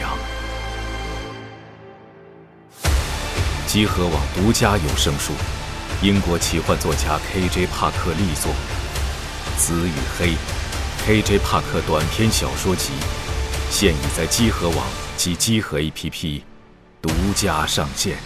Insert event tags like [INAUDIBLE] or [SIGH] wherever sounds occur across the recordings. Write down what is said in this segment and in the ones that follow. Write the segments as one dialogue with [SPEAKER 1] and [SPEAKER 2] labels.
[SPEAKER 1] 洋。集合网独家有声书，英国奇幻作家 K.J. 帕克力作《紫与黑》，K.J. 帕克短篇小说集，现已在集合网及集合 APP 独家上线。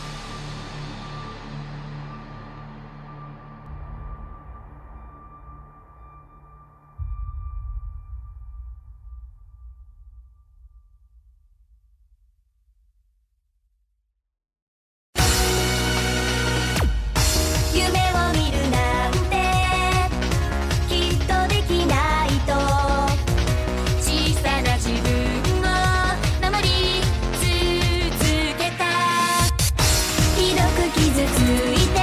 [SPEAKER 2] 夢を見るなんてきっとできないと小さな自分を守り続けたひどく傷ついて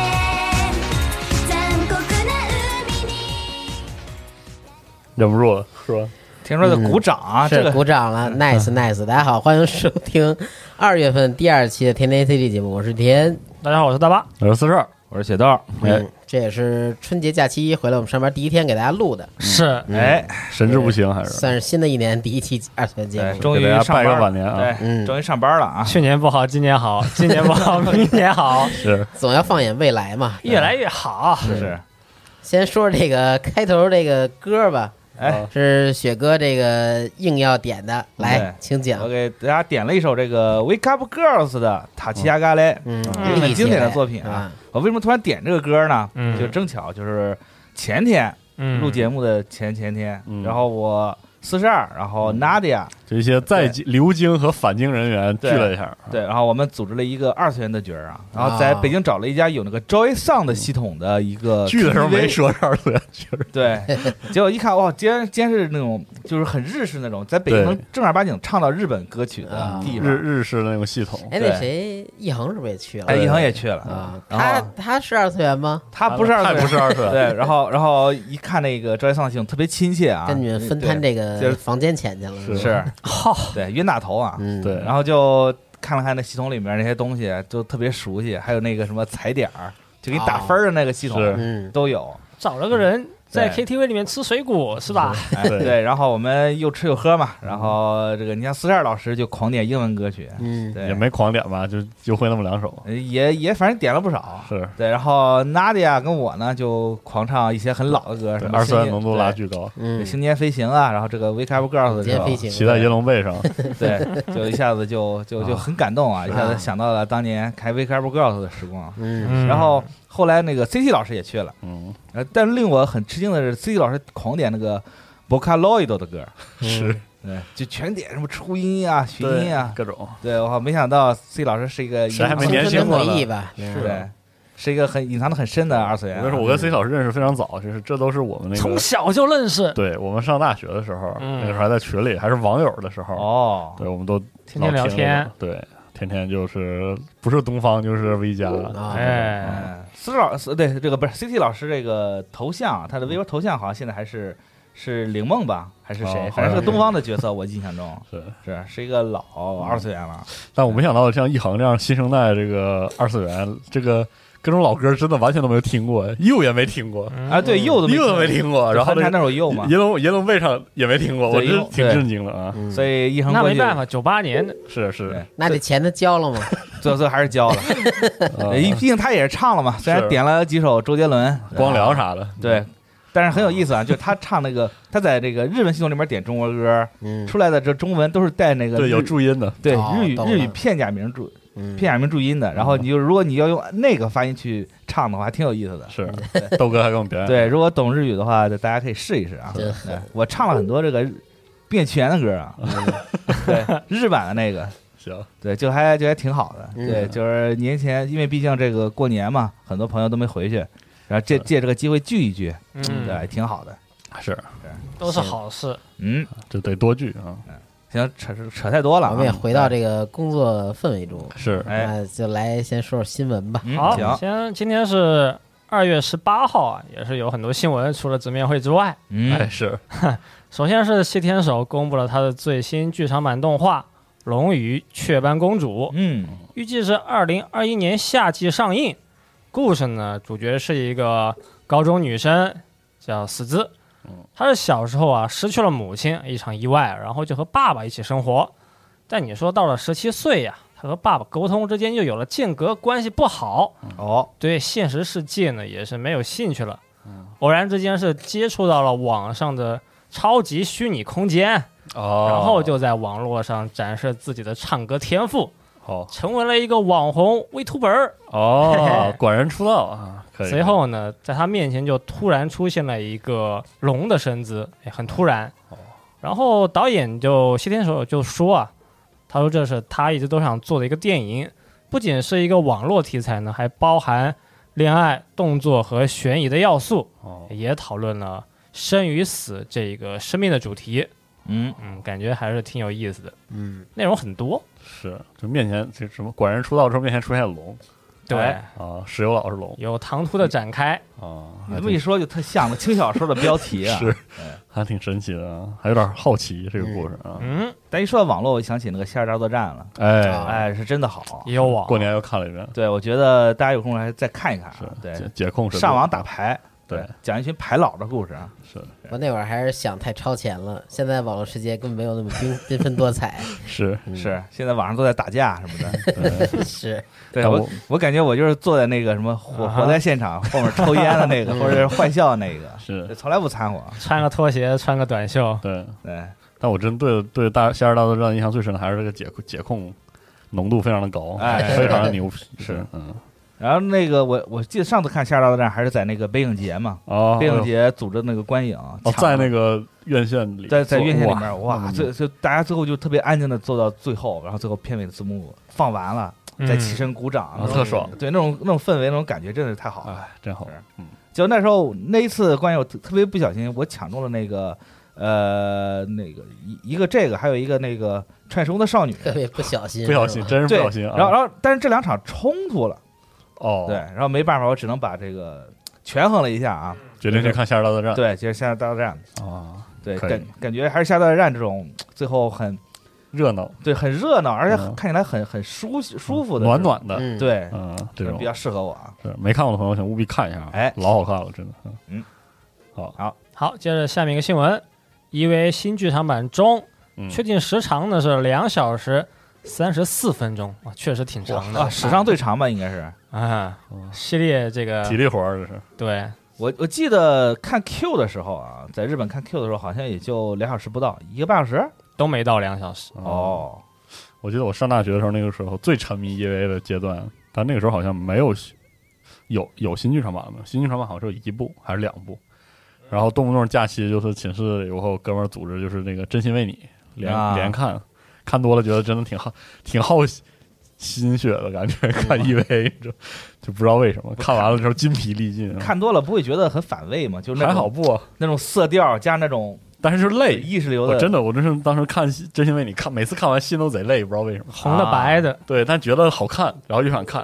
[SPEAKER 2] 残酷な海に
[SPEAKER 3] 忍不住了，是吧？
[SPEAKER 4] 听说
[SPEAKER 5] 嗯
[SPEAKER 4] 的鼓掌啊，这
[SPEAKER 6] 是
[SPEAKER 4] 个嗯
[SPEAKER 6] 鼓掌了，nice nice，大家好，欢迎收听二月份第二期的天天 CG 节目，我是田。
[SPEAKER 3] 大家好，我是大巴。
[SPEAKER 5] 我是四十二，我是铁蛋儿。哎
[SPEAKER 6] 嗯，，这也是春节假期回来我们上班第一天给大家录的，
[SPEAKER 4] 是
[SPEAKER 5] 嗯
[SPEAKER 4] 哎
[SPEAKER 5] 神志不清还是？
[SPEAKER 6] 算是新的一年第一期二次元节
[SPEAKER 4] 哎，
[SPEAKER 6] 目。
[SPEAKER 4] 终于
[SPEAKER 5] 给大家
[SPEAKER 4] 上
[SPEAKER 5] 拜个
[SPEAKER 4] 班
[SPEAKER 5] 晚年啊
[SPEAKER 4] 了，对，
[SPEAKER 6] 嗯
[SPEAKER 4] 终于上班了啊，
[SPEAKER 3] [LAUGHS] 去年不好，今年 [LAUGHS] 好；今年不好，明年好，
[SPEAKER 5] 是
[SPEAKER 6] 总要放眼未来嘛。
[SPEAKER 3] [LAUGHS]
[SPEAKER 6] 嗯
[SPEAKER 3] 越来越好。
[SPEAKER 4] 是哎是，
[SPEAKER 6] 先说这个开头这个歌吧，
[SPEAKER 5] 嗯
[SPEAKER 4] 哎，
[SPEAKER 6] 是雪哥这个硬要点的，来
[SPEAKER 4] 嗯对，
[SPEAKER 6] 请
[SPEAKER 4] 我
[SPEAKER 6] 讲。
[SPEAKER 4] 给大家点了一首这个 Wake Up Girls 的塔奇亚嘎雷，
[SPEAKER 6] 嗯，
[SPEAKER 4] 也是很经典的作品啊
[SPEAKER 6] 啊。
[SPEAKER 4] 我为什么突然点这个歌呢？
[SPEAKER 3] 嗯
[SPEAKER 4] 就正巧就是前天
[SPEAKER 3] 嗯，
[SPEAKER 4] 录节目的前前天，
[SPEAKER 5] 嗯
[SPEAKER 4] 然后我四十二，然后 Nadia，
[SPEAKER 5] 这些在京留京和返京人员聚了一下，
[SPEAKER 4] 对，然后我们组织了一个二次元的角儿啊，然后在北京找了一家有那个 Joy Sound 系统的一个
[SPEAKER 5] 聚的时候
[SPEAKER 4] KTV
[SPEAKER 5] 没说这儿对，就是
[SPEAKER 4] 对， [LAUGHS] 结果一看，哇，竟然竟然是那种就是很日式那种，在北京
[SPEAKER 5] 对
[SPEAKER 4] 能正儿八经唱到日本歌曲的
[SPEAKER 6] 啊
[SPEAKER 4] 地
[SPEAKER 5] 日
[SPEAKER 4] 方。
[SPEAKER 5] 日式的那种系统，
[SPEAKER 6] 哎，那
[SPEAKER 4] 对
[SPEAKER 6] 谁，易恒是不是也去了？
[SPEAKER 4] 哎，一恒也去了，
[SPEAKER 6] 啊，
[SPEAKER 4] 然后
[SPEAKER 6] 他他是二次元吗？
[SPEAKER 4] 他哎不是二
[SPEAKER 5] 太
[SPEAKER 4] 次
[SPEAKER 5] 不是
[SPEAKER 4] 元，
[SPEAKER 5] 二次元， [LAUGHS]
[SPEAKER 4] 对，然后然后一看那个专业上性特别亲切啊，
[SPEAKER 6] 跟你们分摊
[SPEAKER 4] 对
[SPEAKER 6] 这
[SPEAKER 4] 就是
[SPEAKER 6] 个房间钱去了，是吧 [LAUGHS]
[SPEAKER 4] 是
[SPEAKER 3] 好，
[SPEAKER 4] 对冤大头啊，
[SPEAKER 6] 嗯，
[SPEAKER 5] 对
[SPEAKER 4] 然后就看了看那系统里面那些东西，就特别熟悉，还有那个什么踩点儿，就给你打分儿的那个系统、
[SPEAKER 5] 哦是
[SPEAKER 6] 嗯，
[SPEAKER 4] 都有，
[SPEAKER 3] 找了个人在
[SPEAKER 4] 对
[SPEAKER 3] KTV 里面吃水果是吧？
[SPEAKER 4] 哎
[SPEAKER 5] 对
[SPEAKER 4] 对，然后我们又吃又喝嘛，然后这个你像四十二老师就狂点英文歌曲，
[SPEAKER 6] 嗯，
[SPEAKER 4] 对，
[SPEAKER 5] 也没狂点吧，就就会那么两首，
[SPEAKER 4] 呃也也反正点了不少，
[SPEAKER 5] 是
[SPEAKER 4] 对，然后 Nadia 跟我呢就狂唱一些很老的
[SPEAKER 5] 对
[SPEAKER 4] 歌，什么
[SPEAKER 5] 二次元
[SPEAKER 4] 星
[SPEAKER 5] 浓
[SPEAKER 4] 间
[SPEAKER 5] 度拉，巨高，
[SPEAKER 4] 对
[SPEAKER 6] 嗯，
[SPEAKER 4] 星间飞行啊，然后这个 Wake Up Girls
[SPEAKER 6] 今天飞
[SPEAKER 4] 这
[SPEAKER 6] 行，
[SPEAKER 5] 骑在银龙背
[SPEAKER 4] [LAUGHS]
[SPEAKER 5] 上，
[SPEAKER 4] 对，就一下子就就就很感动啊，一下子想到了当年开 Wake Up Girls 的时光。
[SPEAKER 6] 嗯，
[SPEAKER 3] 嗯
[SPEAKER 4] 然后后来那个 CT 老师也去了，
[SPEAKER 5] 嗯，
[SPEAKER 4] 呃，但令我很吃惊的是，CT 老师狂点那个 Vocaloid 的歌，
[SPEAKER 5] 是
[SPEAKER 4] 对，就全点什么初音啊、寻音啊，
[SPEAKER 5] 各种，
[SPEAKER 4] 对我靠，没想到 CT 老师是一个
[SPEAKER 5] 谁还没
[SPEAKER 4] 隐
[SPEAKER 5] 年轻
[SPEAKER 6] 青春的
[SPEAKER 5] 过
[SPEAKER 6] 回
[SPEAKER 5] 呢
[SPEAKER 6] 忆吧，是
[SPEAKER 4] 对，是一个很隐藏的很深的二次元
[SPEAKER 5] 就是
[SPEAKER 4] 啊。
[SPEAKER 5] 我跟 C 老师认识非常早，就是这都是我们那
[SPEAKER 3] 从
[SPEAKER 5] 个，
[SPEAKER 3] 小就认识，
[SPEAKER 5] 对我们上大学的时候，
[SPEAKER 3] 嗯
[SPEAKER 5] 那个时候还在群里，还是网友的时候，
[SPEAKER 4] 哦，
[SPEAKER 5] 对，我们都
[SPEAKER 3] 天天聊
[SPEAKER 5] 老
[SPEAKER 3] 天
[SPEAKER 5] 了，对，天天就是不是东方就是 V 加，
[SPEAKER 4] 哦
[SPEAKER 6] 啊，
[SPEAKER 3] 哎，
[SPEAKER 4] 嗯，思老师对这个不是 CT 老师这个头像，啊他的微博头像好像现在还是是灵梦吧，还是谁？
[SPEAKER 5] 哦
[SPEAKER 4] 反正是
[SPEAKER 5] 好像是
[SPEAKER 4] 个东方的角色，我印象中
[SPEAKER 5] 是。
[SPEAKER 4] 是是一个老二次元了。
[SPEAKER 5] 但我没想到像一恒这样新生代这个二次元，这个各种老歌真的完全都没有听过，又也没听过，
[SPEAKER 3] 嗯
[SPEAKER 4] 啊，对，柚子
[SPEAKER 5] 又没听过，然后
[SPEAKER 4] 他
[SPEAKER 5] 这
[SPEAKER 4] 那首柚嘛
[SPEAKER 5] 银，龙银龙背上也没听过，
[SPEAKER 4] 嗯对
[SPEAKER 5] 我
[SPEAKER 4] 银
[SPEAKER 5] 真
[SPEAKER 4] 龙
[SPEAKER 5] 挺
[SPEAKER 4] 对嗯
[SPEAKER 5] 震惊的啊！
[SPEAKER 6] 嗯
[SPEAKER 4] 所以一恒
[SPEAKER 3] 那
[SPEAKER 4] 过
[SPEAKER 3] 没
[SPEAKER 4] 去
[SPEAKER 3] 办，法，九八年的
[SPEAKER 5] 是
[SPEAKER 4] 对
[SPEAKER 5] 是，
[SPEAKER 6] 那这钱他交了吗？
[SPEAKER 4] 最后最后还是交了。
[SPEAKER 5] 啊
[SPEAKER 4] 毕竟他也是唱了嘛，虽然
[SPEAKER 5] 是
[SPEAKER 4] 点了几首周杰伦、
[SPEAKER 5] 光良
[SPEAKER 4] 啥
[SPEAKER 5] 啥的，嗯
[SPEAKER 4] 对，但是很有意思啊，就是他唱那个，他在这个日文系统里面点中国歌，
[SPEAKER 6] 嗯
[SPEAKER 4] 出来的这中文都是带那个
[SPEAKER 5] 对，有
[SPEAKER 4] 日
[SPEAKER 5] 注音的，
[SPEAKER 4] 对
[SPEAKER 6] 哦
[SPEAKER 4] 日语
[SPEAKER 6] 懂了
[SPEAKER 4] 日语片假名注
[SPEAKER 6] 嗯，
[SPEAKER 4] 片假名注音的。然后你就如果你要用那个发音去唱的话，还挺有意思的。
[SPEAKER 5] 是 [LAUGHS] 豆哥还给我们表演，
[SPEAKER 4] 嗯对，如果懂日语的话，大家可以试一试啊。
[SPEAKER 6] 对嗯
[SPEAKER 4] 对我唱了很多这个变全的歌啊，对日版的那个，
[SPEAKER 5] 行，
[SPEAKER 4] 对，就还就还挺好的。
[SPEAKER 6] 嗯
[SPEAKER 4] 对，就是年前，因为毕竟这个过年嘛，很多朋友都没回去，然后借借这个机会聚一聚，对，
[SPEAKER 3] 嗯，
[SPEAKER 4] 还挺好的。
[SPEAKER 5] 是
[SPEAKER 3] 都是好事。
[SPEAKER 4] 嗯，
[SPEAKER 5] 这得多聚啊，
[SPEAKER 4] 行，扯扯太多了啊，
[SPEAKER 6] 我们也回到这个工作氛围中，
[SPEAKER 5] 是
[SPEAKER 4] 哎，
[SPEAKER 6] 那就来先说说新闻吧。
[SPEAKER 4] 嗯，
[SPEAKER 3] 好，
[SPEAKER 4] 行，
[SPEAKER 3] 先今天是二月十八号啊，也是有很多新闻，除了直面会之外，
[SPEAKER 5] 哎
[SPEAKER 4] 嗯，
[SPEAKER 5] 是
[SPEAKER 3] 首先是谢天守公布了他的最新剧场版动画《龙与雀斑公主》，
[SPEAKER 4] 嗯，
[SPEAKER 3] 预计是二零二一年夏季上映。故事呢，主角是一个高中女生，叫思姿。她是小时候啊失去了母亲，一场意外，然后就和爸爸一起生活。但你说到了十七岁呀、她和爸爸沟通之间就有了间隔，关系不好，
[SPEAKER 4] 哦，
[SPEAKER 3] 对现实世界呢也是没有兴趣了。偶然之间是接触到了网上的超级虚拟空间，
[SPEAKER 5] 哦，
[SPEAKER 3] 然后就在网络上展示自己的唱歌天赋。
[SPEAKER 5] 好
[SPEAKER 3] 成为了一个网红 VTuber。 [LAUGHS]
[SPEAKER 5] 哦，管人出道啊，可以，
[SPEAKER 3] 随后呢，在他面前就突然出现了一个龙的身姿，哎很突然
[SPEAKER 5] 哦。
[SPEAKER 3] 然后导演就谢天守就说啊，他说这是他一直都想做的一个电影，不仅是一个网络题材呢，还包含恋爱、动作和悬疑的要素，
[SPEAKER 4] 哎
[SPEAKER 5] 哦
[SPEAKER 3] 也讨论了生与死这个生命的主题。
[SPEAKER 4] 嗯，
[SPEAKER 3] 嗯，感觉还是挺有意思的，
[SPEAKER 6] 嗯，
[SPEAKER 3] 内容很多。
[SPEAKER 5] 是就面前这什么管人出道之后面前出现龙
[SPEAKER 3] 对，
[SPEAKER 5] 啊，石油老是龙
[SPEAKER 3] 哎有唐突的展开。
[SPEAKER 5] 啊，
[SPEAKER 4] 你
[SPEAKER 5] 还
[SPEAKER 4] 嗯这么一
[SPEAKER 5] 挺
[SPEAKER 4] 说就特像了轻小说的标题
[SPEAKER 6] [LAUGHS]
[SPEAKER 4] 啊。
[SPEAKER 5] 是
[SPEAKER 4] 哎，
[SPEAKER 5] 还挺神奇的啊，还有点好奇这个故事啊，
[SPEAKER 3] 嗯，
[SPEAKER 4] 但一说到网络，我想起那个《夏日大作战》了，
[SPEAKER 5] 哎，
[SPEAKER 6] 啊
[SPEAKER 4] 哎，是真的好。
[SPEAKER 3] 也有网
[SPEAKER 5] 过年又看了一遍，
[SPEAKER 4] 对，我觉得大家有空还再看一看啊。
[SPEAKER 5] 是
[SPEAKER 4] 对
[SPEAKER 5] 解，解控神
[SPEAKER 4] 上
[SPEAKER 5] 盾
[SPEAKER 4] 网打牌，
[SPEAKER 5] 对，
[SPEAKER 4] 讲一群牌佬的故事啊。
[SPEAKER 5] 是
[SPEAKER 6] 我那会儿还是想太超前了，现在网络世界根本没有那么缤缤纷
[SPEAKER 5] [LAUGHS]
[SPEAKER 6] 多彩。
[SPEAKER 5] 是，
[SPEAKER 6] 嗯
[SPEAKER 4] 是，现在网上都在打架什么
[SPEAKER 5] [LAUGHS]
[SPEAKER 4] 的。
[SPEAKER 5] 对
[SPEAKER 6] 是，
[SPEAKER 4] 对
[SPEAKER 5] 但
[SPEAKER 4] 我
[SPEAKER 5] 我，
[SPEAKER 4] 我感觉我就是坐在那个什么火
[SPEAKER 3] 啊哈
[SPEAKER 4] 火灾现场后面抽烟的那
[SPEAKER 5] [LAUGHS] 嗯
[SPEAKER 4] 个，或者是坏笑的那个，
[SPEAKER 5] 是
[SPEAKER 4] 从来不掺和。
[SPEAKER 3] 穿个拖鞋，穿个短袖，
[SPEAKER 5] 对，
[SPEAKER 4] 对，
[SPEAKER 5] 但我真对对大《夏日大作战》印象最深的还是这个解控解控浓度非常的高，
[SPEAKER 4] 哎
[SPEAKER 5] 非常的牛逼，
[SPEAKER 4] 是
[SPEAKER 5] 嗯，
[SPEAKER 4] 然后那个我我记得上次看《夏日大作战》还是在那个北影节嘛，
[SPEAKER 5] 哦，
[SPEAKER 4] 北影节组织的那个观影，
[SPEAKER 5] 哦，在
[SPEAKER 4] 抢
[SPEAKER 5] 那个院线里，
[SPEAKER 4] 啊
[SPEAKER 5] 啊
[SPEAKER 4] 在在院线里面，
[SPEAKER 5] 那
[SPEAKER 4] 哇，
[SPEAKER 5] 么
[SPEAKER 4] 最最大家最后就特别安静的坐到最后，然后最后片尾的字幕放完了，再起身鼓掌，
[SPEAKER 5] 啊
[SPEAKER 4] 那种
[SPEAKER 5] 特爽，
[SPEAKER 4] 对那种那种氛围那种感觉真的是太好了。
[SPEAKER 5] 哎，真好
[SPEAKER 4] 嗯是，就那时候那一次观影，我特特别不小心，我抢中了那个呃那个一一个这个，还有一个那个穿越时空的少
[SPEAKER 5] [LAUGHS]
[SPEAKER 4] 女。
[SPEAKER 6] 特别不小心，
[SPEAKER 5] 不小心，
[SPEAKER 6] 是吧
[SPEAKER 5] 真是不
[SPEAKER 4] 对
[SPEAKER 5] 小心，，啊
[SPEAKER 4] 然后然后但是这两场冲突了，
[SPEAKER 5] 哦，
[SPEAKER 4] 对，，然后没办法，我只能把这个权衡了一下啊。
[SPEAKER 5] 决定去看《夏日大作战》
[SPEAKER 4] 对，就是《夏日大作战》，
[SPEAKER 5] 啊，
[SPEAKER 4] 对，
[SPEAKER 5] 可以
[SPEAKER 4] 感感觉还是《夏日大作战》这种最后很
[SPEAKER 5] 热闹
[SPEAKER 4] 对很热闹，而且
[SPEAKER 5] 嗯
[SPEAKER 4] 看起来很很舒舒服的
[SPEAKER 5] 暖，暖的，
[SPEAKER 6] 嗯，
[SPEAKER 5] [LAUGHS]
[SPEAKER 4] 对，
[SPEAKER 5] 嗯，这种
[SPEAKER 4] 比较适合我啊。
[SPEAKER 5] 是没看过的朋友，请务必看一下啊，
[SPEAKER 4] 哎
[SPEAKER 5] 老好看了，真的，
[SPEAKER 4] 嗯，
[SPEAKER 5] 好，
[SPEAKER 3] 好，接着下面一个新闻，因为新剧场版中
[SPEAKER 5] 嗯
[SPEAKER 3] 确定时长呢是两小时三十四分钟，哇，确实挺长的
[SPEAKER 4] 啊，史上最长吧，应该是。
[SPEAKER 3] 啊
[SPEAKER 5] 嗯。
[SPEAKER 3] 系列这个
[SPEAKER 4] 啊
[SPEAKER 5] 体力活儿这是，
[SPEAKER 3] 对，
[SPEAKER 4] 我我记得看 Q 的时候啊，在日本看 Q 的时候，好像也就两小时不到，一个半小时。
[SPEAKER 3] 都没到两小时。
[SPEAKER 5] 嗯，
[SPEAKER 4] 哦，
[SPEAKER 5] 我记得我上大学的时候，那个时候最沉迷 EVA 的阶段，但那个时候好像没有有有新剧场版没有？新剧场版好像只有一部还是两部，然后动不动假期就是寝室里有后哥们儿组织就是那个真心为你连、
[SPEAKER 4] 啊
[SPEAKER 5] 连看，看多了觉得真的挺好挺耗心血的感觉，看 EVA 就就不知道为什么看完了之后筋疲力尽啊，
[SPEAKER 4] 看多了不会觉得很反胃嘛？就那
[SPEAKER 5] 还
[SPEAKER 4] 种
[SPEAKER 5] 好不啊，
[SPEAKER 4] 那种色调加那种
[SPEAKER 5] 但是就是累。
[SPEAKER 4] 意识流
[SPEAKER 5] 我
[SPEAKER 4] 的，
[SPEAKER 5] 真的，我真是当时看《真心为你》看，每次看完心都贼累，不知道为什么。啊
[SPEAKER 3] 红的、白的，
[SPEAKER 5] 对，但觉得好看，然后就想看，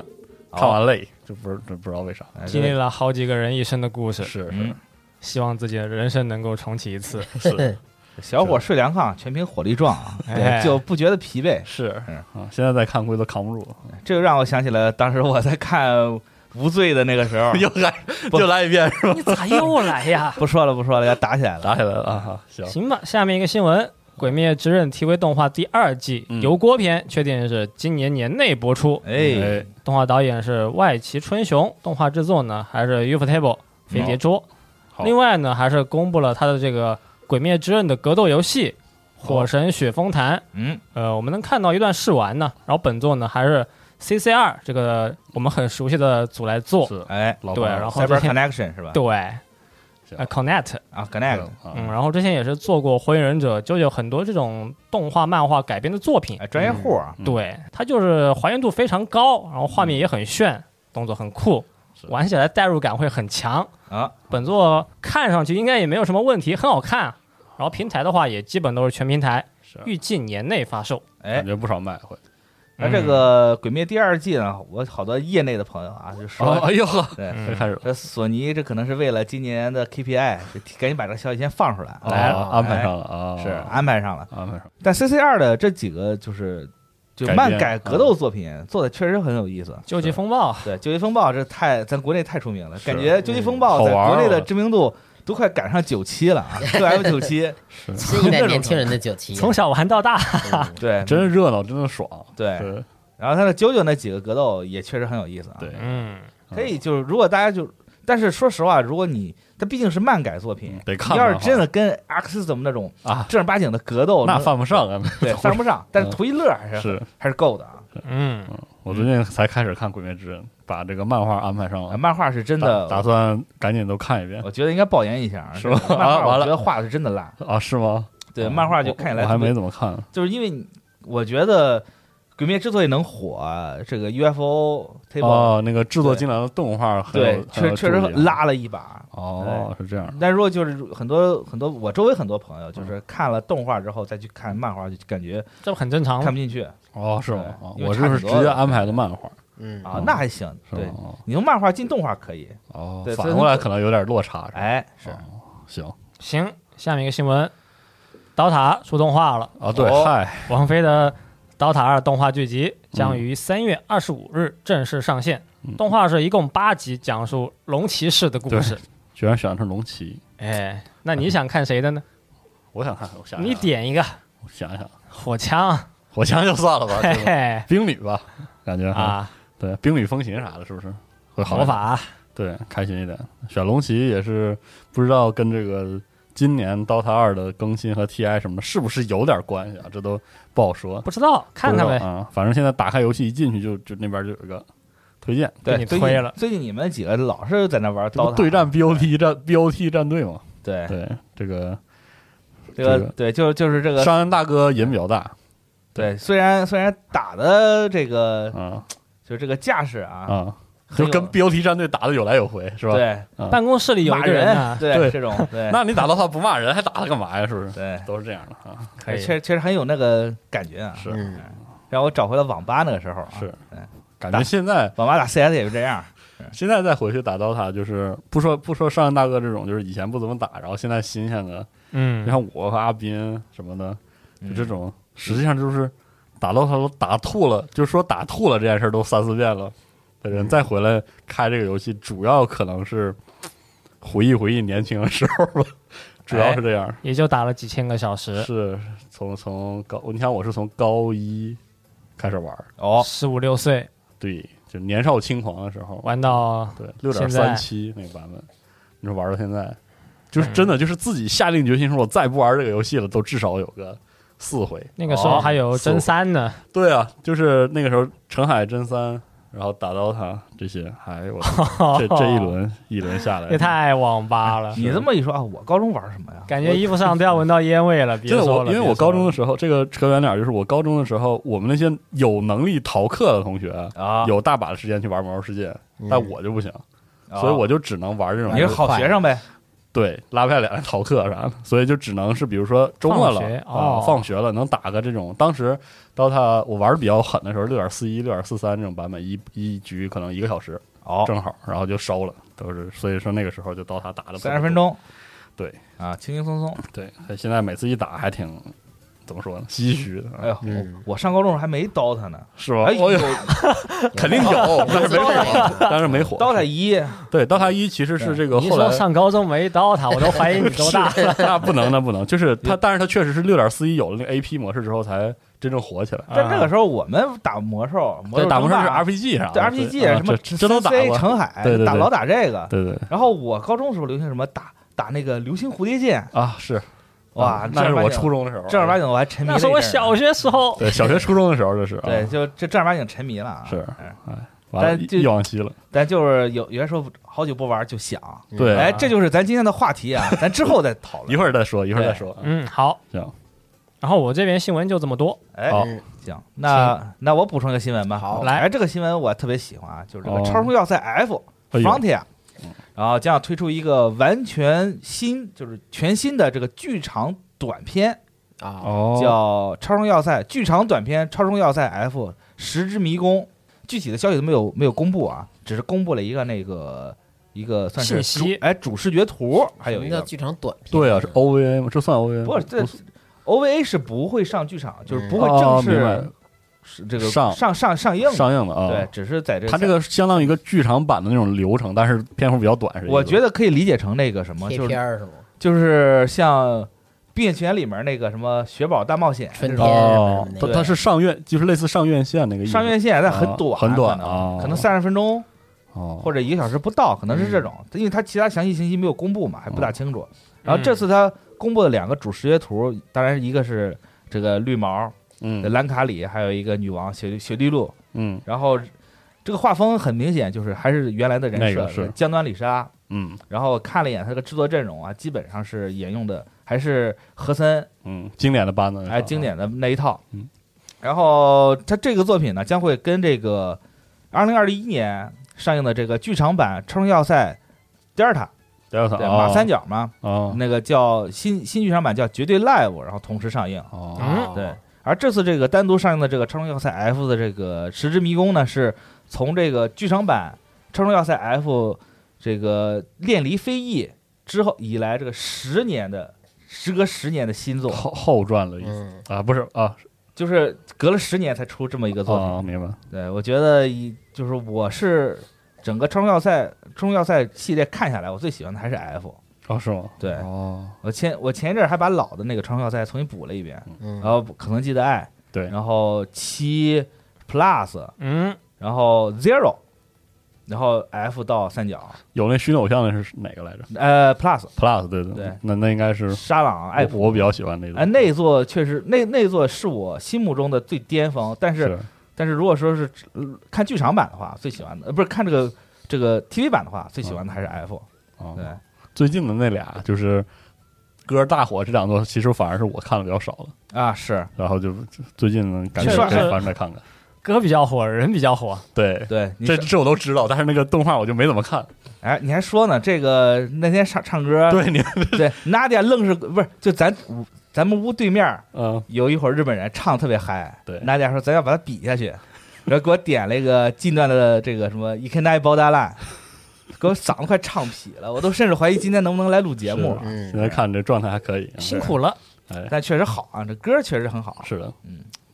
[SPEAKER 4] 哦
[SPEAKER 5] 看完累，就不是就不知道为啥。
[SPEAKER 4] 哎
[SPEAKER 3] 经历了好几个人一生的故事，
[SPEAKER 5] 是
[SPEAKER 4] 嗯，
[SPEAKER 3] 希望自己的人生能够重启一次。
[SPEAKER 5] 是
[SPEAKER 4] 小伙睡凉炕，全凭火力壮
[SPEAKER 5] [LAUGHS]
[SPEAKER 4] 啊，
[SPEAKER 3] 哎
[SPEAKER 4] 对，就不觉得疲惫。
[SPEAKER 5] 是
[SPEAKER 4] 嗯
[SPEAKER 5] [LAUGHS] 啊，现在再看估计都扛不住了。
[SPEAKER 4] 这就让我想起了当时我在看《无罪》的那个时候
[SPEAKER 5] [LAUGHS] 。又来又来一遍是吧？
[SPEAKER 3] 你咋又来呀？
[SPEAKER 4] 不说了，不说了，要打 [LAUGHS] 起来了。
[SPEAKER 5] 打起来了啊！行，
[SPEAKER 3] 行吧，下面一个新闻，《鬼灭之刃》TV 动画第二季
[SPEAKER 5] 嗯
[SPEAKER 3] 油锅篇确定是今年年内播出。
[SPEAKER 4] 哎，
[SPEAKER 5] 哎，
[SPEAKER 3] 动画导演是外崎春雄，动画制作呢还是 Ufotable 飞碟桌。
[SPEAKER 5] 嗯好
[SPEAKER 3] 另外呢，还是公布了它的这个《鬼灭之刃》的格斗游戏《火神雪峰坛》。
[SPEAKER 4] 嗯，
[SPEAKER 3] 呃，我们能看到一段试玩呢，然后本作呢还是 CCR 这个我们很熟悉的组来做。
[SPEAKER 5] 是
[SPEAKER 4] 哎
[SPEAKER 5] 老
[SPEAKER 3] 对
[SPEAKER 5] 板
[SPEAKER 3] 然后
[SPEAKER 4] ，Cyber
[SPEAKER 3] 之前
[SPEAKER 4] Connection 是吧？
[SPEAKER 3] 对，呃
[SPEAKER 5] 行
[SPEAKER 3] ，Connect，
[SPEAKER 4] 啊
[SPEAKER 5] 对
[SPEAKER 4] ，Connect，
[SPEAKER 5] 啊
[SPEAKER 3] 嗯，然后之前也是做过《火影忍者》《JoJo》很多这种动画、漫画改编的作品。
[SPEAKER 4] 哎，专业户啊，
[SPEAKER 5] 嗯
[SPEAKER 3] 对，它就是还原度非常高，然后画面也很炫，动作很酷，
[SPEAKER 5] 是
[SPEAKER 3] 玩起来代入感会很强。
[SPEAKER 4] 啊，
[SPEAKER 3] 本作看上去应该也没有什么问题，很好看。啊然后平台的话也基本都是全平台，
[SPEAKER 5] 是啊
[SPEAKER 3] 预计年内发售。
[SPEAKER 4] 哎
[SPEAKER 5] 感，觉不少买回。
[SPEAKER 4] 那这个《鬼灭》第二季呢，我好多业内的朋友啊，就
[SPEAKER 5] 哦，
[SPEAKER 4] 说
[SPEAKER 5] 哎呦呵， [LAUGHS]
[SPEAKER 4] 对
[SPEAKER 3] 嗯
[SPEAKER 5] 这开始
[SPEAKER 4] 这索尼这可能是为了今年的 KPI，就提赶紧把这个消息先放出嗯来，啊哎
[SPEAKER 3] 来了
[SPEAKER 5] 哦安排上了啊，
[SPEAKER 4] 是安排上了。
[SPEAKER 5] 安排上了，
[SPEAKER 4] 但 CC 二的这几个就是就漫
[SPEAKER 5] 改编
[SPEAKER 4] 改
[SPEAKER 5] 嗯
[SPEAKER 4] 格斗作品做的确实很有意思。
[SPEAKER 5] 啊
[SPEAKER 3] 究极风暴，
[SPEAKER 4] 对《究极风暴》这太咱国内太出名了，
[SPEAKER 5] 是嗯
[SPEAKER 4] 感觉《究极
[SPEAKER 5] 好
[SPEAKER 4] 风暴》在
[SPEAKER 5] 玩啊
[SPEAKER 4] 国内的
[SPEAKER 5] 了
[SPEAKER 4] 知名度都快赶上九七了啊 [LAUGHS] ，六 M 九
[SPEAKER 5] [LAUGHS]
[SPEAKER 4] 七，
[SPEAKER 5] 是
[SPEAKER 6] [LAUGHS] 新一代年轻人的九七，
[SPEAKER 3] 从小玩到大，
[SPEAKER 4] 对
[SPEAKER 5] 真热闹，真的爽。
[SPEAKER 4] 对
[SPEAKER 5] 是
[SPEAKER 4] 然后他的九九那几个格斗也确实很有意思啊。，
[SPEAKER 5] 对，
[SPEAKER 3] 嗯，
[SPEAKER 5] 嗯
[SPEAKER 4] 可以就是如果大家就，但是说实话，如果你它毕竟是漫改作品
[SPEAKER 5] 嗯，得
[SPEAKER 4] 你
[SPEAKER 5] 看
[SPEAKER 4] 要
[SPEAKER 5] 漫
[SPEAKER 4] 是
[SPEAKER 5] 画
[SPEAKER 4] 真的跟 X 怎么那种
[SPEAKER 5] 啊，
[SPEAKER 4] 正儿八经的格斗，
[SPEAKER 5] 那
[SPEAKER 4] 能
[SPEAKER 5] 犯不上啊。 [LAUGHS]
[SPEAKER 4] 对犯不上，但是图一乐还是
[SPEAKER 5] 是
[SPEAKER 4] 还是够的啊。
[SPEAKER 3] 嗯，
[SPEAKER 5] 我最近才开始看《鬼灭之刃》，把这个漫画安排上
[SPEAKER 4] 啊
[SPEAKER 5] 了，
[SPEAKER 4] 漫画是真的，
[SPEAKER 5] 打打算赶紧都看一遍
[SPEAKER 4] 我觉得应该抱怨一下啊，
[SPEAKER 5] 是吧
[SPEAKER 4] 这个漫
[SPEAKER 5] 啊
[SPEAKER 4] 画我
[SPEAKER 5] 完了
[SPEAKER 4] 觉得画的真的烂，
[SPEAKER 5] [LAUGHS] 啊？是吗？
[SPEAKER 4] 对
[SPEAKER 5] 啊
[SPEAKER 4] 漫画
[SPEAKER 5] 我
[SPEAKER 4] 就看起来
[SPEAKER 5] 我还
[SPEAKER 4] 特别
[SPEAKER 5] 没怎么看，
[SPEAKER 4] 就是因为你我觉得《鬼灭》之所以能火啊，这个 UFO table、
[SPEAKER 5] 哦，那个制作精良的动画很有
[SPEAKER 4] 对，
[SPEAKER 5] 很
[SPEAKER 4] 确
[SPEAKER 5] 有
[SPEAKER 4] 确实
[SPEAKER 5] 助力啊
[SPEAKER 4] 拉了一把。
[SPEAKER 5] 哦，是这样，
[SPEAKER 4] 但如果就是很多很多，我周围很多朋友
[SPEAKER 5] 嗯
[SPEAKER 4] 就是看了动画之后再去看漫画，就感觉
[SPEAKER 3] 这不很正常
[SPEAKER 4] 看
[SPEAKER 3] 吗
[SPEAKER 4] 不？进去啊。
[SPEAKER 5] 哦，是吗？
[SPEAKER 4] 对
[SPEAKER 5] 啊
[SPEAKER 4] 因为
[SPEAKER 5] 我
[SPEAKER 4] 差
[SPEAKER 5] 这
[SPEAKER 4] 很
[SPEAKER 5] 是
[SPEAKER 4] 多
[SPEAKER 5] 直
[SPEAKER 4] 了
[SPEAKER 5] 接安排的漫画，
[SPEAKER 6] 嗯，
[SPEAKER 5] 哦
[SPEAKER 4] 那还行，
[SPEAKER 5] 是
[SPEAKER 4] 对，
[SPEAKER 5] 吗？
[SPEAKER 4] 你用漫画进动画可以。
[SPEAKER 5] 哦
[SPEAKER 4] 对，
[SPEAKER 5] 反
[SPEAKER 4] 所以
[SPEAKER 5] 过来可能有点落差，是吧
[SPEAKER 4] 哎，是
[SPEAKER 5] 行
[SPEAKER 3] 行，下面一个新闻，《刀塔》出动画了，
[SPEAKER 5] 啊，对，
[SPEAKER 4] 哦
[SPEAKER 5] 嗨，
[SPEAKER 3] 王菲的《刀塔二》动画剧集将于三月二十五日正式上线。
[SPEAKER 5] 嗯
[SPEAKER 3] 动画是一共八集，讲述龙骑士的故事。
[SPEAKER 5] 居然选成龙骑，
[SPEAKER 3] 哎，那你想看谁的呢？
[SPEAKER 5] [LAUGHS] 我想看，我想想
[SPEAKER 3] 你点一个
[SPEAKER 5] 我想想，
[SPEAKER 3] 火枪，
[SPEAKER 5] 火枪就算了
[SPEAKER 4] [LAUGHS]
[SPEAKER 5] 吧，
[SPEAKER 3] 嘿
[SPEAKER 5] 对吧
[SPEAKER 3] 嘿
[SPEAKER 5] 冰旅吧，感觉还
[SPEAKER 3] 啊，
[SPEAKER 5] 对，冰旅风行啥的，是不是会嗯好
[SPEAKER 3] 魔
[SPEAKER 5] 一点？
[SPEAKER 3] 法啊
[SPEAKER 5] 对，开心一点。选龙骑也是不知道跟这个今年 DOTA 二的更新和 TI 什么的，是不是有点关系啊？这都不好说，
[SPEAKER 3] 不知道，看看
[SPEAKER 5] 不知
[SPEAKER 3] 呗。
[SPEAKER 5] 道啊。反正现在打开游戏一进去就就那边就有一个推荐，
[SPEAKER 3] 给
[SPEAKER 4] 对，
[SPEAKER 3] 你
[SPEAKER 4] 最
[SPEAKER 3] 推
[SPEAKER 4] 近
[SPEAKER 3] 了
[SPEAKER 4] 最近你们几个老是在那玩
[SPEAKER 5] 这不
[SPEAKER 4] 刀塔
[SPEAKER 5] 对战 BOT 战 BOT 战队嘛？
[SPEAKER 4] 对
[SPEAKER 5] 对，这个
[SPEAKER 4] 这个
[SPEAKER 5] 这个
[SPEAKER 4] 对，就就是这个
[SPEAKER 5] 商人大哥瘾比较大
[SPEAKER 4] 对，虽然虽然打的这个
[SPEAKER 5] 啊
[SPEAKER 4] 就是这个架势啊，
[SPEAKER 5] 啊，
[SPEAKER 4] 很
[SPEAKER 5] 就
[SPEAKER 4] 有
[SPEAKER 5] 跟 BOT 战队打的有来有回，是吧？
[SPEAKER 4] 对
[SPEAKER 3] 办公室里有一
[SPEAKER 4] 骂啊
[SPEAKER 3] 个人呢，
[SPEAKER 4] 对
[SPEAKER 5] 啊对 [LAUGHS]
[SPEAKER 4] 这种对
[SPEAKER 5] 那你打到他不骂人，还打他干嘛呀？是不是？
[SPEAKER 4] 对。
[SPEAKER 5] 都是这样的啊，
[SPEAKER 3] 可以
[SPEAKER 4] 确确实很有那个感觉啊，
[SPEAKER 5] 是
[SPEAKER 6] 嗯，
[SPEAKER 4] 让我找回了网吧那个时候、啊，
[SPEAKER 5] 是
[SPEAKER 4] 对
[SPEAKER 5] 感
[SPEAKER 4] 打
[SPEAKER 5] 觉现在
[SPEAKER 4] 网吧打 CS 也是这样，
[SPEAKER 5] 现在再回去打 DOTA，就是不说不说上岸大哥这种，就是以前不怎么打，然后现在新鲜的，你
[SPEAKER 3] 嗯，
[SPEAKER 5] 像我和阿斌什么的，就这
[SPEAKER 4] 嗯
[SPEAKER 5] 种，实际上就是打 DOTA 都打吐了，就是说打吐了这件事儿都三四遍了的人，再回来开这个游戏，主要可能是回忆回忆年轻的时候吧，主要是这样。
[SPEAKER 3] 也就打了几千个小时，
[SPEAKER 5] 是从从高，你想我是从高一开始玩儿，
[SPEAKER 4] 哦，
[SPEAKER 3] 十五六岁
[SPEAKER 5] 对，就年少轻狂的时候，
[SPEAKER 3] 玩到
[SPEAKER 5] 对，六
[SPEAKER 3] 现
[SPEAKER 5] 点
[SPEAKER 3] 在
[SPEAKER 5] 三七那个版本，你说玩到现在，就是真
[SPEAKER 3] 嗯
[SPEAKER 5] 的就是自己下定决心说，我再不玩这个游戏了，都至少有个四回。
[SPEAKER 3] 那个时候还有真三呢，
[SPEAKER 5] 对啊，就是那个时候澄海真三，然后打到他这些，还我的这这一轮一轮下来，
[SPEAKER 3] [LAUGHS] 也太网吧了，
[SPEAKER 4] 你这么一说啊，我高中玩什么呀？
[SPEAKER 3] 感觉衣服上都要闻到烟味
[SPEAKER 5] [LAUGHS]
[SPEAKER 3] 了。别
[SPEAKER 5] 真的
[SPEAKER 3] 说
[SPEAKER 5] 我，
[SPEAKER 3] 了，
[SPEAKER 5] 因为
[SPEAKER 3] 别
[SPEAKER 5] 我
[SPEAKER 3] 说
[SPEAKER 5] 高中
[SPEAKER 3] 了
[SPEAKER 5] 的时候，这个扯远点儿，就是我高中的时候，我们那些有能力逃课的同学，
[SPEAKER 4] 啊，
[SPEAKER 5] 有大把的时间去玩《魔兽世界》，但我就不行，
[SPEAKER 4] 嗯啊
[SPEAKER 5] 所以我就只能玩这种
[SPEAKER 4] 你是好学生呗，
[SPEAKER 5] 对，拉不下脸逃课啥的，所以就只能是比如说周末了
[SPEAKER 3] 放学
[SPEAKER 5] 啊、
[SPEAKER 3] 哦
[SPEAKER 5] 放学了能打个这种。当时 DOTA 我玩的比较狠的时候，六点四一、六点四三这种版本，一一局可能一个小时
[SPEAKER 4] 哦，
[SPEAKER 5] 正好，然后就收了，都是所以说那个时候就 DOTA 打了
[SPEAKER 4] 三十分，钟，
[SPEAKER 5] 对
[SPEAKER 4] 啊，轻轻松松。
[SPEAKER 5] 对，所以现在每次一打还挺怎么说呢，唏嘘的，
[SPEAKER 4] 哎呦，
[SPEAKER 6] 嗯
[SPEAKER 4] 我上高中时候还没 DOTA 呢，
[SPEAKER 5] 是吧？
[SPEAKER 4] 哎
[SPEAKER 5] 我有
[SPEAKER 4] 有
[SPEAKER 5] 嗯肯定有，但是没火，但是没火。
[SPEAKER 4] DOTA 一，
[SPEAKER 5] 对 DOTA 一其实是这个
[SPEAKER 3] 你一
[SPEAKER 5] 后
[SPEAKER 3] 说
[SPEAKER 5] 来。
[SPEAKER 3] 上高中没刀塔，我都怀疑你多
[SPEAKER 5] [LAUGHS]
[SPEAKER 3] 大
[SPEAKER 5] 是那不能，那不能，就是它，但是它确实是六点四一有了那个 AP 模式之后才真正火起来。
[SPEAKER 3] 啊
[SPEAKER 4] 但那个时候我们打魔兽，魔
[SPEAKER 5] 对，
[SPEAKER 4] 啊兽
[SPEAKER 5] 打魔兽
[SPEAKER 4] 争
[SPEAKER 5] 是
[SPEAKER 4] 霸
[SPEAKER 5] RPG 啥的，
[SPEAKER 4] 对
[SPEAKER 5] 啊
[SPEAKER 4] RPG 什么
[SPEAKER 5] 这这都打
[SPEAKER 4] CC
[SPEAKER 5] 过。
[SPEAKER 4] 澄海
[SPEAKER 5] 对对对
[SPEAKER 4] 打老打这个，
[SPEAKER 5] 对对，
[SPEAKER 4] 然后我高中时候流行什么打打那个流星蝴蝶剑，
[SPEAKER 5] 啊，是
[SPEAKER 4] 哇，
[SPEAKER 5] 那是我初
[SPEAKER 4] 中
[SPEAKER 5] 中的时候，啊
[SPEAKER 4] 正儿八经我还沉迷了
[SPEAKER 3] 啊那
[SPEAKER 4] 一
[SPEAKER 3] 是
[SPEAKER 4] 阵儿呢。
[SPEAKER 3] 我小学时候。
[SPEAKER 5] 对小学初中的时候，这是啊
[SPEAKER 4] 对，就这正儿八经沉迷了啊。
[SPEAKER 5] 是
[SPEAKER 4] 哎，
[SPEAKER 5] 完了
[SPEAKER 4] 但就
[SPEAKER 5] 忆往昔了，
[SPEAKER 4] 但就是有有些时候好久不玩就想，
[SPEAKER 5] 对，
[SPEAKER 6] 啊
[SPEAKER 4] 哎，这就是咱今天的话题啊，咱之后再讨
[SPEAKER 5] 一
[SPEAKER 4] 论。
[SPEAKER 5] 会儿再说，一会儿再
[SPEAKER 4] 对
[SPEAKER 5] 说，啊
[SPEAKER 3] 嗯，好。
[SPEAKER 5] 行。
[SPEAKER 3] 然后我这边新闻就这么多。
[SPEAKER 4] 哎，
[SPEAKER 5] 好
[SPEAKER 6] 嗯
[SPEAKER 4] 行，那那我补充一个新闻吧。
[SPEAKER 6] 好
[SPEAKER 3] 来
[SPEAKER 4] 哎，这个新闻我特别喜欢啊，就是这个
[SPEAKER 5] 哦
[SPEAKER 4] 超声要塞 F
[SPEAKER 5] 哎呦
[SPEAKER 4] Frontier，然后将要推出一个完全新，就是全新的这个剧场短片，
[SPEAKER 6] 啊，
[SPEAKER 5] 哦，
[SPEAKER 4] 叫《超声要塞剧场短片超声要塞 F 十之迷宫》，具体的消息都没有没有公布啊，只是公布了一个那个一个算是
[SPEAKER 3] 信息
[SPEAKER 4] 主哎主视觉图，还有
[SPEAKER 6] 什
[SPEAKER 4] 一
[SPEAKER 6] 么叫
[SPEAKER 4] 个
[SPEAKER 6] 剧场短片，
[SPEAKER 5] 对啊，是 OVA 吗？这算 OVA 吗？
[SPEAKER 4] 不是这 OVA 是不会上剧
[SPEAKER 6] 嗯
[SPEAKER 4] 场，就是不会
[SPEAKER 5] 哦
[SPEAKER 4] 正
[SPEAKER 5] 明白
[SPEAKER 4] 式是这个
[SPEAKER 5] 上
[SPEAKER 4] 上上上映的。
[SPEAKER 5] 上映的啊，
[SPEAKER 4] 对，，只是在这
[SPEAKER 5] 它这个相当于一个剧场版的那种流程，但是篇幅比较短，是这意思吧
[SPEAKER 4] 我觉得可以理解成那个什么，
[SPEAKER 6] 贴
[SPEAKER 4] 就
[SPEAKER 6] 片
[SPEAKER 4] 是
[SPEAKER 6] 儿是吗？
[SPEAKER 4] 就是像《碧血奇缘》里面那个什么雪宝大冒险这
[SPEAKER 6] 春
[SPEAKER 4] 种
[SPEAKER 6] 天
[SPEAKER 5] 哦，它
[SPEAKER 6] 对
[SPEAKER 5] 它是上院，就是类似上院线那个意思
[SPEAKER 4] 上院线，但很
[SPEAKER 5] 啊
[SPEAKER 4] 短，
[SPEAKER 5] 很短
[SPEAKER 4] 可
[SPEAKER 5] 啊
[SPEAKER 4] 能可能三十分钟
[SPEAKER 5] 哦，嗯
[SPEAKER 4] 或
[SPEAKER 5] 者
[SPEAKER 4] 者一个小时不到，可能是这种，因为它其他详细信息没有公布嘛，还不大清楚。
[SPEAKER 5] 嗯
[SPEAKER 4] 然后这次它公布的两个主视觉图，当然一个是这个绿毛
[SPEAKER 5] 嗯
[SPEAKER 4] 兰卡里，还有一个女王雪雪地露，
[SPEAKER 5] 嗯
[SPEAKER 4] 然后这个画风很明显就是还是原来的人
[SPEAKER 5] 那
[SPEAKER 4] 设
[SPEAKER 5] 个是
[SPEAKER 4] 江端里沙，
[SPEAKER 5] 嗯
[SPEAKER 4] 然后看了一眼他这个制作阵容啊，基本上是沿用的还是和森
[SPEAKER 5] 嗯，经典的班子，
[SPEAKER 4] 哎经典的那一套。
[SPEAKER 5] 嗯，
[SPEAKER 4] 然后他这个作品呢，将会跟这个二零二一年上映的这个剧场版《超人要塞》德尔塔
[SPEAKER 5] 德尔塔
[SPEAKER 4] 对
[SPEAKER 5] 哦
[SPEAKER 4] 马三角嘛，
[SPEAKER 5] 哦
[SPEAKER 4] 那个叫新新剧场版叫《绝对 Live》，然后同时上映。
[SPEAKER 5] 哦
[SPEAKER 3] 嗯，
[SPEAKER 4] 啊对，而这次这个单独上映的这个《超人要塞 F》的这个《十之迷宫》呢，是从这个剧场版《超人要塞 F》这个恋离非议之后以来，这个十年的，时隔十年的新作，
[SPEAKER 5] 后后传了一
[SPEAKER 6] 嗯，
[SPEAKER 5] 啊，不是啊
[SPEAKER 4] [LAUGHS] 就是隔了十年才出这么一个作品。
[SPEAKER 5] 啊，明白
[SPEAKER 4] 对，我觉得一就是我是整个《超人要塞》《超人要塞》系列看下来，我最喜欢的还是 F。
[SPEAKER 5] 哦是吗？
[SPEAKER 4] 对
[SPEAKER 5] 哦
[SPEAKER 4] 我前我前一阵儿还把老的那个《超人要塞》重新补了一遍，
[SPEAKER 6] 嗯
[SPEAKER 5] 啊
[SPEAKER 4] 然后可能记得爱，
[SPEAKER 5] 对
[SPEAKER 4] 然后七 Plus。
[SPEAKER 3] 嗯，
[SPEAKER 4] 然后 zero，然后 F 到三角，
[SPEAKER 5] 有那虚拟偶像的是哪个来着
[SPEAKER 4] 呃 plus
[SPEAKER 5] ？Plus 对
[SPEAKER 4] 对
[SPEAKER 5] 那那应该是
[SPEAKER 4] 沙朗爱普，
[SPEAKER 5] 我我比较喜欢那个，
[SPEAKER 4] 哎那座确实那那座是我心目中的最巅峰，但是
[SPEAKER 5] 是
[SPEAKER 4] 但是如果说是、呃看剧场版的话，最喜欢的呃不是看这个这个 TV 版的话，最喜欢的还是 F，、
[SPEAKER 5] 哦
[SPEAKER 4] 对，
[SPEAKER 5] 最近的那俩就是歌大火这两座，其实反而是我看的比较少了，
[SPEAKER 4] 啊是
[SPEAKER 5] 然后就最近呢感觉
[SPEAKER 4] 确实
[SPEAKER 5] 可以
[SPEAKER 3] 是
[SPEAKER 5] 翻出来看看。
[SPEAKER 3] 歌比较火，人比较火。
[SPEAKER 5] 对，
[SPEAKER 4] 对，你
[SPEAKER 5] 这
[SPEAKER 4] 说
[SPEAKER 5] 这我都知道，但是那个动画我就没怎么看。
[SPEAKER 4] 哎你还说呢，这个那天唱唱歌，
[SPEAKER 5] 对你，
[SPEAKER 4] 对 Nadia 愣是不是就咱咱们屋对面儿
[SPEAKER 5] 嗯，
[SPEAKER 4] 有一会儿日本人唱特别嗨，
[SPEAKER 5] 对
[SPEAKER 4] 娜姐说咱要把它比下去， [LAUGHS] 然后给我点了一个近段的这个什么一 can I 包大烂，给我嗓子快唱劈了，我都甚至怀疑今天能不能来录节目
[SPEAKER 5] 是，
[SPEAKER 6] 嗯
[SPEAKER 5] 现在看这状态还可以。
[SPEAKER 3] 辛苦了。
[SPEAKER 5] 哎，
[SPEAKER 4] 但确实好啊，这歌确实很好，
[SPEAKER 5] 是的，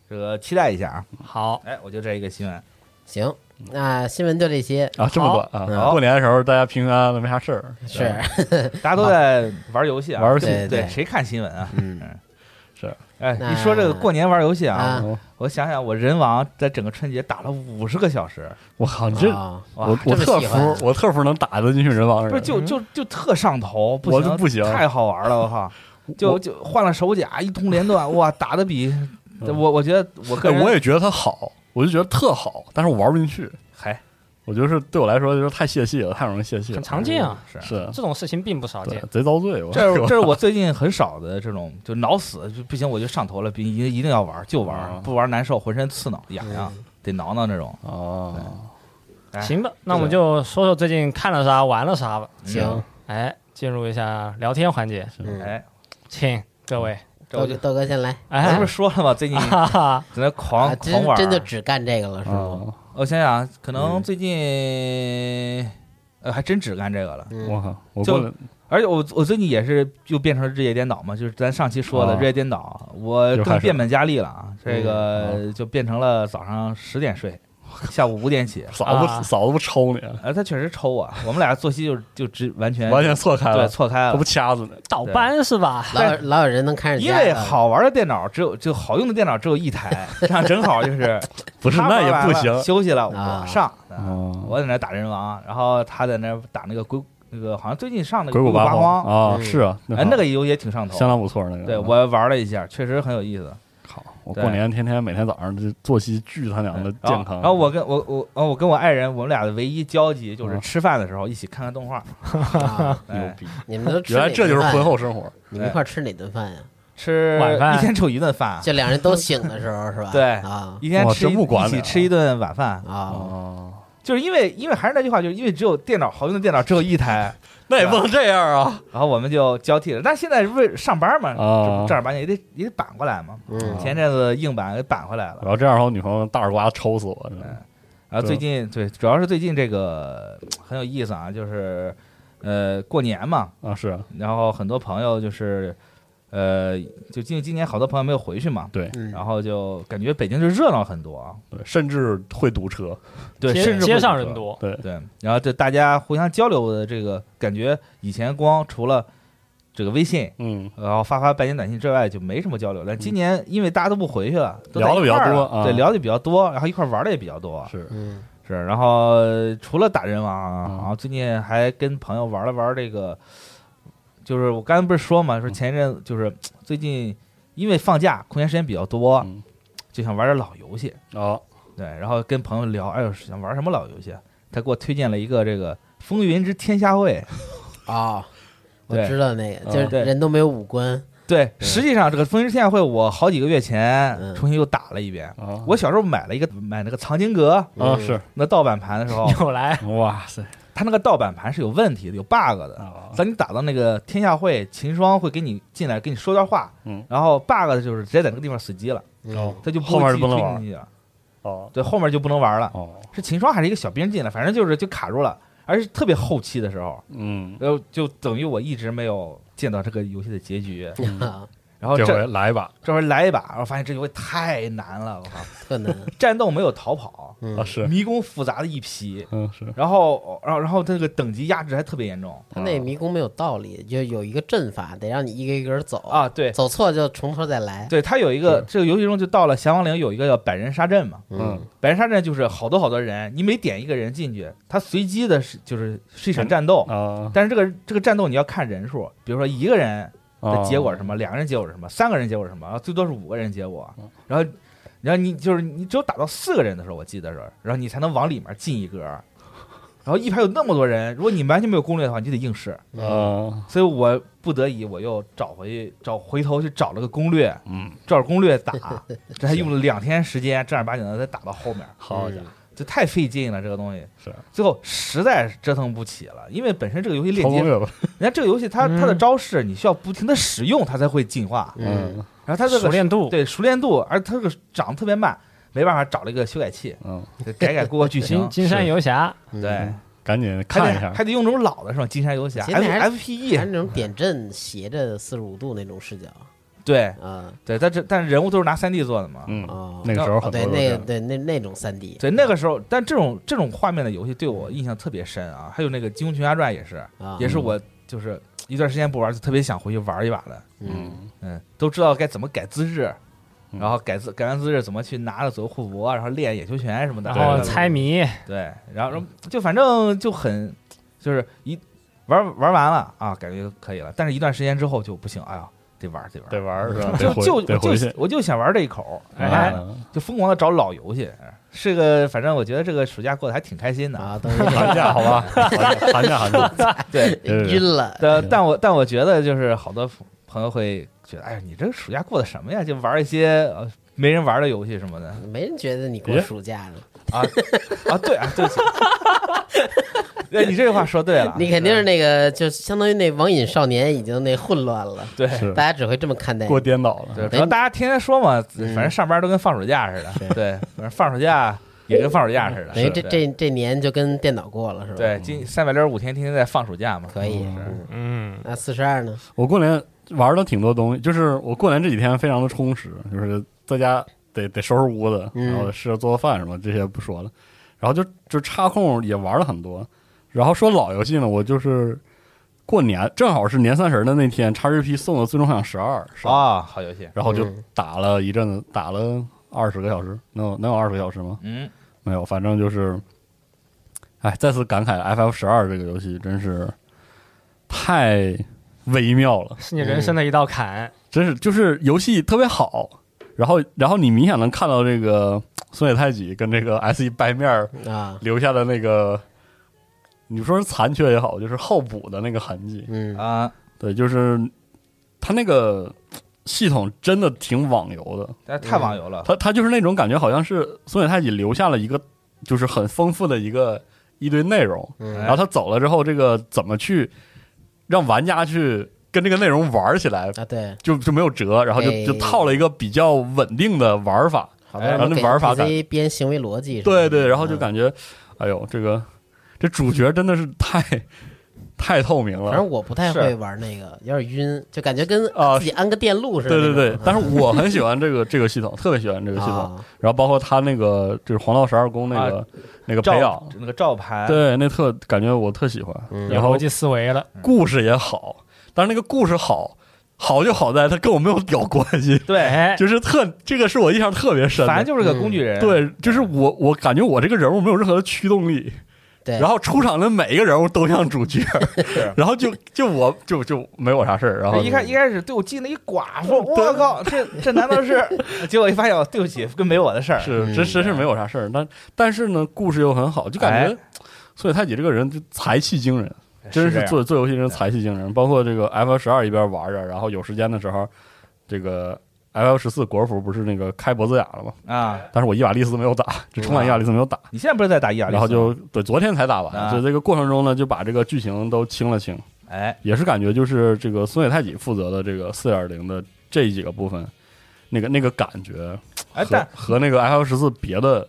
[SPEAKER 4] 这个期待一下
[SPEAKER 5] 嗯
[SPEAKER 4] 啊。
[SPEAKER 3] 好，
[SPEAKER 4] 哎，我就这一个新闻，
[SPEAKER 6] 行，那新闻就这些，
[SPEAKER 5] 啊，这么短啊！
[SPEAKER 4] 好
[SPEAKER 5] 过年的时候大家平平安安的，没啥事儿。
[SPEAKER 6] 是，
[SPEAKER 4] 大家都在玩游戏啊，
[SPEAKER 5] 玩游戏
[SPEAKER 4] 对
[SPEAKER 6] 对
[SPEAKER 4] 对，
[SPEAKER 6] 对
[SPEAKER 4] 谁看新闻啊？
[SPEAKER 6] 嗯
[SPEAKER 4] 哎，
[SPEAKER 6] 那
[SPEAKER 4] 一说这个过年玩游戏
[SPEAKER 6] 啊
[SPEAKER 4] 啊，我想想，我人王在整个春节打了五十个小时，
[SPEAKER 5] 我靠，你这
[SPEAKER 6] 啊
[SPEAKER 4] 哇
[SPEAKER 5] 我
[SPEAKER 6] 这
[SPEAKER 5] 我
[SPEAKER 6] 么
[SPEAKER 5] 特
[SPEAKER 6] 喜欢
[SPEAKER 5] 服，我特服能打得进去人王的
[SPEAKER 4] 不是
[SPEAKER 5] 人。
[SPEAKER 4] 就就就特上头，
[SPEAKER 5] 我
[SPEAKER 4] 行
[SPEAKER 5] 就不行
[SPEAKER 4] 太好玩了，我靠！就就换了手甲，一通连段，哇，打的比
[SPEAKER 5] 嗯
[SPEAKER 4] 我我觉得我个
[SPEAKER 5] 哎
[SPEAKER 4] 人
[SPEAKER 5] 我也觉得他好，我就觉得特好，但是我玩不进去。
[SPEAKER 4] 还
[SPEAKER 5] 我就是对我来说就是太泄气了，太容易泄气了
[SPEAKER 3] 很。常见啊，
[SPEAKER 4] 是
[SPEAKER 5] 是，
[SPEAKER 3] 这种事情并不少
[SPEAKER 5] 对
[SPEAKER 3] 见。，
[SPEAKER 5] 贼遭罪。我
[SPEAKER 4] 这是这是我最近很少的这种，就脑死就不行，我就上头了，必一一定要玩就玩
[SPEAKER 5] 啊，
[SPEAKER 4] 不玩难受，浑身刺挠痒痒，得挠挠那种。
[SPEAKER 5] 哦，
[SPEAKER 4] 哎
[SPEAKER 3] 行吧，那我们就说说最近看了啥，玩了啥吧。
[SPEAKER 6] 行，
[SPEAKER 3] 哎，进入一下聊天环节，
[SPEAKER 6] 嗯，
[SPEAKER 4] 哎，
[SPEAKER 3] 请各位，
[SPEAKER 4] 这
[SPEAKER 6] 豆
[SPEAKER 4] 我
[SPEAKER 6] 哥
[SPEAKER 4] 就
[SPEAKER 6] 豆哥先来
[SPEAKER 5] 嗯
[SPEAKER 4] 我不
[SPEAKER 3] 哎
[SPEAKER 4] 是，
[SPEAKER 3] [LAUGHS]
[SPEAKER 4] 说了吗？最近
[SPEAKER 3] 哈哈，
[SPEAKER 4] 在那
[SPEAKER 6] 啊，
[SPEAKER 4] 狂狂
[SPEAKER 6] 真
[SPEAKER 4] 玩，
[SPEAKER 6] 真就只干这个了是吗？
[SPEAKER 5] 哦，
[SPEAKER 4] 我想想，可能最近呃还真只干这个了。
[SPEAKER 6] 嗯
[SPEAKER 5] 我靠，我
[SPEAKER 4] 就
[SPEAKER 5] 过来
[SPEAKER 4] 而且我我最近也是又变成了日夜颠倒嘛，就是咱上期说的
[SPEAKER 5] 啊
[SPEAKER 4] 日夜颠倒，我
[SPEAKER 5] 又开
[SPEAKER 4] 更
[SPEAKER 5] 始嗯
[SPEAKER 4] 变本加厉了啊！这个就变成了早上十点睡，下午五点起。
[SPEAKER 5] 嫂
[SPEAKER 3] 啊
[SPEAKER 5] 子嫂子不抽你，
[SPEAKER 4] 哎，他确实抽我，我们俩作息就就直完全
[SPEAKER 5] 完全错开
[SPEAKER 4] 对
[SPEAKER 5] 了，
[SPEAKER 4] 错开
[SPEAKER 5] 他
[SPEAKER 4] 了
[SPEAKER 5] 不。掐死你。
[SPEAKER 3] 倒班是吧？
[SPEAKER 6] 老有老有人能看着
[SPEAKER 4] 因
[SPEAKER 6] 家
[SPEAKER 4] 为
[SPEAKER 6] 的，
[SPEAKER 4] 好玩的电脑只有就好用的电脑只有
[SPEAKER 5] [LAUGHS]
[SPEAKER 4] 一台，这样正好就是
[SPEAKER 5] 不是，
[SPEAKER 4] 他
[SPEAKER 5] 那
[SPEAKER 4] 玩完
[SPEAKER 5] 也不
[SPEAKER 4] 了
[SPEAKER 5] 行。
[SPEAKER 4] 休息了
[SPEAKER 6] 啊
[SPEAKER 4] 我上，
[SPEAKER 5] 哦
[SPEAKER 4] 我在那打人王，然后他在那打那个鬼那个好像最近上的《
[SPEAKER 5] 鬼谷
[SPEAKER 4] 八
[SPEAKER 5] 八
[SPEAKER 4] 荒》
[SPEAKER 5] 啊，
[SPEAKER 6] 嗯
[SPEAKER 5] 是啊，
[SPEAKER 4] 哎，
[SPEAKER 5] 好
[SPEAKER 4] 那个游也挺上头。
[SPEAKER 5] 相当不错那个。
[SPEAKER 4] 对我玩了一下，确实很有意思。
[SPEAKER 5] 靠，我
[SPEAKER 4] 对
[SPEAKER 5] 过年天天每天早上这作息巨嗯他娘的
[SPEAKER 4] 然后
[SPEAKER 5] 健康。
[SPEAKER 4] 然后我跟我我哦我跟我爱人，我们俩的唯一交集就是
[SPEAKER 5] 嗯
[SPEAKER 4] 吃饭的时候一起看看动画。
[SPEAKER 6] 啊
[SPEAKER 4] 哎
[SPEAKER 5] 牛逼，
[SPEAKER 6] 你们都吃
[SPEAKER 5] 原来
[SPEAKER 6] 哪
[SPEAKER 5] 这就是
[SPEAKER 6] 顿饭
[SPEAKER 5] 婚
[SPEAKER 6] 呀啊
[SPEAKER 5] 后生活。
[SPEAKER 6] 你们一块儿吃哪顿饭呀？
[SPEAKER 4] 吃
[SPEAKER 3] 晚饭
[SPEAKER 4] 一天只有一顿
[SPEAKER 5] 啊
[SPEAKER 4] 饭，
[SPEAKER 6] 就两人都醒的时候
[SPEAKER 5] [LAUGHS]
[SPEAKER 6] 是吧？
[SPEAKER 4] 对
[SPEAKER 6] 啊
[SPEAKER 4] 一天
[SPEAKER 5] 哇
[SPEAKER 4] 吃一
[SPEAKER 5] 真不管
[SPEAKER 4] 一起
[SPEAKER 5] 了
[SPEAKER 4] 吃一顿晚饭，
[SPEAKER 6] 啊，
[SPEAKER 5] 哦，
[SPEAKER 4] 就是因为因为还是那句话，就是因为只有电脑好用的电脑只有一台，
[SPEAKER 5] 那也不能这样啊！
[SPEAKER 4] 然后我们就交替了。但现在为上班嘛，
[SPEAKER 5] 啊
[SPEAKER 4] 这正儿八经也得也得扳过来嘛。
[SPEAKER 5] 哦
[SPEAKER 6] 嗯，
[SPEAKER 4] 前阵子硬板给扳回来了
[SPEAKER 5] 我，要这样的话，我女朋友大耳刮抽死我。真的
[SPEAKER 4] 嗯，然后最近对，主要是最近这个很有意思啊，就是呃过年嘛，
[SPEAKER 5] 啊，是啊
[SPEAKER 4] 然后很多朋友就是呃，就今今年好多朋友没有回去嘛，
[SPEAKER 5] 对
[SPEAKER 6] 嗯
[SPEAKER 4] 然后就感觉北京就热闹很多啊，
[SPEAKER 5] 对，甚至会堵车。
[SPEAKER 4] 对，
[SPEAKER 3] 街
[SPEAKER 4] 甚至会
[SPEAKER 3] 街上
[SPEAKER 4] 堵车
[SPEAKER 3] 人，多，
[SPEAKER 5] 对，
[SPEAKER 4] 对，然后就大家互相交流的这个感觉，以前光除了这个微信。
[SPEAKER 5] 嗯，
[SPEAKER 4] 然后发发拜年短信之外就没什么交流，
[SPEAKER 3] 嗯
[SPEAKER 4] 但今年因为大家都不回去了，都在
[SPEAKER 5] 聊得
[SPEAKER 4] 一
[SPEAKER 5] 比较
[SPEAKER 4] 块儿
[SPEAKER 5] 多
[SPEAKER 4] 了
[SPEAKER 5] 啊
[SPEAKER 4] 对，聊的比较多，然后一块儿玩的也比较多，啊
[SPEAKER 5] 是
[SPEAKER 6] 嗯
[SPEAKER 4] 是，然后呃除了打人王啊，
[SPEAKER 5] 嗯
[SPEAKER 4] 然后最近还跟朋友玩了玩这个，就是我刚才不是说嘛，说前一阵子就是最近因为放假空闲时间比较多，
[SPEAKER 5] 嗯
[SPEAKER 4] 就想玩点老游戏，
[SPEAKER 5] 哦，
[SPEAKER 4] 对，然后跟朋友聊，哎呦想玩什么老游戏啊，他给我推荐了一个这个《风云之天下会》，
[SPEAKER 6] 啊，我
[SPEAKER 4] 对
[SPEAKER 6] 知道那
[SPEAKER 5] 哦
[SPEAKER 6] 个，就是
[SPEAKER 4] 嗯对
[SPEAKER 6] 人都没有五官，
[SPEAKER 4] 对，实际上这个《风云之天下会》我好几个月前
[SPEAKER 6] 嗯
[SPEAKER 4] 重新又打了一遍。
[SPEAKER 5] 啊，
[SPEAKER 4] 我小时候买了一个买那个藏经阁
[SPEAKER 5] 啊
[SPEAKER 6] 嗯
[SPEAKER 5] 是，
[SPEAKER 4] 那盗版盘的时候，
[SPEAKER 5] 哦
[SPEAKER 3] 又来
[SPEAKER 5] 哇塞
[SPEAKER 4] 它那个盗版盘是有问题的，有 bug
[SPEAKER 5] [LAUGHS]
[SPEAKER 4] 的。
[SPEAKER 5] 啊，
[SPEAKER 4] 咱你打到那个天下会，秦霜会给你进来跟你说段话，
[SPEAKER 5] 嗯
[SPEAKER 4] 然后 bug 的就是直接在那个地方死机了，
[SPEAKER 5] 哦
[SPEAKER 6] 嗯
[SPEAKER 4] 他就
[SPEAKER 5] 后面就
[SPEAKER 4] 不
[SPEAKER 5] 不能
[SPEAKER 4] 会继续
[SPEAKER 5] 玩
[SPEAKER 4] 推进去了，
[SPEAKER 5] 哦
[SPEAKER 4] 对，后面就不能玩了。
[SPEAKER 5] 哦，
[SPEAKER 4] 是秦霜还是一个小兵进来，反正就是就卡住了，而是特别后期的时候，
[SPEAKER 5] 嗯，
[SPEAKER 4] 然后就等于我一直没有见到这个游戏的结局，
[SPEAKER 6] 啊，
[SPEAKER 5] 嗯
[SPEAKER 4] 然后
[SPEAKER 5] 这
[SPEAKER 4] 这
[SPEAKER 5] 回来一把
[SPEAKER 4] 这回来一把，我发现这游戏太难了，我靠，
[SPEAKER 6] [LAUGHS] 特
[SPEAKER 5] [LAUGHS]
[SPEAKER 6] 难，
[SPEAKER 4] 战斗没有逃跑，
[SPEAKER 6] 嗯
[SPEAKER 5] 啊，是，
[SPEAKER 4] 迷宫复杂的一批，
[SPEAKER 5] 嗯是，
[SPEAKER 4] 然后然后然后它这个等级压制还特别严重
[SPEAKER 6] 他那迷宫没有道理，就有一个阵法，得让你一个一个人走，
[SPEAKER 5] 哦
[SPEAKER 4] 啊，对。
[SPEAKER 6] 走错就从头再来。
[SPEAKER 4] 对，它有一个这个游戏中就到了降王陵有一个叫百人杀阵嘛，
[SPEAKER 6] 嗯，
[SPEAKER 4] 白沙阵就是好多好多人，你每点一个人进去，他随机的是就是是一场
[SPEAKER 5] 嗯
[SPEAKER 4] 战斗，
[SPEAKER 5] 啊
[SPEAKER 4] 但是这个这个战斗你要看人数，比如说一个人的
[SPEAKER 5] 啊，
[SPEAKER 4] 结果是什么，两个人结果是什么，三个人结果是什么，然后最多是五个人结果，然后然后你就是你只有打到四个人的时候，我记得是，然后你才能往里面进一格，然后一排有那么多人，如果你完全没有攻略的话，你就得硬试，
[SPEAKER 6] 嗯
[SPEAKER 5] 啊，
[SPEAKER 4] 所以我不得已我又找回去找回头去找了个攻略，
[SPEAKER 5] 嗯，
[SPEAKER 4] 照着攻略打，这还用了两天时间，正儿八经的才打到后面。
[SPEAKER 5] 好家伙，
[SPEAKER 4] 就太费劲了，这个东西
[SPEAKER 5] 是
[SPEAKER 4] 最后实在是折腾不起了，因为本身这个游戏
[SPEAKER 5] 超
[SPEAKER 4] 链接，
[SPEAKER 5] 攻
[SPEAKER 4] 人
[SPEAKER 5] 略吧，
[SPEAKER 4] 家这个游戏它
[SPEAKER 3] 嗯
[SPEAKER 4] 它的招式你需要不停的使用，它才会进化，
[SPEAKER 6] 嗯，
[SPEAKER 5] 嗯
[SPEAKER 4] 然后它这
[SPEAKER 3] 熟
[SPEAKER 4] 个
[SPEAKER 3] 练度，
[SPEAKER 4] 对熟练度，而它这个长得特别慢，没办法找了一个修改器
[SPEAKER 5] 嗯，
[SPEAKER 4] 给改改过过剧
[SPEAKER 3] 金
[SPEAKER 4] 情，
[SPEAKER 3] 金山游侠，
[SPEAKER 6] 嗯
[SPEAKER 4] 对，
[SPEAKER 5] 赶紧
[SPEAKER 4] 还
[SPEAKER 5] 看一
[SPEAKER 4] 得
[SPEAKER 5] 下，
[SPEAKER 4] 还得用这种老的是吧？金山游侠
[SPEAKER 6] 其实那还
[SPEAKER 4] F E FPE
[SPEAKER 6] 还是那
[SPEAKER 5] 嗯
[SPEAKER 6] 种点阵斜着四十五度那种视角
[SPEAKER 4] 对
[SPEAKER 6] 啊
[SPEAKER 4] 对，但这但是人物都是拿三 D 做的嘛，
[SPEAKER 5] 嗯，
[SPEAKER 6] 啊，
[SPEAKER 5] 那个时候
[SPEAKER 6] 哦
[SPEAKER 5] 很多
[SPEAKER 6] 对
[SPEAKER 5] 都这
[SPEAKER 6] 那个
[SPEAKER 5] 样
[SPEAKER 6] 对那那种三 D
[SPEAKER 4] 对那个时候，但这种这种画面的游戏对我印象特别深啊，还有那个《金庸群侠传》也是，
[SPEAKER 6] 啊，
[SPEAKER 4] 也是我就是一段时间不玩就特别想回去玩一把的。
[SPEAKER 6] 嗯
[SPEAKER 4] 嗯，都知道该怎么改姿势，
[SPEAKER 5] 嗯
[SPEAKER 4] 然后改姿改完姿势怎么去拿着左右互搏，然后练野球拳什么的，
[SPEAKER 3] 然
[SPEAKER 5] 对
[SPEAKER 3] 后
[SPEAKER 5] 对
[SPEAKER 3] 哦猜谜，
[SPEAKER 4] 对，然后就反正就很就是一玩玩完了啊，感觉就可以了，但是一段时间之后就不行，哎呀，得玩得玩，
[SPEAKER 5] 得玩
[SPEAKER 6] 嗯
[SPEAKER 5] 儿是
[SPEAKER 6] [LAUGHS]
[SPEAKER 5] 吧？
[SPEAKER 4] 就
[SPEAKER 5] 得回
[SPEAKER 4] 就
[SPEAKER 5] 得
[SPEAKER 4] 我
[SPEAKER 5] 回
[SPEAKER 4] 就
[SPEAKER 5] 去，
[SPEAKER 4] 我就想玩这一口，
[SPEAKER 3] 哎
[SPEAKER 4] 哎，
[SPEAKER 5] 嗯
[SPEAKER 4] 就疯狂的找老游戏，是个反正我觉得这个暑假过得还挺开
[SPEAKER 5] 嗯
[SPEAKER 4] 心的，
[SPEAKER 6] 啊，等于
[SPEAKER 5] [LAUGHS] 寒假好吧，寒假寒假寒假，
[SPEAKER 4] 对，
[SPEAKER 5] 对对
[SPEAKER 6] 晕了，
[SPEAKER 4] 但但我但我觉得就是好多朋友会觉得，哎呀，你这个暑假过的什么呀？就玩一些呃没人玩的游戏什么的。
[SPEAKER 6] 没人觉得你过
[SPEAKER 5] 别
[SPEAKER 6] 暑假了，
[SPEAKER 4] 啊啊，对啊，对不起，哎，你这句话说对
[SPEAKER 5] 啊
[SPEAKER 4] 了，
[SPEAKER 6] 你肯
[SPEAKER 5] 嗯
[SPEAKER 6] 定是那个，就相当于那网瘾少年已经那混乱了，
[SPEAKER 4] 对
[SPEAKER 5] 是
[SPEAKER 6] 大家只会这么看待你。
[SPEAKER 5] 过颠倒了，
[SPEAKER 4] 对，主要大家天天说嘛，
[SPEAKER 6] 哎嗯
[SPEAKER 4] 反正上班都跟放暑假似的，对，反正放暑假也跟放暑假似的，
[SPEAKER 6] 等哎于这
[SPEAKER 4] 对
[SPEAKER 6] 这这年就跟电脑过了是吧？，
[SPEAKER 4] 对，今三百六十五天天天在放暑假嘛，
[SPEAKER 6] 可以。
[SPEAKER 5] 嗯
[SPEAKER 6] 嗯
[SPEAKER 3] 嗯，
[SPEAKER 6] 那四十二呢？
[SPEAKER 5] 我过年玩了挺多东西，就是我过年这几天非常的充实，就是在家得得收拾屋子，
[SPEAKER 6] 嗯
[SPEAKER 5] 然后试着做饭什么这些不说了，然后就就插空也玩了很多。然后说老游戏呢，我就是过年正好是年三十的那天，叉 GP 送的《最终幻想十二》是吧，
[SPEAKER 4] 啊，好游戏，
[SPEAKER 5] 然后就
[SPEAKER 6] 嗯
[SPEAKER 5] 打了一阵子，打了二十个小时，能有能有二十个小时吗？
[SPEAKER 4] 嗯，
[SPEAKER 5] 没有，反正就是，哎，再次感慨 FF 十二这个游戏真是太微妙了，
[SPEAKER 3] 是你人生的一道坎。
[SPEAKER 5] 真是就是游戏特别好，然后然后你明显能看到这个松野太己跟这个 S E 掰面儿
[SPEAKER 6] 啊，
[SPEAKER 5] 留下的那个，你说是残缺也好，就是后补的那个痕迹。
[SPEAKER 6] 嗯
[SPEAKER 4] 啊，
[SPEAKER 5] 对，就是他那个系统真的挺网游的，
[SPEAKER 4] 但是太网游了，
[SPEAKER 5] 他他就是那种感觉，好像是松野太己留下了一个就是很丰富的一个一堆内容，
[SPEAKER 6] 嗯
[SPEAKER 5] 然后他走了之后，这个怎么去让玩家去跟这个内容玩起来，
[SPEAKER 6] 啊，对，
[SPEAKER 5] 就就没有辙，然后就
[SPEAKER 6] 哎
[SPEAKER 5] 就套了一个比较稳定的玩法，
[SPEAKER 6] 好
[SPEAKER 4] 哎
[SPEAKER 6] 多人
[SPEAKER 5] 那
[SPEAKER 6] 给
[SPEAKER 5] 玩法感
[SPEAKER 6] NPC 编行为逻辑，
[SPEAKER 5] 对对，然后就
[SPEAKER 6] 觉。
[SPEAKER 5] 感觉，哎呦，这个这主角真的是太太透明
[SPEAKER 6] 反正
[SPEAKER 5] 了。
[SPEAKER 6] 我不太
[SPEAKER 4] 是
[SPEAKER 6] 会玩那个，有点晕，就感觉跟
[SPEAKER 5] 啊
[SPEAKER 6] 自己安个嗯电路似的
[SPEAKER 5] 对
[SPEAKER 6] 那
[SPEAKER 5] 对
[SPEAKER 6] 种。
[SPEAKER 5] 对，但
[SPEAKER 6] 是
[SPEAKER 5] 是我
[SPEAKER 6] [LAUGHS]
[SPEAKER 5] 很喜欢这个这个系统，特别喜欢这个系统。
[SPEAKER 6] 啊，
[SPEAKER 5] 然后包括他那个就是黄道十二宫那个那个培养
[SPEAKER 4] 照，那个照盘，
[SPEAKER 5] 对，那特感觉我特喜欢。
[SPEAKER 6] 嗯
[SPEAKER 5] 然
[SPEAKER 3] 有
[SPEAKER 5] 后
[SPEAKER 3] 逻辑思维了，
[SPEAKER 5] 故事也好，但是那个故事好，好就好在它跟我没有屌关系，
[SPEAKER 4] 对，
[SPEAKER 3] 哎，
[SPEAKER 5] 就是特这个是我印象特别深的。
[SPEAKER 4] 反正就是
[SPEAKER 6] 嗯
[SPEAKER 4] 个工具人，，
[SPEAKER 5] 对，就是我我感觉我这个人物没有任何的驱动力，
[SPEAKER 6] 对，
[SPEAKER 5] 然后出场的每一个人物都像主角
[SPEAKER 4] [LAUGHS] 是，
[SPEAKER 5] 然后就就我就就没我啥事儿，然后
[SPEAKER 4] 一开一开始对我进了一寡 [LAUGHS] 妇，我靠，这这难道是？ [LAUGHS] 结果一发现，哦对不起，跟没我的事儿，
[SPEAKER 5] 是
[SPEAKER 6] 嗯
[SPEAKER 5] 真真是没有啥事儿，但但是呢，故事又很好，就感觉
[SPEAKER 4] 哎
[SPEAKER 5] 所以太姐这个人就才气惊人，真
[SPEAKER 4] 这
[SPEAKER 5] 是
[SPEAKER 4] 样
[SPEAKER 5] 做做游戏真是才气惊人。包括这个 F 十二一边玩着，然后有时间的时候，这个 F 十四国服不是那个开脖子眼了吗？
[SPEAKER 4] 啊！
[SPEAKER 5] 但是我伊瓦利斯没有打，这重返伊瓦利斯没有打，
[SPEAKER 4] 你现在不是在打一二，
[SPEAKER 5] 然后就对昨天才打完，
[SPEAKER 4] 啊
[SPEAKER 5] 所以这个过程中呢，就把这个剧情都清了清。
[SPEAKER 4] 哎，
[SPEAKER 5] 也是感觉就是这个松野太己负责的这个四点零的这几个部分，那个那个感觉
[SPEAKER 4] 哎，
[SPEAKER 5] 和
[SPEAKER 4] 但
[SPEAKER 5] 和那个 F 十四别的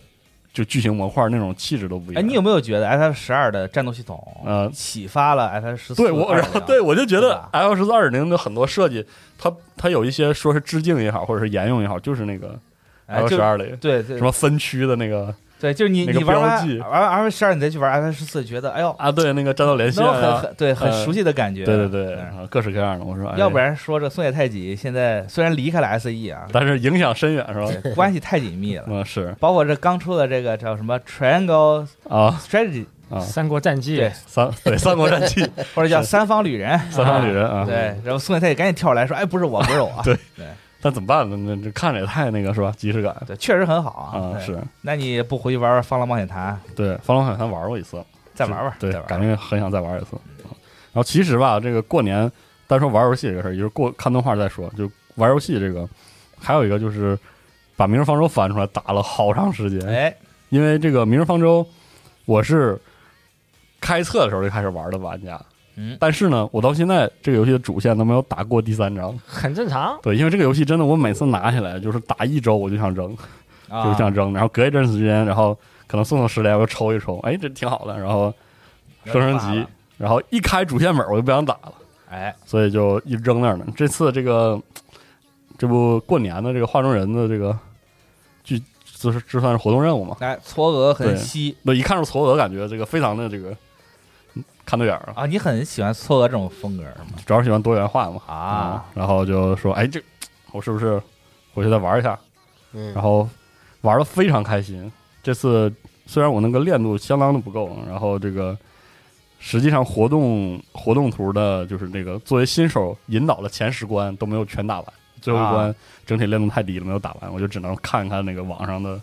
[SPEAKER 5] 就剧情模块那种气质都不一样。
[SPEAKER 4] 哎，你有没有觉得 F 十二的战斗系统
[SPEAKER 5] 呃，
[SPEAKER 4] 启发了 F 十四？
[SPEAKER 5] 对我，然后对我就觉
[SPEAKER 4] 对
[SPEAKER 5] 得
[SPEAKER 4] 吧
[SPEAKER 5] F 十四二点零的很多设计，它它有一些说是致敬也好，或者是沿用也好，就是那个
[SPEAKER 4] 哎
[SPEAKER 5] F
[SPEAKER 4] 就
[SPEAKER 5] 十二的
[SPEAKER 4] 对对
[SPEAKER 5] 什么分区的那个
[SPEAKER 4] 对，就是你
[SPEAKER 5] 那个
[SPEAKER 4] 你玩
[SPEAKER 5] 标记
[SPEAKER 4] 完玩完 F 十二，你再去玩 F 十四，觉得哎呦，
[SPEAKER 5] 啊，对那个战斗连线
[SPEAKER 4] 能很
[SPEAKER 5] 啊，
[SPEAKER 4] 很对很
[SPEAKER 5] 呃
[SPEAKER 4] 熟悉的感觉，
[SPEAKER 5] 对对对，
[SPEAKER 4] 嗯
[SPEAKER 5] 啊各式各样的。我说，哎
[SPEAKER 4] 要不，然说这松野太己现在虽然离开了 SE 啊，
[SPEAKER 5] 但是影响深远是吧？
[SPEAKER 4] 关系太紧密了。
[SPEAKER 5] 嗯，是
[SPEAKER 4] 包括这刚出的这个叫什么 Triangle
[SPEAKER 5] 啊 [LAUGHS]
[SPEAKER 4] Strategy，
[SPEAKER 5] 啊，
[SPEAKER 3] 三国战记
[SPEAKER 4] 对，
[SPEAKER 5] 三对三国战
[SPEAKER 4] [LAUGHS]
[SPEAKER 5] 记，
[SPEAKER 4] 或者叫
[SPEAKER 5] 是
[SPEAKER 4] 三方旅人，
[SPEAKER 5] 三方旅人啊，
[SPEAKER 4] [LAUGHS] 对，然后宋野太也赶紧跳出来说：“哎，不是我，不是
[SPEAKER 5] [LAUGHS]
[SPEAKER 4] 我。
[SPEAKER 5] 对
[SPEAKER 4] 对
[SPEAKER 5] 但怎么办呢？那这看着也太那个是吧？即视感”
[SPEAKER 4] 对，确实很好啊。
[SPEAKER 5] 啊，
[SPEAKER 4] 对。
[SPEAKER 5] 是
[SPEAKER 4] 那你不回去玩玩《方浪冒险谈》，
[SPEAKER 5] 对。方龙海滩玩过一次，
[SPEAKER 4] 再玩玩，
[SPEAKER 5] 对
[SPEAKER 4] 再，玩
[SPEAKER 5] 感
[SPEAKER 4] 玩。
[SPEAKER 5] 觉很想再玩一次。然后其实吧，这个过年单说玩游戏这个事儿，就是过看动画再说，就玩游戏这个，还有一个就是把《明日方舟》翻出来打了好长时间，
[SPEAKER 4] 哎，
[SPEAKER 5] 因为这个《明日方舟》，我是开测的时候就开始玩的玩家，
[SPEAKER 4] 嗯
[SPEAKER 5] 但是呢，我到现在这个游戏的主线都没有打过第三章。
[SPEAKER 3] 很正常。
[SPEAKER 5] 对，因为这个游戏真的，我每次拿起来就是打一周我就想扔。就
[SPEAKER 4] 啊
[SPEAKER 5] 是，想扔，然后隔一阵时间，然后可能送送十连，我又抽一抽，哎，这挺好的，然后升升级，然后一开主线本我就不想打了，
[SPEAKER 4] 哎，
[SPEAKER 5] 所以就一扔那儿呢。这次这个这不过年的这个画中人的这个剧，就是这算是活动任务嘛？
[SPEAKER 4] 哎，嵯
[SPEAKER 5] 对
[SPEAKER 4] 峨很稀
[SPEAKER 5] 那一看着嵯峨，感觉这个非常的这个嗯看对眼儿啊，
[SPEAKER 4] 啊，你很喜欢嵯峨这种风格是吗？
[SPEAKER 5] 主要是喜欢多元化嘛嗯
[SPEAKER 4] 啊，
[SPEAKER 5] 然后就说，哎，这我是不是回去再玩一下？
[SPEAKER 6] 嗯
[SPEAKER 5] 然后玩的非常开心。这次虽然我那个练度相当的不够，然后这个实际上活动活动图的，就是那个作为新手引导的前十关都没有全打完，最后一关整体练度太低了，没有打完，我就只能看看那个网上的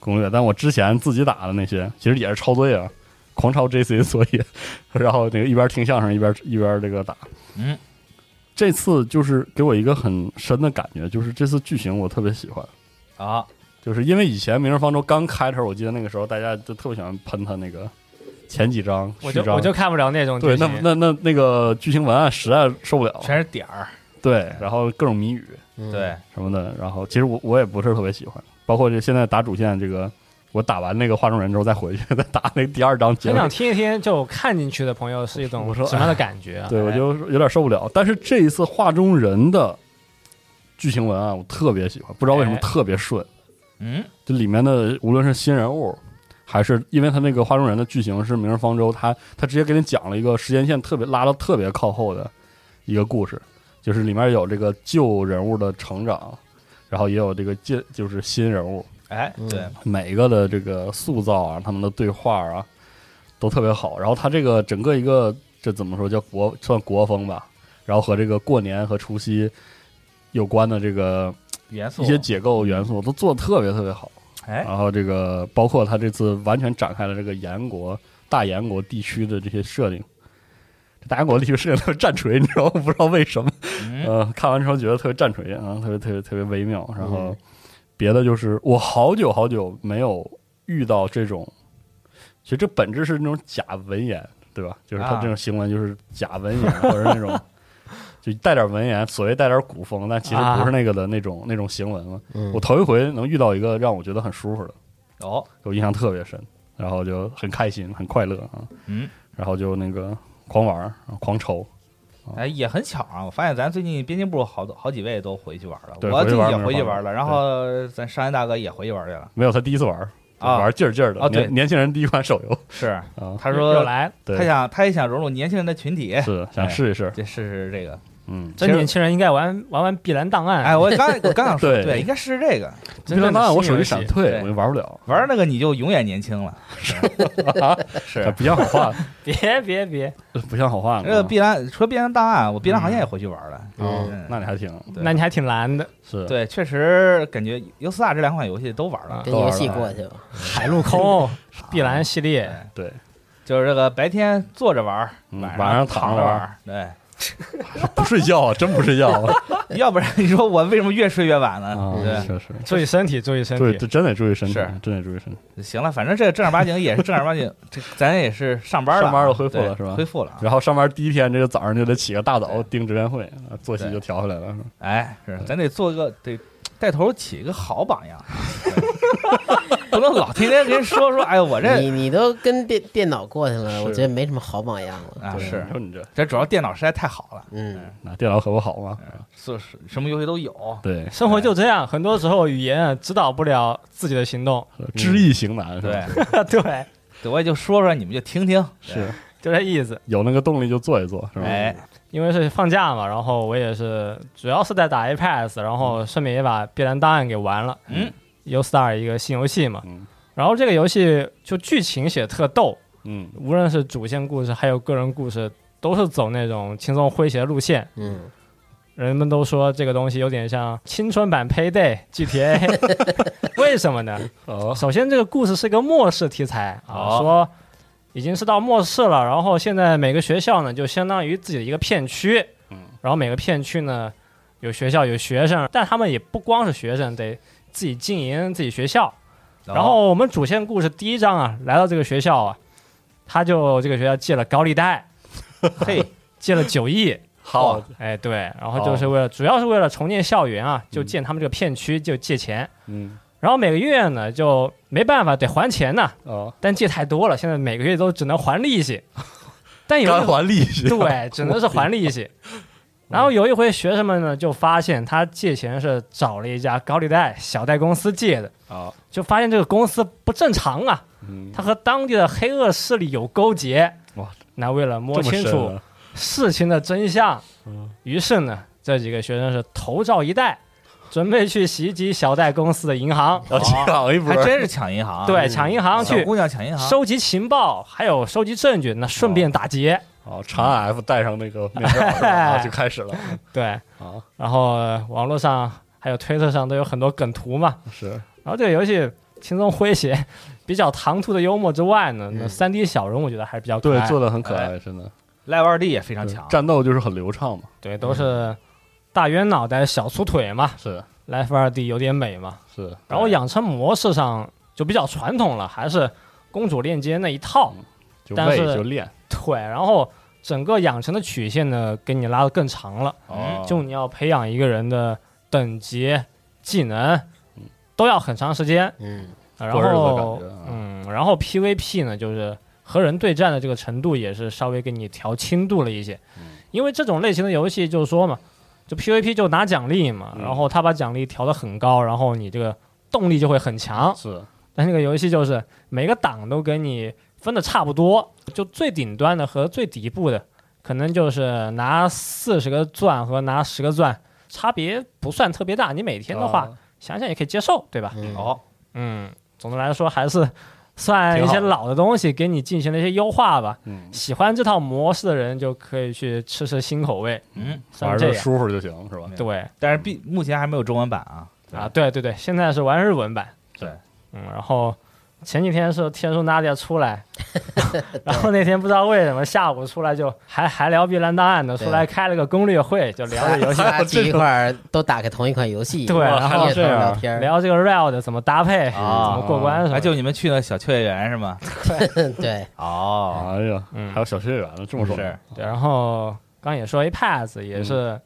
[SPEAKER 5] 攻略。但我之前自己打的那些，其实也是抄作业啊，狂抄 JC [LAUGHS] 的作业，然后那个一边听相声一边一边这个打。
[SPEAKER 4] 嗯，
[SPEAKER 5] 这次就是给我一个很深的感觉，就是这次剧情我特别喜欢。
[SPEAKER 4] 啊，
[SPEAKER 5] 就是因为以前《明日方舟》刚开的时候，我记得那个时候大家都特别喜欢喷他那个前几章、
[SPEAKER 3] 我
[SPEAKER 5] 序
[SPEAKER 3] 就
[SPEAKER 5] 章，
[SPEAKER 3] 我就看不了那种
[SPEAKER 5] 啊对，
[SPEAKER 3] 剧
[SPEAKER 5] 那
[SPEAKER 3] 情，
[SPEAKER 5] 那那那个剧情文案实在受不了，
[SPEAKER 4] 全是点儿，
[SPEAKER 5] 对，然后各种谜语
[SPEAKER 6] 嗯
[SPEAKER 4] 对，
[SPEAKER 5] 什么的，然后其实我我也不是特别喜欢，包括这现在打主线这个，我打完那个画中人之后再回去再打那个第二章结
[SPEAKER 3] 很
[SPEAKER 5] 尾，
[SPEAKER 3] 想听一听，就看进去的朋友是一种
[SPEAKER 5] 我说
[SPEAKER 3] 什么样的感觉啊？
[SPEAKER 5] [LAUGHS] 对我就有点受不了。但是这一次画中人的剧情文案我特别喜欢，不知道为什么
[SPEAKER 3] 哎
[SPEAKER 5] 特别顺，
[SPEAKER 4] 嗯，
[SPEAKER 5] 这里面的无论是新人物，还是因为他那个画中人的剧情是《明日方舟》，他他直接给你讲了一个时间线特别拉到特别靠后的一个故事，就是里面有这个旧人物的成长，然后也有这个进就是新人物，
[SPEAKER 4] 哎，
[SPEAKER 6] 嗯
[SPEAKER 4] 对，
[SPEAKER 5] 每个的这个塑造啊，他们的对话啊，都特别好。然后他这个整个一个这怎么说叫国算国风吧，然后和这个过年和除夕有关的这个
[SPEAKER 4] 元素
[SPEAKER 5] 一些啊解构元素都做的特别特别好。
[SPEAKER 4] 哎，
[SPEAKER 5] 然后这个包括他这次完全展开了这个燕国大燕国地区的这些设定，这大燕国地区设定特别战锤，你知道吗？不知道为什么。
[SPEAKER 4] 嗯
[SPEAKER 5] 呃，看完之后觉得特别战锤啊，特别特别特别微妙。然后别的就是我好久好久没有遇到这种， [LAUGHS] 其实这本质是那种假文言，对吧？就是他
[SPEAKER 4] 啊
[SPEAKER 5] 这种行文就是假文言，或者是那种就带点文言，所谓带点古风，但其实
[SPEAKER 4] 啊
[SPEAKER 5] 不是那个的那种、那种行文嘛。
[SPEAKER 6] 嗯
[SPEAKER 5] 我头一回能遇到一个让我觉得很舒服的，
[SPEAKER 4] 哦，
[SPEAKER 5] 我印象特别深，然后就很开心很快乐啊，
[SPEAKER 4] 嗯，
[SPEAKER 5] 然后就那个狂玩儿狂抽，
[SPEAKER 4] 哎，也很巧啊！我发现咱最近编辑部好多好几位都回去玩了，
[SPEAKER 5] 对
[SPEAKER 4] 我
[SPEAKER 5] 回
[SPEAKER 4] 自
[SPEAKER 5] 去
[SPEAKER 4] 己
[SPEAKER 5] 玩
[SPEAKER 4] 也
[SPEAKER 5] 没
[SPEAKER 4] 回去
[SPEAKER 5] 办法
[SPEAKER 4] 玩了，然后咱商业大哥也回去玩去了。
[SPEAKER 5] 没有他第一次玩儿。
[SPEAKER 4] 啊
[SPEAKER 5] 玩儿劲儿劲儿的
[SPEAKER 4] 啊对
[SPEAKER 5] 年年轻人第一款手游，
[SPEAKER 4] 是，
[SPEAKER 5] 啊，
[SPEAKER 4] 他
[SPEAKER 3] 又
[SPEAKER 4] 说
[SPEAKER 3] 来了，
[SPEAKER 5] 对，
[SPEAKER 4] 他想他也想哎融入年轻人的群体，
[SPEAKER 5] 是想试一试，
[SPEAKER 4] 这试试
[SPEAKER 5] [LAUGHS]
[SPEAKER 4] 这个。
[SPEAKER 5] 嗯。
[SPEAKER 3] 这
[SPEAKER 4] 其实
[SPEAKER 3] 年轻人应该玩玩玩《碧蓝档案》。
[SPEAKER 4] 哎，我刚我刚想说，
[SPEAKER 5] 对
[SPEAKER 4] 对，应该试试这个。
[SPEAKER 5] 这张档案我手机闪
[SPEAKER 4] 新游戏
[SPEAKER 5] 退，
[SPEAKER 4] 对
[SPEAKER 5] 我就玩不了，
[SPEAKER 4] 玩那个你就永远年轻了。
[SPEAKER 5] 啊
[SPEAKER 4] [LAUGHS] 是
[SPEAKER 5] 不像好话，
[SPEAKER 3] 别别别，
[SPEAKER 5] 不像好啊话
[SPEAKER 4] 这个
[SPEAKER 5] 呢。
[SPEAKER 4] 碧蓝，除了碧蓝档案，我碧蓝行业
[SPEAKER 5] 嗯
[SPEAKER 4] 也回去玩了。
[SPEAKER 6] 哦
[SPEAKER 4] 嗯
[SPEAKER 5] 那你还挺
[SPEAKER 4] 对
[SPEAKER 3] 那你还挺蓝的。
[SPEAKER 5] 是，
[SPEAKER 4] 对，确实感觉尤斯塔这两款游戏都玩
[SPEAKER 5] 嗯
[SPEAKER 4] 了
[SPEAKER 6] 跟，游戏过去吧。
[SPEAKER 3] 海陆空、
[SPEAKER 5] 哦
[SPEAKER 3] [LAUGHS] 碧蓝系列，
[SPEAKER 5] 对， [LAUGHS]
[SPEAKER 4] 就是这个白天坐着玩，
[SPEAKER 5] 嗯晚
[SPEAKER 4] 晚
[SPEAKER 5] 上躺
[SPEAKER 4] 躺
[SPEAKER 5] 着
[SPEAKER 4] 着
[SPEAKER 5] 玩
[SPEAKER 4] 玩。对， [LAUGHS]
[SPEAKER 5] 不睡觉啊，真不睡觉啊
[SPEAKER 4] 要不然你说我为什么越睡越晚呢？
[SPEAKER 5] 啊，
[SPEAKER 4] [LAUGHS] 对
[SPEAKER 5] 确实，
[SPEAKER 3] 注意身体，注意身
[SPEAKER 5] 对，
[SPEAKER 3] 体。
[SPEAKER 5] 这真得注意身体
[SPEAKER 4] 是，
[SPEAKER 5] 真得注意身体。
[SPEAKER 4] 行了，反正这正儿八经也是正儿八经，这咱也是上班了，啊
[SPEAKER 5] 上班了恢复
[SPEAKER 4] 对
[SPEAKER 5] 了是吧
[SPEAKER 4] 恢复了啊。
[SPEAKER 5] 然后上班第一天，这个早上就得起个大早
[SPEAKER 4] 对
[SPEAKER 5] 盯直面会，啊作息
[SPEAKER 4] 对
[SPEAKER 5] 就调回来了。是吧
[SPEAKER 4] 哎，是咱得做个得带头起一个好榜样， [LAUGHS] 对不能老天天跟人说说，哎呦，我这
[SPEAKER 6] 你你都跟电电脑过去了，
[SPEAKER 5] 是
[SPEAKER 6] 我觉得没什么好榜样了。
[SPEAKER 4] 啊
[SPEAKER 5] 对
[SPEAKER 4] 是
[SPEAKER 5] 你，说你这
[SPEAKER 4] 这主要电脑实在太好了，
[SPEAKER 6] 嗯，
[SPEAKER 5] 那电脑可不好啊吗？
[SPEAKER 4] 是是什么游戏都有。
[SPEAKER 5] 对，
[SPEAKER 3] 生活就这样，很多时候语言啊指导不了自己的
[SPEAKER 5] [LAUGHS]
[SPEAKER 3] 行动。
[SPEAKER 5] 知易行难是
[SPEAKER 4] 对
[SPEAKER 5] 吧？，
[SPEAKER 3] 对，
[SPEAKER 4] 对，我也就说说，你们就听听。对
[SPEAKER 5] 是，
[SPEAKER 3] [LAUGHS] 就这意思。
[SPEAKER 5] 有那个动力就做一做，是吧？
[SPEAKER 4] 哎，
[SPEAKER 3] 因为是放假嘛，然后我也是主要是在打 Apex，然后顺便也把《碧蓝档案》给玩了。
[SPEAKER 4] 嗯
[SPEAKER 3] ，U Star 一个新游戏嘛，
[SPEAKER 5] 嗯
[SPEAKER 3] 然后这个游戏就剧情写特逗，
[SPEAKER 5] 嗯，
[SPEAKER 3] 无论是主线故事还有个人故事，都是走那种轻松诙谐路线。
[SPEAKER 6] 嗯，
[SPEAKER 3] 人们都说这个东西有点像青春版 Payday [LAUGHS] GTA，为什么呢？
[SPEAKER 5] 哦，
[SPEAKER 3] 首先，这个故事是一个末世题材啊，
[SPEAKER 4] 哦
[SPEAKER 3] 说已经是到末世了，然后现在每个学校呢就相当于自己的一个片区，
[SPEAKER 5] 嗯，
[SPEAKER 3] 然后每个片区呢有学校有学生，但他们也不光是学生，得自己经营自己学校。
[SPEAKER 5] 哦
[SPEAKER 3] 然后我们主线故事第一章啊，来到这个学校啊，他就这个学校借了高
[SPEAKER 5] [LAUGHS]
[SPEAKER 3] 利贷，
[SPEAKER 4] 嘿，
[SPEAKER 3] 借了九亿，
[SPEAKER 5] 好，啊
[SPEAKER 3] 哎对，然后就是为了、主要是为了重建校园啊，就
[SPEAKER 5] 嗯
[SPEAKER 3] 建他们这个片区就借钱，
[SPEAKER 5] 嗯，
[SPEAKER 3] 然后每个月呢就没办法得还钱呢、
[SPEAKER 5] 哦，
[SPEAKER 3] 但借太多了，现在每个月都只能还
[SPEAKER 5] [LAUGHS]
[SPEAKER 3] 利息。但哎有
[SPEAKER 5] 干
[SPEAKER 3] 一回
[SPEAKER 5] 还利息，
[SPEAKER 3] 对，只能是还利
[SPEAKER 5] [LAUGHS]
[SPEAKER 3] 息。然后有一回，学生们呢就发现他借钱是找了一家高利贷小贷公司借的，
[SPEAKER 5] 啊，
[SPEAKER 3] 就发现这个公司不正常啊，
[SPEAKER 5] 嗯，
[SPEAKER 3] 他和当地的黑恶势力有勾结。
[SPEAKER 5] 哇，
[SPEAKER 3] 那为了摸
[SPEAKER 5] 这么
[SPEAKER 3] 清
[SPEAKER 5] 深
[SPEAKER 3] 楚
[SPEAKER 5] 啊
[SPEAKER 3] 事情的真相
[SPEAKER 5] 嗯，
[SPEAKER 3] 于是呢，这几个学生是头罩一戴，准备去袭击小贷公司的银行，
[SPEAKER 5] 啊，抢一波
[SPEAKER 4] 还，真是抢银
[SPEAKER 5] 哎
[SPEAKER 4] 行，
[SPEAKER 3] 对，抢银行
[SPEAKER 4] 小
[SPEAKER 3] 去
[SPEAKER 4] 姑娘抢银行，
[SPEAKER 3] 收集情报，还有收集证据，那顺便打劫。
[SPEAKER 5] 哦，长安 F 戴上那个面罩
[SPEAKER 3] [LAUGHS]
[SPEAKER 5] 是吧，啊就开始了
[SPEAKER 3] 对，
[SPEAKER 5] 啊，
[SPEAKER 3] 然后呃网络上还有推特上都有很多梗图嘛。
[SPEAKER 5] 是
[SPEAKER 3] 然后这个游戏轻松诙谐，比较唐突的幽默之外呢，那
[SPEAKER 6] 嗯
[SPEAKER 3] 三 D 小人我觉得还是比较可
[SPEAKER 5] 对
[SPEAKER 3] 爱，
[SPEAKER 5] 做的很可
[SPEAKER 3] 哎
[SPEAKER 5] 爱，真的，
[SPEAKER 4] 赖腕力也非常
[SPEAKER 5] 对
[SPEAKER 4] 强，
[SPEAKER 5] 战斗就是很流畅嘛，
[SPEAKER 3] 对都是大圆脑袋小粗腿嘛
[SPEAKER 5] 是
[SPEAKER 3] ，Life 二 D 有点美嘛。
[SPEAKER 5] 是，
[SPEAKER 3] 然后养成模式上就比较传统了，还是公主链接那一套
[SPEAKER 5] 嗯就
[SPEAKER 3] 但
[SPEAKER 5] 喂
[SPEAKER 3] 是
[SPEAKER 5] 就练，
[SPEAKER 3] 对，然后整个养成的曲线呢给你拉得更长了。
[SPEAKER 5] 哦
[SPEAKER 3] 嗯就你要培养一个人的等级、技能，都要很长时间。
[SPEAKER 6] 嗯，
[SPEAKER 3] 呃
[SPEAKER 5] 嗯
[SPEAKER 3] 然
[SPEAKER 5] 过日子
[SPEAKER 3] 后
[SPEAKER 5] 感觉啊，
[SPEAKER 3] 嗯，然后 PVP 呢，就是和人对战的这个程度也是稍微给你调轻度了一些，
[SPEAKER 5] 嗯
[SPEAKER 3] 因为这种类型的游戏就是说嘛，就 PVP 就拿奖励嘛，
[SPEAKER 5] 嗯
[SPEAKER 3] 然后他把奖励调得很高，然后你这个动力就会很强。
[SPEAKER 5] 是啊
[SPEAKER 3] 但这个游戏就是每个档都给你分的差不多，就最顶端的和最底部的，可能就是拿四十个钻和拿十个钻差别不算特别大。你每天的话、
[SPEAKER 5] 啊
[SPEAKER 3] 想想也可以接受，对吧？
[SPEAKER 6] 嗯
[SPEAKER 4] 哦，
[SPEAKER 3] 嗯，总的来说还是算一
[SPEAKER 5] 挺好
[SPEAKER 3] 些
[SPEAKER 5] 的
[SPEAKER 3] 老的东西给你进行了一些优化吧。
[SPEAKER 5] 嗯，
[SPEAKER 3] 喜欢这套模式的人就可以去吃吃新口味，
[SPEAKER 4] 嗯，
[SPEAKER 3] 像
[SPEAKER 5] 玩
[SPEAKER 3] 这
[SPEAKER 5] 的
[SPEAKER 3] 样。嗯
[SPEAKER 5] 舒服就行，是吧？
[SPEAKER 3] 对
[SPEAKER 4] 但是必目前还没有中文版啊。
[SPEAKER 3] 啊，对对对，现在是玩日文版。
[SPEAKER 4] 对，
[SPEAKER 3] 嗯，然后前几天是天书 Nadia 出来，然后那天不知道为什么下午出来就还还聊避难档案呢，
[SPEAKER 6] 对
[SPEAKER 3] 出来开了个攻略会，就聊着游戏。
[SPEAKER 6] 大家啊聚一块儿都打开同一款游戏， [LAUGHS]
[SPEAKER 3] 对，
[SPEAKER 6] 夜
[SPEAKER 3] 然后
[SPEAKER 6] 头
[SPEAKER 3] 这
[SPEAKER 5] 啊
[SPEAKER 6] 聊
[SPEAKER 3] 样
[SPEAKER 6] 天儿，
[SPEAKER 3] 聊这个 Rail 的怎么搭配，
[SPEAKER 6] 啊
[SPEAKER 3] 怎么过关什
[SPEAKER 4] 哎，
[SPEAKER 3] 么的。
[SPEAKER 4] 就你们去那小秋叶原是吗？
[SPEAKER 6] [LAUGHS] 对，
[SPEAKER 4] 哦，
[SPEAKER 5] 哎呀，
[SPEAKER 3] 嗯
[SPEAKER 5] 还有小学员呢，这么爽，
[SPEAKER 4] 是
[SPEAKER 3] 对，然后刚也说 iPads 也是，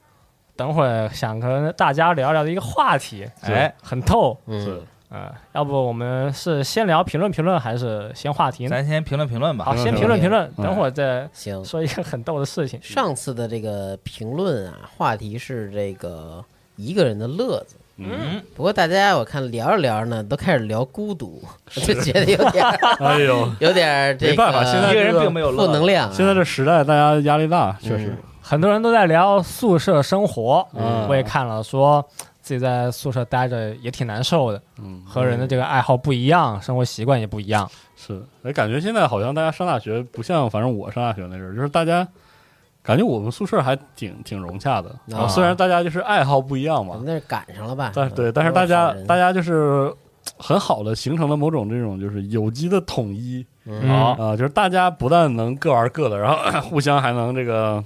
[SPEAKER 3] 等会儿想跟大家聊聊的一个话题，
[SPEAKER 4] 哎，
[SPEAKER 3] 很透。
[SPEAKER 6] 嗯，
[SPEAKER 5] [LAUGHS] 是
[SPEAKER 3] 呃，要不我们是先聊评论评论，还是先话题呢？
[SPEAKER 4] 咱先评论评论吧。
[SPEAKER 3] 好，
[SPEAKER 5] 评论评
[SPEAKER 3] 先评论评论，
[SPEAKER 5] 嗯
[SPEAKER 3] 等会儿再
[SPEAKER 6] 行。
[SPEAKER 3] 说一个很逗的事情。
[SPEAKER 6] 上次的这个评论啊，话题是这个一个人的乐子。
[SPEAKER 5] 嗯，
[SPEAKER 6] 不过大家我看聊着聊着呢，都开始聊孤独，我 [LAUGHS] 就觉得有点
[SPEAKER 5] [LAUGHS]
[SPEAKER 6] 儿
[SPEAKER 5] 哎呦，
[SPEAKER 6] 有点儿这个
[SPEAKER 5] 没办法现在
[SPEAKER 4] 一个人并没有乐
[SPEAKER 6] 负能量啊。
[SPEAKER 5] 现在这时代，大家压力大，确实，
[SPEAKER 3] 很多人都在聊宿舍生活，
[SPEAKER 5] 嗯
[SPEAKER 3] 我也看了，说自己在宿舍待着也挺难受的，
[SPEAKER 5] 嗯，
[SPEAKER 3] 和人的这个爱好不一样，生活习惯也不一样。
[SPEAKER 5] 是，哎，感觉现在好像大家上大学不像，反正我上大学那阵儿，就是大家感觉我们宿舍还挺挺融洽的。然
[SPEAKER 6] 啊
[SPEAKER 5] 后虽然大家就是爱好不一样
[SPEAKER 6] 我
[SPEAKER 5] 嘛
[SPEAKER 6] 们，那是赶上了吧？
[SPEAKER 5] 但是对，但是大家
[SPEAKER 6] 嗯都是好人
[SPEAKER 5] 大家就是很好的形成了某种这种就是有机的统一
[SPEAKER 3] 嗯
[SPEAKER 5] 啊、就是大家不但能各玩各的，然后 [CLEARS THROAT] 互相还能这个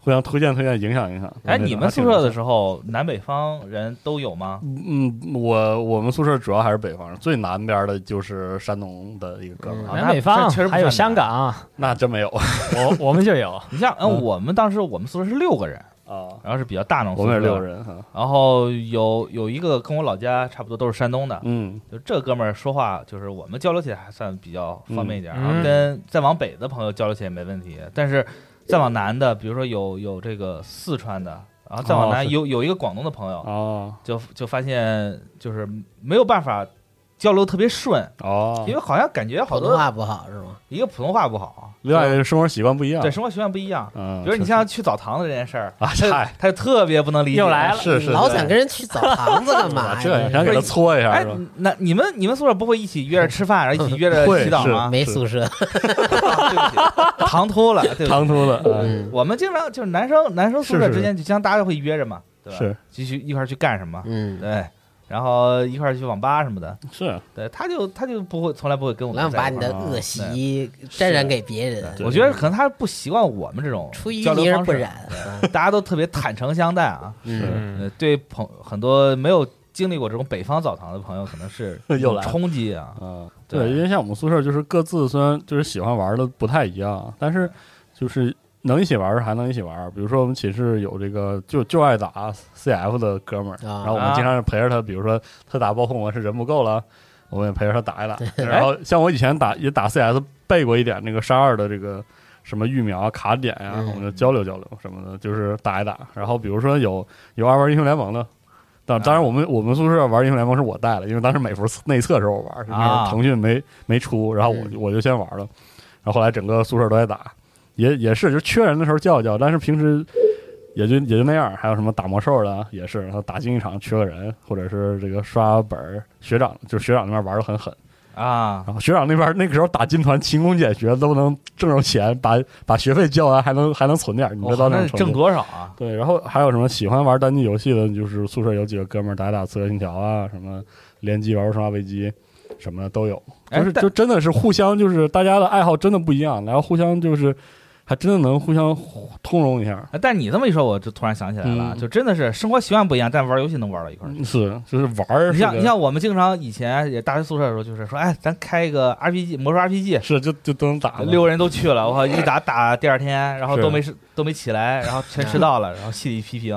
[SPEAKER 5] 互相推荐推荐，影响影响。
[SPEAKER 4] 哎，你们宿舍的
[SPEAKER 5] 时
[SPEAKER 4] 时候，南北方人都有吗？
[SPEAKER 5] 嗯，我我们宿舍主要还是北方，最南边的就是山东的一个哥们儿，
[SPEAKER 4] 啊
[SPEAKER 3] 南
[SPEAKER 4] 那
[SPEAKER 3] 北方
[SPEAKER 4] 确实不
[SPEAKER 3] 还有
[SPEAKER 4] 算
[SPEAKER 3] 香
[SPEAKER 4] 难
[SPEAKER 3] 港，
[SPEAKER 4] [LAUGHS]
[SPEAKER 5] 那真没有 [LAUGHS] 啊。
[SPEAKER 3] 我我们就
[SPEAKER 5] [LAUGHS]
[SPEAKER 3] 有。
[SPEAKER 4] 你像，嗯，
[SPEAKER 5] 嗯
[SPEAKER 4] 我们当时我们宿舍是六个人，然后是比较大那种哦宿
[SPEAKER 5] 我们
[SPEAKER 4] 舍，啊
[SPEAKER 5] 也是六。人哈，
[SPEAKER 4] 然后有有一个跟我老家差不多都是山东的，
[SPEAKER 5] 嗯，
[SPEAKER 4] 就这哥们儿说话，就是我们交流起来还算比较方便一点，
[SPEAKER 3] 嗯
[SPEAKER 4] 然后
[SPEAKER 3] 嗯
[SPEAKER 4] 跟再往北的朋友交流起来也没问题，但是再往南的，比如说有有这个四川的，然后再往
[SPEAKER 5] 哦
[SPEAKER 4] 南
[SPEAKER 5] 是
[SPEAKER 4] 有、有一个广东的朋友，
[SPEAKER 5] 哦
[SPEAKER 4] 就就发现就是没有办法交流特别顺，
[SPEAKER 5] 哦
[SPEAKER 4] 因为好像感觉好
[SPEAKER 6] 普通
[SPEAKER 4] 多
[SPEAKER 6] 话不好是吗？
[SPEAKER 4] 一个普通话不好，啊
[SPEAKER 5] 另外就是生活习惯不一样，
[SPEAKER 4] 对生活习惯不一样。
[SPEAKER 5] 啊嗯，
[SPEAKER 4] 比如你像去澡堂子这件事儿，
[SPEAKER 5] 啊，嗨，
[SPEAKER 4] 他就特别不能理解。
[SPEAKER 3] 又来了
[SPEAKER 5] 是是，
[SPEAKER 6] 老
[SPEAKER 5] 是
[SPEAKER 6] 想跟人去澡堂子干嘛
[SPEAKER 5] 啊 [LAUGHS]
[SPEAKER 6] 呀？
[SPEAKER 5] 这你想给他搓一下
[SPEAKER 4] 哎
[SPEAKER 5] 是吧？，
[SPEAKER 4] 那你们你们宿舍不会一起约着吃饭，然后一起约着
[SPEAKER 5] 会
[SPEAKER 4] 洗澡
[SPEAKER 5] 是
[SPEAKER 4] 吗？ [LAUGHS]
[SPEAKER 6] 没宿舍，
[SPEAKER 4] 啊对不起，唐突了，对不起。
[SPEAKER 5] 唐突的，啊
[SPEAKER 6] 嗯
[SPEAKER 4] 我们经常就是男生男生宿
[SPEAKER 5] 是
[SPEAKER 4] 舍
[SPEAKER 5] 是
[SPEAKER 4] 之间就经常大家会约着嘛，对吧？
[SPEAKER 5] 是
[SPEAKER 4] 就去一块儿去干什么，
[SPEAKER 6] 嗯，
[SPEAKER 4] 对，然后一块儿去网吧什么的，
[SPEAKER 5] 哎是，
[SPEAKER 4] 对，他就他就不会从来不会跟我
[SPEAKER 6] 老
[SPEAKER 4] 们
[SPEAKER 6] 想
[SPEAKER 4] 在
[SPEAKER 6] 把
[SPEAKER 4] 一
[SPEAKER 6] 你
[SPEAKER 4] 块
[SPEAKER 6] 的
[SPEAKER 4] 儿。
[SPEAKER 6] 恶习沾染给别人，
[SPEAKER 5] 对
[SPEAKER 4] 我觉得可能他不习惯我们这种
[SPEAKER 6] 出淤
[SPEAKER 4] 交流
[SPEAKER 6] 泥而
[SPEAKER 4] 方
[SPEAKER 6] 不
[SPEAKER 4] 式，
[SPEAKER 6] 染。
[SPEAKER 4] 大家都特别坦诚相待啊。
[SPEAKER 6] 嗯，
[SPEAKER 4] 呃，对朋很多没有经历过这种北方澡堂的朋友，可
[SPEAKER 5] [LAUGHS]
[SPEAKER 4] 能是
[SPEAKER 5] 又来了
[SPEAKER 4] 冲击啊。
[SPEAKER 5] 啊，
[SPEAKER 4] 对
[SPEAKER 5] 对，因为像我们宿舍就是各自虽然就是喜欢玩的不太一样，但是就是能一起玩儿还能一起玩儿。比如说我们寝室有这个就就爱打 CF 的哥们儿，
[SPEAKER 6] 啊
[SPEAKER 5] 然后我们经常是陪着他，比如说他打暴风模式人不够了，我们也陪着他打一打。然后像我以前打也打 CS 背过一点那个沙二的这个。什么育苗啊卡点呀、
[SPEAKER 6] 嗯
[SPEAKER 5] 我们就交流交流什么的，就是打一打。然后比如说有有爱玩英雄联盟的，当
[SPEAKER 4] 啊
[SPEAKER 5] 当然，我们我们宿舍玩英雄联盟是我带的，因为当时美服内测时候我玩，就是那
[SPEAKER 4] 啊嗯
[SPEAKER 5] 时候腾讯没没出，然后我就我就先玩了，然后后来整个宿舍都在打，也也是就缺人的时候叫一叫，但是平时也就也就那样。还有什么打魔兽的也是，然后打竞技场缺个人，或者是这个刷本儿学长，就是学长那边玩的很狠，
[SPEAKER 4] 啊，
[SPEAKER 5] 然后学长那边那个时候打金团勤工俭学都能挣着钱，把把学费交完还能还能存点儿，你
[SPEAKER 4] 我
[SPEAKER 5] 知道那
[SPEAKER 4] 靠哦那
[SPEAKER 5] 种
[SPEAKER 4] 得
[SPEAKER 5] 程度
[SPEAKER 4] 挣多少啊？
[SPEAKER 5] 对，然后还有什么喜欢玩单机游戏的，就是宿舍有几个哥们儿打打《刺客信条》啊，什么联机玩玩《生化危机》什么的都有，
[SPEAKER 4] 哎
[SPEAKER 5] 就是
[SPEAKER 4] 但
[SPEAKER 5] 就真的是互相就是大家的爱好真的不一样，然后互相就是还真的能互相通融一下，
[SPEAKER 4] 哎但你这么一说，我就突然想起来了，
[SPEAKER 5] 嗯
[SPEAKER 4] 就真的是生活习惯不一样，但玩游戏能玩到一块儿去。
[SPEAKER 5] 是就是玩儿
[SPEAKER 4] 你
[SPEAKER 5] 是个，
[SPEAKER 4] 像你像我们经常以前也大学宿舍的时候，就是说，哎，咱开一个 RPG 魔兽 RPG，
[SPEAKER 5] 是就就都能打了
[SPEAKER 4] 啊六个人都去了，我靠，一打打第二天，然后
[SPEAKER 5] 是
[SPEAKER 4] 都没吃都没起来，然后全迟到了，然后系里
[SPEAKER 5] [LAUGHS]
[SPEAKER 4] 批评，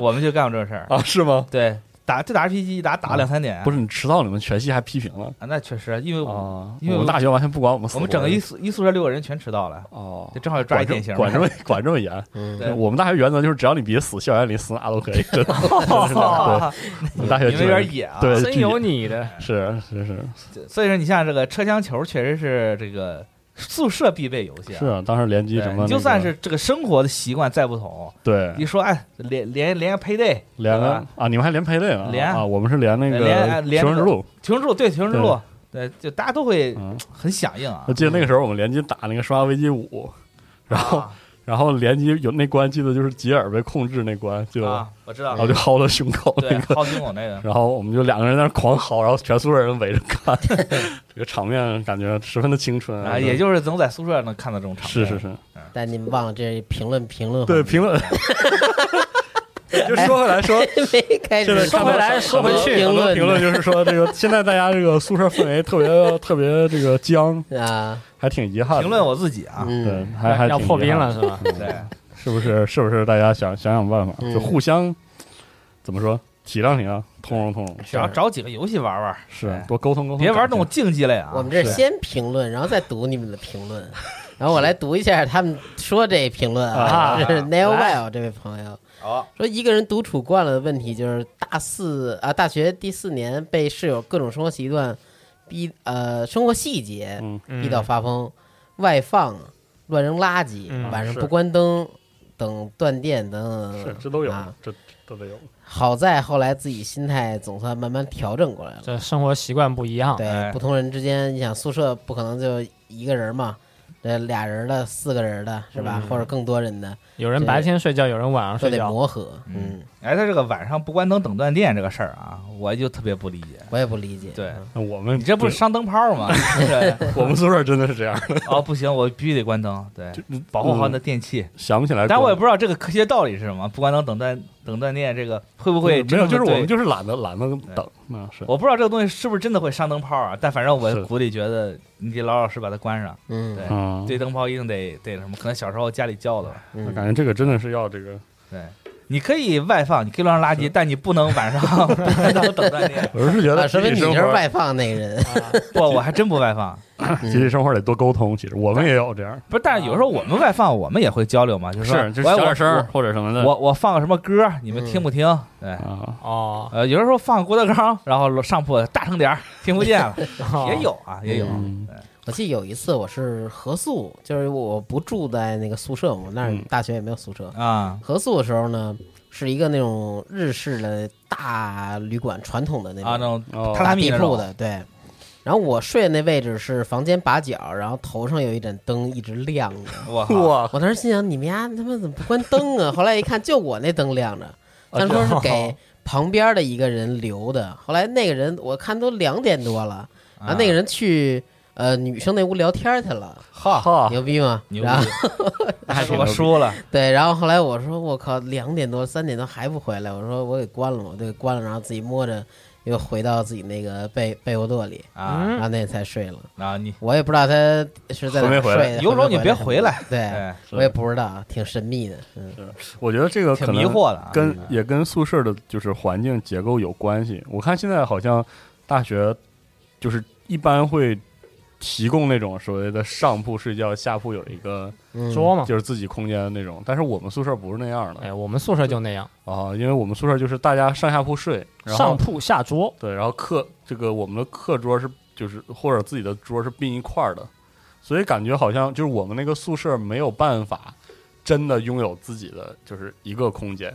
[SPEAKER 4] 我们就干过这种事儿。
[SPEAKER 5] 啊是吗？
[SPEAKER 4] 对，打就打 RPG，一打打两三点，
[SPEAKER 5] 不
[SPEAKER 4] 是
[SPEAKER 5] 是你迟到，你们全系还批评了
[SPEAKER 4] 啊，那确实，因为我
[SPEAKER 5] 啊！
[SPEAKER 4] 因为
[SPEAKER 5] 我们大学完全不管我们死活
[SPEAKER 4] 我
[SPEAKER 5] 的，
[SPEAKER 4] 们整个一宿一宿舍六个人全迟到了，
[SPEAKER 5] 哦
[SPEAKER 4] 就。正好抓一
[SPEAKER 5] 管
[SPEAKER 4] 典型
[SPEAKER 5] 这管这么管这么严，
[SPEAKER 4] 对
[SPEAKER 5] 我们大学原则就是只要你别死校园里死哪都可以。真
[SPEAKER 4] [LAUGHS]
[SPEAKER 5] 的 [LAUGHS]
[SPEAKER 4] 嘛，
[SPEAKER 5] 我 [LAUGHS] 们大学
[SPEAKER 4] 你们有点野啊。
[SPEAKER 5] 对
[SPEAKER 3] 真有你的，
[SPEAKER 5] 是是是
[SPEAKER 4] 所以说你像这个车厢球，确实是这个宿舍必备游戏啊。
[SPEAKER 5] 是啊，当时联机
[SPEAKER 4] 对
[SPEAKER 5] 什么、
[SPEAKER 4] 你就算是这个生活的习惯再不同，
[SPEAKER 5] 对
[SPEAKER 4] 一说哎，连连连个配对，
[SPEAKER 5] 连
[SPEAKER 4] 对
[SPEAKER 5] 个
[SPEAKER 4] 吧
[SPEAKER 5] 啊，你们还连配对呢？
[SPEAKER 4] 连
[SPEAKER 5] 啊，我们是连那
[SPEAKER 4] 连
[SPEAKER 5] 个
[SPEAKER 4] 连
[SPEAKER 5] 求生之路，
[SPEAKER 4] 求生之路对求生之路，对，就大家都会
[SPEAKER 5] 嗯，
[SPEAKER 4] 很响应啊
[SPEAKER 5] 我。记得那个时候我们联机打那个《生化危机五》，然后、
[SPEAKER 4] 啊
[SPEAKER 5] 然后联机有那关，记得就是吉尔被控制那关，记得吧？
[SPEAKER 4] 啊，我知道
[SPEAKER 5] 然，后就薅了胸口
[SPEAKER 4] 对
[SPEAKER 5] 那，个，
[SPEAKER 4] 好听我那个，
[SPEAKER 5] 然后我们就两个人在那儿狂薅，然后全宿舍人围着
[SPEAKER 4] [LAUGHS]
[SPEAKER 5] 看，这个场面感觉十分的青春
[SPEAKER 4] 啊，也就是能在宿舍能看到这种场
[SPEAKER 5] 嗯是
[SPEAKER 4] 面。
[SPEAKER 5] 是是，
[SPEAKER 6] 但你们忘了这评论评论
[SPEAKER 5] 对评 [LAUGHS]
[SPEAKER 4] [LAUGHS]
[SPEAKER 5] 论。就说回来说，
[SPEAKER 6] [LAUGHS] 没开
[SPEAKER 5] 现在
[SPEAKER 6] 始
[SPEAKER 3] 哎说
[SPEAKER 5] 看
[SPEAKER 3] 回
[SPEAKER 5] 到
[SPEAKER 3] 来说回去
[SPEAKER 6] 评
[SPEAKER 5] 很多
[SPEAKER 6] 论
[SPEAKER 5] 评论就是说，这个现在大家这个宿舍氛围特别 [LAUGHS] 特别这个僵，
[SPEAKER 6] 啊，
[SPEAKER 5] 还挺遗憾的。
[SPEAKER 4] 评论我自己啊，
[SPEAKER 5] 对
[SPEAKER 6] 嗯，，
[SPEAKER 5] 还还
[SPEAKER 3] 要
[SPEAKER 5] 挺
[SPEAKER 3] 破
[SPEAKER 5] 遗
[SPEAKER 3] 冰
[SPEAKER 5] 憾
[SPEAKER 3] 了
[SPEAKER 5] 的 [LAUGHS]
[SPEAKER 3] 是吧？
[SPEAKER 4] 对，
[SPEAKER 5] 是不是？是不是？大家想想想办法，
[SPEAKER 6] 嗯
[SPEAKER 5] 就互相怎么说，体谅体谅，通融通融，
[SPEAKER 6] 哎
[SPEAKER 4] 只要找几个游戏玩玩，
[SPEAKER 5] 是
[SPEAKER 4] 哎
[SPEAKER 5] 多沟通沟通，
[SPEAKER 4] 别玩那
[SPEAKER 5] 感
[SPEAKER 4] 种
[SPEAKER 5] 情
[SPEAKER 4] 竞技类啊。
[SPEAKER 6] 我们这
[SPEAKER 5] 是
[SPEAKER 6] 是先评论，然后再读你们的评
[SPEAKER 5] [LAUGHS]
[SPEAKER 6] 论，然后我来读一下他们说这评论
[SPEAKER 4] 啊
[SPEAKER 6] 是 Neil
[SPEAKER 4] 来
[SPEAKER 6] Well 这位朋友。
[SPEAKER 4] 好，
[SPEAKER 6] 说一个人独处惯了的问题就是大四啊，大学第四年被室友各种生活习惯逼呃生活细节
[SPEAKER 5] 嗯
[SPEAKER 6] 逼到发疯，外放、乱扔垃圾、
[SPEAKER 3] 嗯
[SPEAKER 6] 晚上
[SPEAKER 5] 是
[SPEAKER 6] 不关灯等断电等等
[SPEAKER 5] 是
[SPEAKER 6] 等，
[SPEAKER 5] 这都有
[SPEAKER 6] 啊，
[SPEAKER 5] 这这都得有。
[SPEAKER 6] 好在后来自己心态总算慢慢调整过来了。
[SPEAKER 3] 这生活习惯不一样，
[SPEAKER 6] 对，
[SPEAKER 4] 哎
[SPEAKER 6] 不同人之间，你想宿舍不可能就一个人嘛，这俩人的、四个人的是吧，或者更多人的
[SPEAKER 3] 有人白天睡觉，有人晚上
[SPEAKER 6] 都
[SPEAKER 3] 啊睡
[SPEAKER 6] 得
[SPEAKER 3] 觉，
[SPEAKER 6] 磨合。
[SPEAKER 4] 嗯
[SPEAKER 6] 嗯，
[SPEAKER 4] 哎，他这个晚上不关灯等断电这个事儿啊，我就特别不理解。
[SPEAKER 6] 我也不理解。
[SPEAKER 4] 对
[SPEAKER 5] 那我们
[SPEAKER 4] 你这不是伤灯泡吗？对，
[SPEAKER 5] [LAUGHS] 对我们宿舍真的是这样，嗯
[SPEAKER 4] 哦，不行，我必须得关灯，对， [LAUGHS] 保护好你的电器。
[SPEAKER 5] 想不起来。
[SPEAKER 4] 但我也不知道这个科学道理是什么，不关灯等断等断电，这个会不会
[SPEAKER 5] 嗯没有，就是我们
[SPEAKER 4] 就
[SPEAKER 5] 就是懒得懒得等，那是
[SPEAKER 4] 我不知道这个东西是不是真的会伤灯泡啊？但反正
[SPEAKER 5] 是
[SPEAKER 4] 我骨里觉得你得老老实实把它关上，
[SPEAKER 6] 嗯，
[SPEAKER 4] 对
[SPEAKER 5] 嗯，
[SPEAKER 4] 对灯泡一定得得什么？可能小时候家里教的吧。
[SPEAKER 5] 我
[SPEAKER 6] 嗯，
[SPEAKER 5] 感觉这个真的是要这个。
[SPEAKER 4] 对，你可以外放，你可以乱扔垃圾，但你不能晚上 [LAUGHS] 不能等断
[SPEAKER 5] [LAUGHS]
[SPEAKER 4] 电。
[SPEAKER 5] 我是觉
[SPEAKER 6] 啊，
[SPEAKER 5] 得集
[SPEAKER 6] 说明
[SPEAKER 5] 体
[SPEAKER 6] 你
[SPEAKER 5] 生
[SPEAKER 6] 就是
[SPEAKER 5] 活，
[SPEAKER 6] 外放那个人。 [LAUGHS]
[SPEAKER 4] 不，我还真不外放。
[SPEAKER 6] 嗯
[SPEAKER 5] 集体生活得多沟通。其实我们也有这样，
[SPEAKER 4] 不是，但是有时候我们外放，我们也会交流嘛，就是说，
[SPEAKER 5] 是就是
[SPEAKER 4] 我
[SPEAKER 5] 小点声
[SPEAKER 4] 我
[SPEAKER 5] 儿嗯或者什么的。
[SPEAKER 4] 我我放个什么歌，你们
[SPEAKER 6] 嗯
[SPEAKER 4] 听不听？对，
[SPEAKER 5] 啊，
[SPEAKER 3] 哦，
[SPEAKER 4] 呃，有人说放郭德纲，然后上铺大声点儿，听不
[SPEAKER 5] [LAUGHS]
[SPEAKER 4] 见了，也有啊，也有。
[SPEAKER 5] 哦嗯
[SPEAKER 6] 我记得有一次我是合宿，就是我不住在那个宿舍嘛，我那儿
[SPEAKER 5] 嗯
[SPEAKER 6] 大学也没有宿舍。
[SPEAKER 4] 啊，
[SPEAKER 6] 合宿的时候呢，是一个那种日式的大旅馆，传统的那种
[SPEAKER 4] 啊，那种
[SPEAKER 5] 哦
[SPEAKER 4] 榻榻
[SPEAKER 6] 大
[SPEAKER 4] 米
[SPEAKER 6] 地
[SPEAKER 4] 那
[SPEAKER 6] 铺
[SPEAKER 4] 种
[SPEAKER 6] 的，对。然后我睡的那位置是房间把角，然后头上有一盏灯一直亮着。
[SPEAKER 4] 我靠
[SPEAKER 5] 哇，
[SPEAKER 6] 我当时心想，你们家他妈怎么不关灯啊？后 [LAUGHS] 来一看，就我那灯亮
[SPEAKER 4] 啊
[SPEAKER 6] 着，他说是
[SPEAKER 4] [LAUGHS]
[SPEAKER 6] 给旁边的一个人留的。后来那个人我看都两点多了，
[SPEAKER 4] 啊
[SPEAKER 6] 然后那个人去呃女生那屋聊天去了，
[SPEAKER 5] 哈哈，
[SPEAKER 6] 牛逼吗？
[SPEAKER 4] 牛逼
[SPEAKER 5] 啊
[SPEAKER 6] 然后，
[SPEAKER 4] [LAUGHS] 还
[SPEAKER 5] 挺牛
[SPEAKER 4] 我
[SPEAKER 5] 逼
[SPEAKER 4] 输了，
[SPEAKER 6] 对，然后后来我说我靠，两点多三点多还不回来，我说我给关了，我就给关了，然后自己摸着又回到自己那个被被窝垛里，
[SPEAKER 4] 啊
[SPEAKER 6] 然后那才睡了。
[SPEAKER 4] 啊！你
[SPEAKER 6] 我也不知道他是在哪
[SPEAKER 5] 回没
[SPEAKER 6] 儿
[SPEAKER 5] 回
[SPEAKER 6] 睡
[SPEAKER 5] 来
[SPEAKER 6] 的，
[SPEAKER 4] 有种你别
[SPEAKER 6] 回
[SPEAKER 4] 回来，
[SPEAKER 6] 对，
[SPEAKER 5] 嗯
[SPEAKER 4] 哎
[SPEAKER 6] 我也不知道，啊挺神秘的。嗯，
[SPEAKER 5] 我觉得这个
[SPEAKER 4] 挺
[SPEAKER 5] 可
[SPEAKER 4] 迷
[SPEAKER 5] 能
[SPEAKER 4] 惑的啊。
[SPEAKER 5] 跟也跟宿舍的就是环境结构有关系。我看现在好像大学就是一般会提供那种所谓的上铺睡觉，下铺有一个
[SPEAKER 3] [LAUGHS]
[SPEAKER 6] 嗯
[SPEAKER 3] 说嘛，
[SPEAKER 5] 就是自己空间的那种，但是我们宿舍不是那样的
[SPEAKER 3] 哎，我们宿舍就那样，
[SPEAKER 5] 啊，因为我们宿舍就是大家上下铺睡，然
[SPEAKER 3] 上
[SPEAKER 5] 后
[SPEAKER 3] 铺下桌，
[SPEAKER 5] 对，然后课这个我们的课桌是就是或者自己的桌是并一块儿的，所以感觉好像就是我们那个宿舍没有办法真的拥有自己的就是一个空间，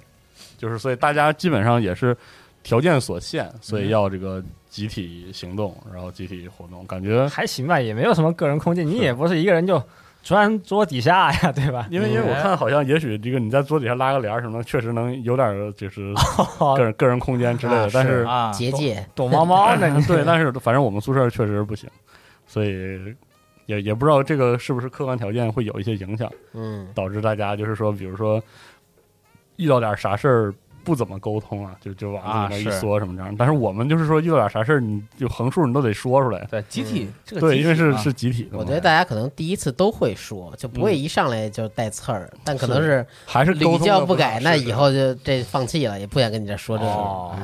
[SPEAKER 5] 就是所以大家基本上也是条件所限，所以要这个集体行动，然后集体活动，感觉
[SPEAKER 3] 还行吧，也没有什么个人空间，你也不是一个人就钻桌底下呀， [LAUGHS] 对吧？
[SPEAKER 5] 因为因为我看好像也许这个你在桌底下拉个帘儿什么的，确实能有点儿 [LAUGHS] 就是个人个人空间之类的
[SPEAKER 6] 啊，
[SPEAKER 5] 但
[SPEAKER 6] 是
[SPEAKER 5] 是
[SPEAKER 4] 啊，
[SPEAKER 6] 结界，
[SPEAKER 3] 躲 [LAUGHS] 猫
[SPEAKER 5] [LAUGHS]
[SPEAKER 3] 猫呢，你
[SPEAKER 5] 对，但是反正我们宿舍确实不行，所以也也不知道这个是不是客观条件会有一些影响，
[SPEAKER 6] 嗯
[SPEAKER 5] 导致大家就是说，比如说遇到点啥事儿不怎么沟通啊，就就
[SPEAKER 4] 啊
[SPEAKER 5] 往自己那
[SPEAKER 4] 是
[SPEAKER 5] 一缩什么这样。但是我们就是说遇到点啥事儿，你就横竖你都得说出来，
[SPEAKER 4] 对集体这个
[SPEAKER 5] 对，嗯
[SPEAKER 4] 集
[SPEAKER 5] 因为
[SPEAKER 4] 体
[SPEAKER 5] 是
[SPEAKER 4] 啊
[SPEAKER 5] 是集体的嘛，
[SPEAKER 6] 我觉得大家可能第一次都会说，就不会一上来就带刺儿，但可能是
[SPEAKER 5] 还是
[SPEAKER 6] 屡
[SPEAKER 5] 沟通
[SPEAKER 6] 教
[SPEAKER 5] 的
[SPEAKER 6] 不
[SPEAKER 5] 不
[SPEAKER 6] 改，
[SPEAKER 5] 是
[SPEAKER 6] 那以后就这放弃了，也不想跟你这说这事儿。
[SPEAKER 3] 哦，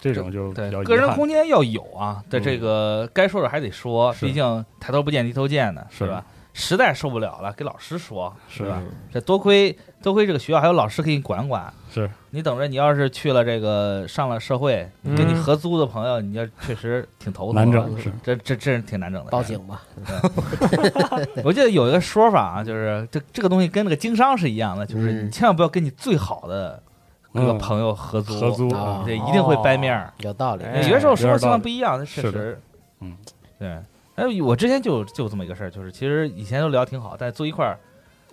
[SPEAKER 5] 这种就比
[SPEAKER 4] 对
[SPEAKER 5] 较遗
[SPEAKER 4] 个人
[SPEAKER 5] 憾
[SPEAKER 4] 空间要有啊，对
[SPEAKER 5] 嗯
[SPEAKER 4] 这个该说的还得说，
[SPEAKER 5] 是
[SPEAKER 4] 毕竟抬头不见低头见的，
[SPEAKER 5] 是
[SPEAKER 4] 是吧？实在受不了了，给老师说，
[SPEAKER 5] 是
[SPEAKER 4] 吧
[SPEAKER 5] 吧？？
[SPEAKER 4] 这多亏多亏这个学校还有老师给你管管。
[SPEAKER 5] 是
[SPEAKER 4] 你等着，你要是去了这个上了社会，
[SPEAKER 3] 嗯
[SPEAKER 4] 跟你合租的朋友，你要确实挺头疼的，
[SPEAKER 5] 难整是
[SPEAKER 4] 这这这是挺难整的。
[SPEAKER 6] 报警吧，
[SPEAKER 4] 我记得有一个说法啊，就是这这个东西跟那个经商是一样的，就是
[SPEAKER 6] 嗯
[SPEAKER 4] 你千万不要跟你最好的那个朋友合租，
[SPEAKER 5] 嗯合租
[SPEAKER 6] 啊
[SPEAKER 5] 啊，
[SPEAKER 4] 对，一定会掰面儿。
[SPEAKER 6] 有道理。
[SPEAKER 3] 哎
[SPEAKER 4] 有些时候
[SPEAKER 5] 有
[SPEAKER 4] 生
[SPEAKER 5] 点
[SPEAKER 4] 活情况
[SPEAKER 5] 道理嗯
[SPEAKER 4] 不一样，那确
[SPEAKER 5] 是的
[SPEAKER 4] 实对，哎，我之前就就这么一个事儿，就是其实以前都聊挺好，但坐一块儿，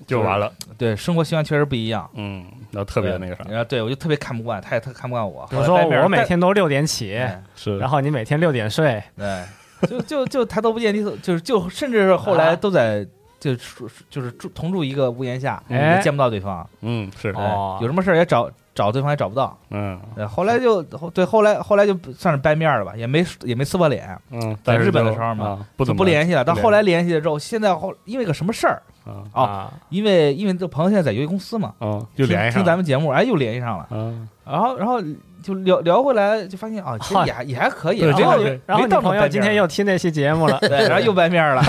[SPEAKER 5] 就完了。
[SPEAKER 4] 对生活习惯确实不一样，
[SPEAKER 5] 嗯，那特别那个啥，
[SPEAKER 4] 然后对我就特别看不惯，他也特看不惯我。
[SPEAKER 3] 比
[SPEAKER 4] 后来
[SPEAKER 3] 如说
[SPEAKER 4] 外面
[SPEAKER 3] 我每
[SPEAKER 4] 但
[SPEAKER 3] 天都六点起，
[SPEAKER 4] 哎
[SPEAKER 5] 是
[SPEAKER 3] 然后你每天六点睡，
[SPEAKER 4] 对，就就就他都不见低头，就是就甚至是后
[SPEAKER 3] 啊
[SPEAKER 4] 来都在就住就是住同住一个屋檐下，
[SPEAKER 3] 哎
[SPEAKER 4] 也见不到对方，
[SPEAKER 5] 嗯是
[SPEAKER 4] 哎
[SPEAKER 3] 哦
[SPEAKER 4] 有什么事儿也找找对方也找不到。
[SPEAKER 5] 嗯
[SPEAKER 4] 对，后来就后对后来后来就算是掰面儿了吧，也没也没撕破脸，
[SPEAKER 5] 嗯，
[SPEAKER 4] 在
[SPEAKER 5] 但是
[SPEAKER 4] 日本
[SPEAKER 5] 就
[SPEAKER 4] 的时候嘛
[SPEAKER 5] 啊不
[SPEAKER 4] 就
[SPEAKER 5] 怎
[SPEAKER 4] 不
[SPEAKER 5] 么
[SPEAKER 4] 联系了。到
[SPEAKER 5] 不
[SPEAKER 4] 后来
[SPEAKER 5] 联
[SPEAKER 4] 联系了之后，现在后因为个什么事儿，
[SPEAKER 5] 啊
[SPEAKER 4] 哦
[SPEAKER 3] 啊，
[SPEAKER 4] 因为因为这朋友现在在游戏公司嘛，
[SPEAKER 5] 啊又联系上
[SPEAKER 4] 听听咱们节目，哎，又联系上了。
[SPEAKER 5] 啊，
[SPEAKER 4] 然后然后就聊聊回来，就发现啊，其实
[SPEAKER 3] 嗨
[SPEAKER 4] 也还也还可以。
[SPEAKER 5] 对
[SPEAKER 4] 然
[SPEAKER 5] 这个
[SPEAKER 4] 后没
[SPEAKER 5] 是
[SPEAKER 3] 然后
[SPEAKER 4] 没
[SPEAKER 3] 你
[SPEAKER 4] 到
[SPEAKER 3] 朋
[SPEAKER 4] 那
[SPEAKER 3] 友
[SPEAKER 4] 么
[SPEAKER 3] 今
[SPEAKER 4] 掰
[SPEAKER 3] 天
[SPEAKER 4] 面儿，
[SPEAKER 3] 又听那期节目了
[SPEAKER 4] [LAUGHS] 对，然后又掰面儿了。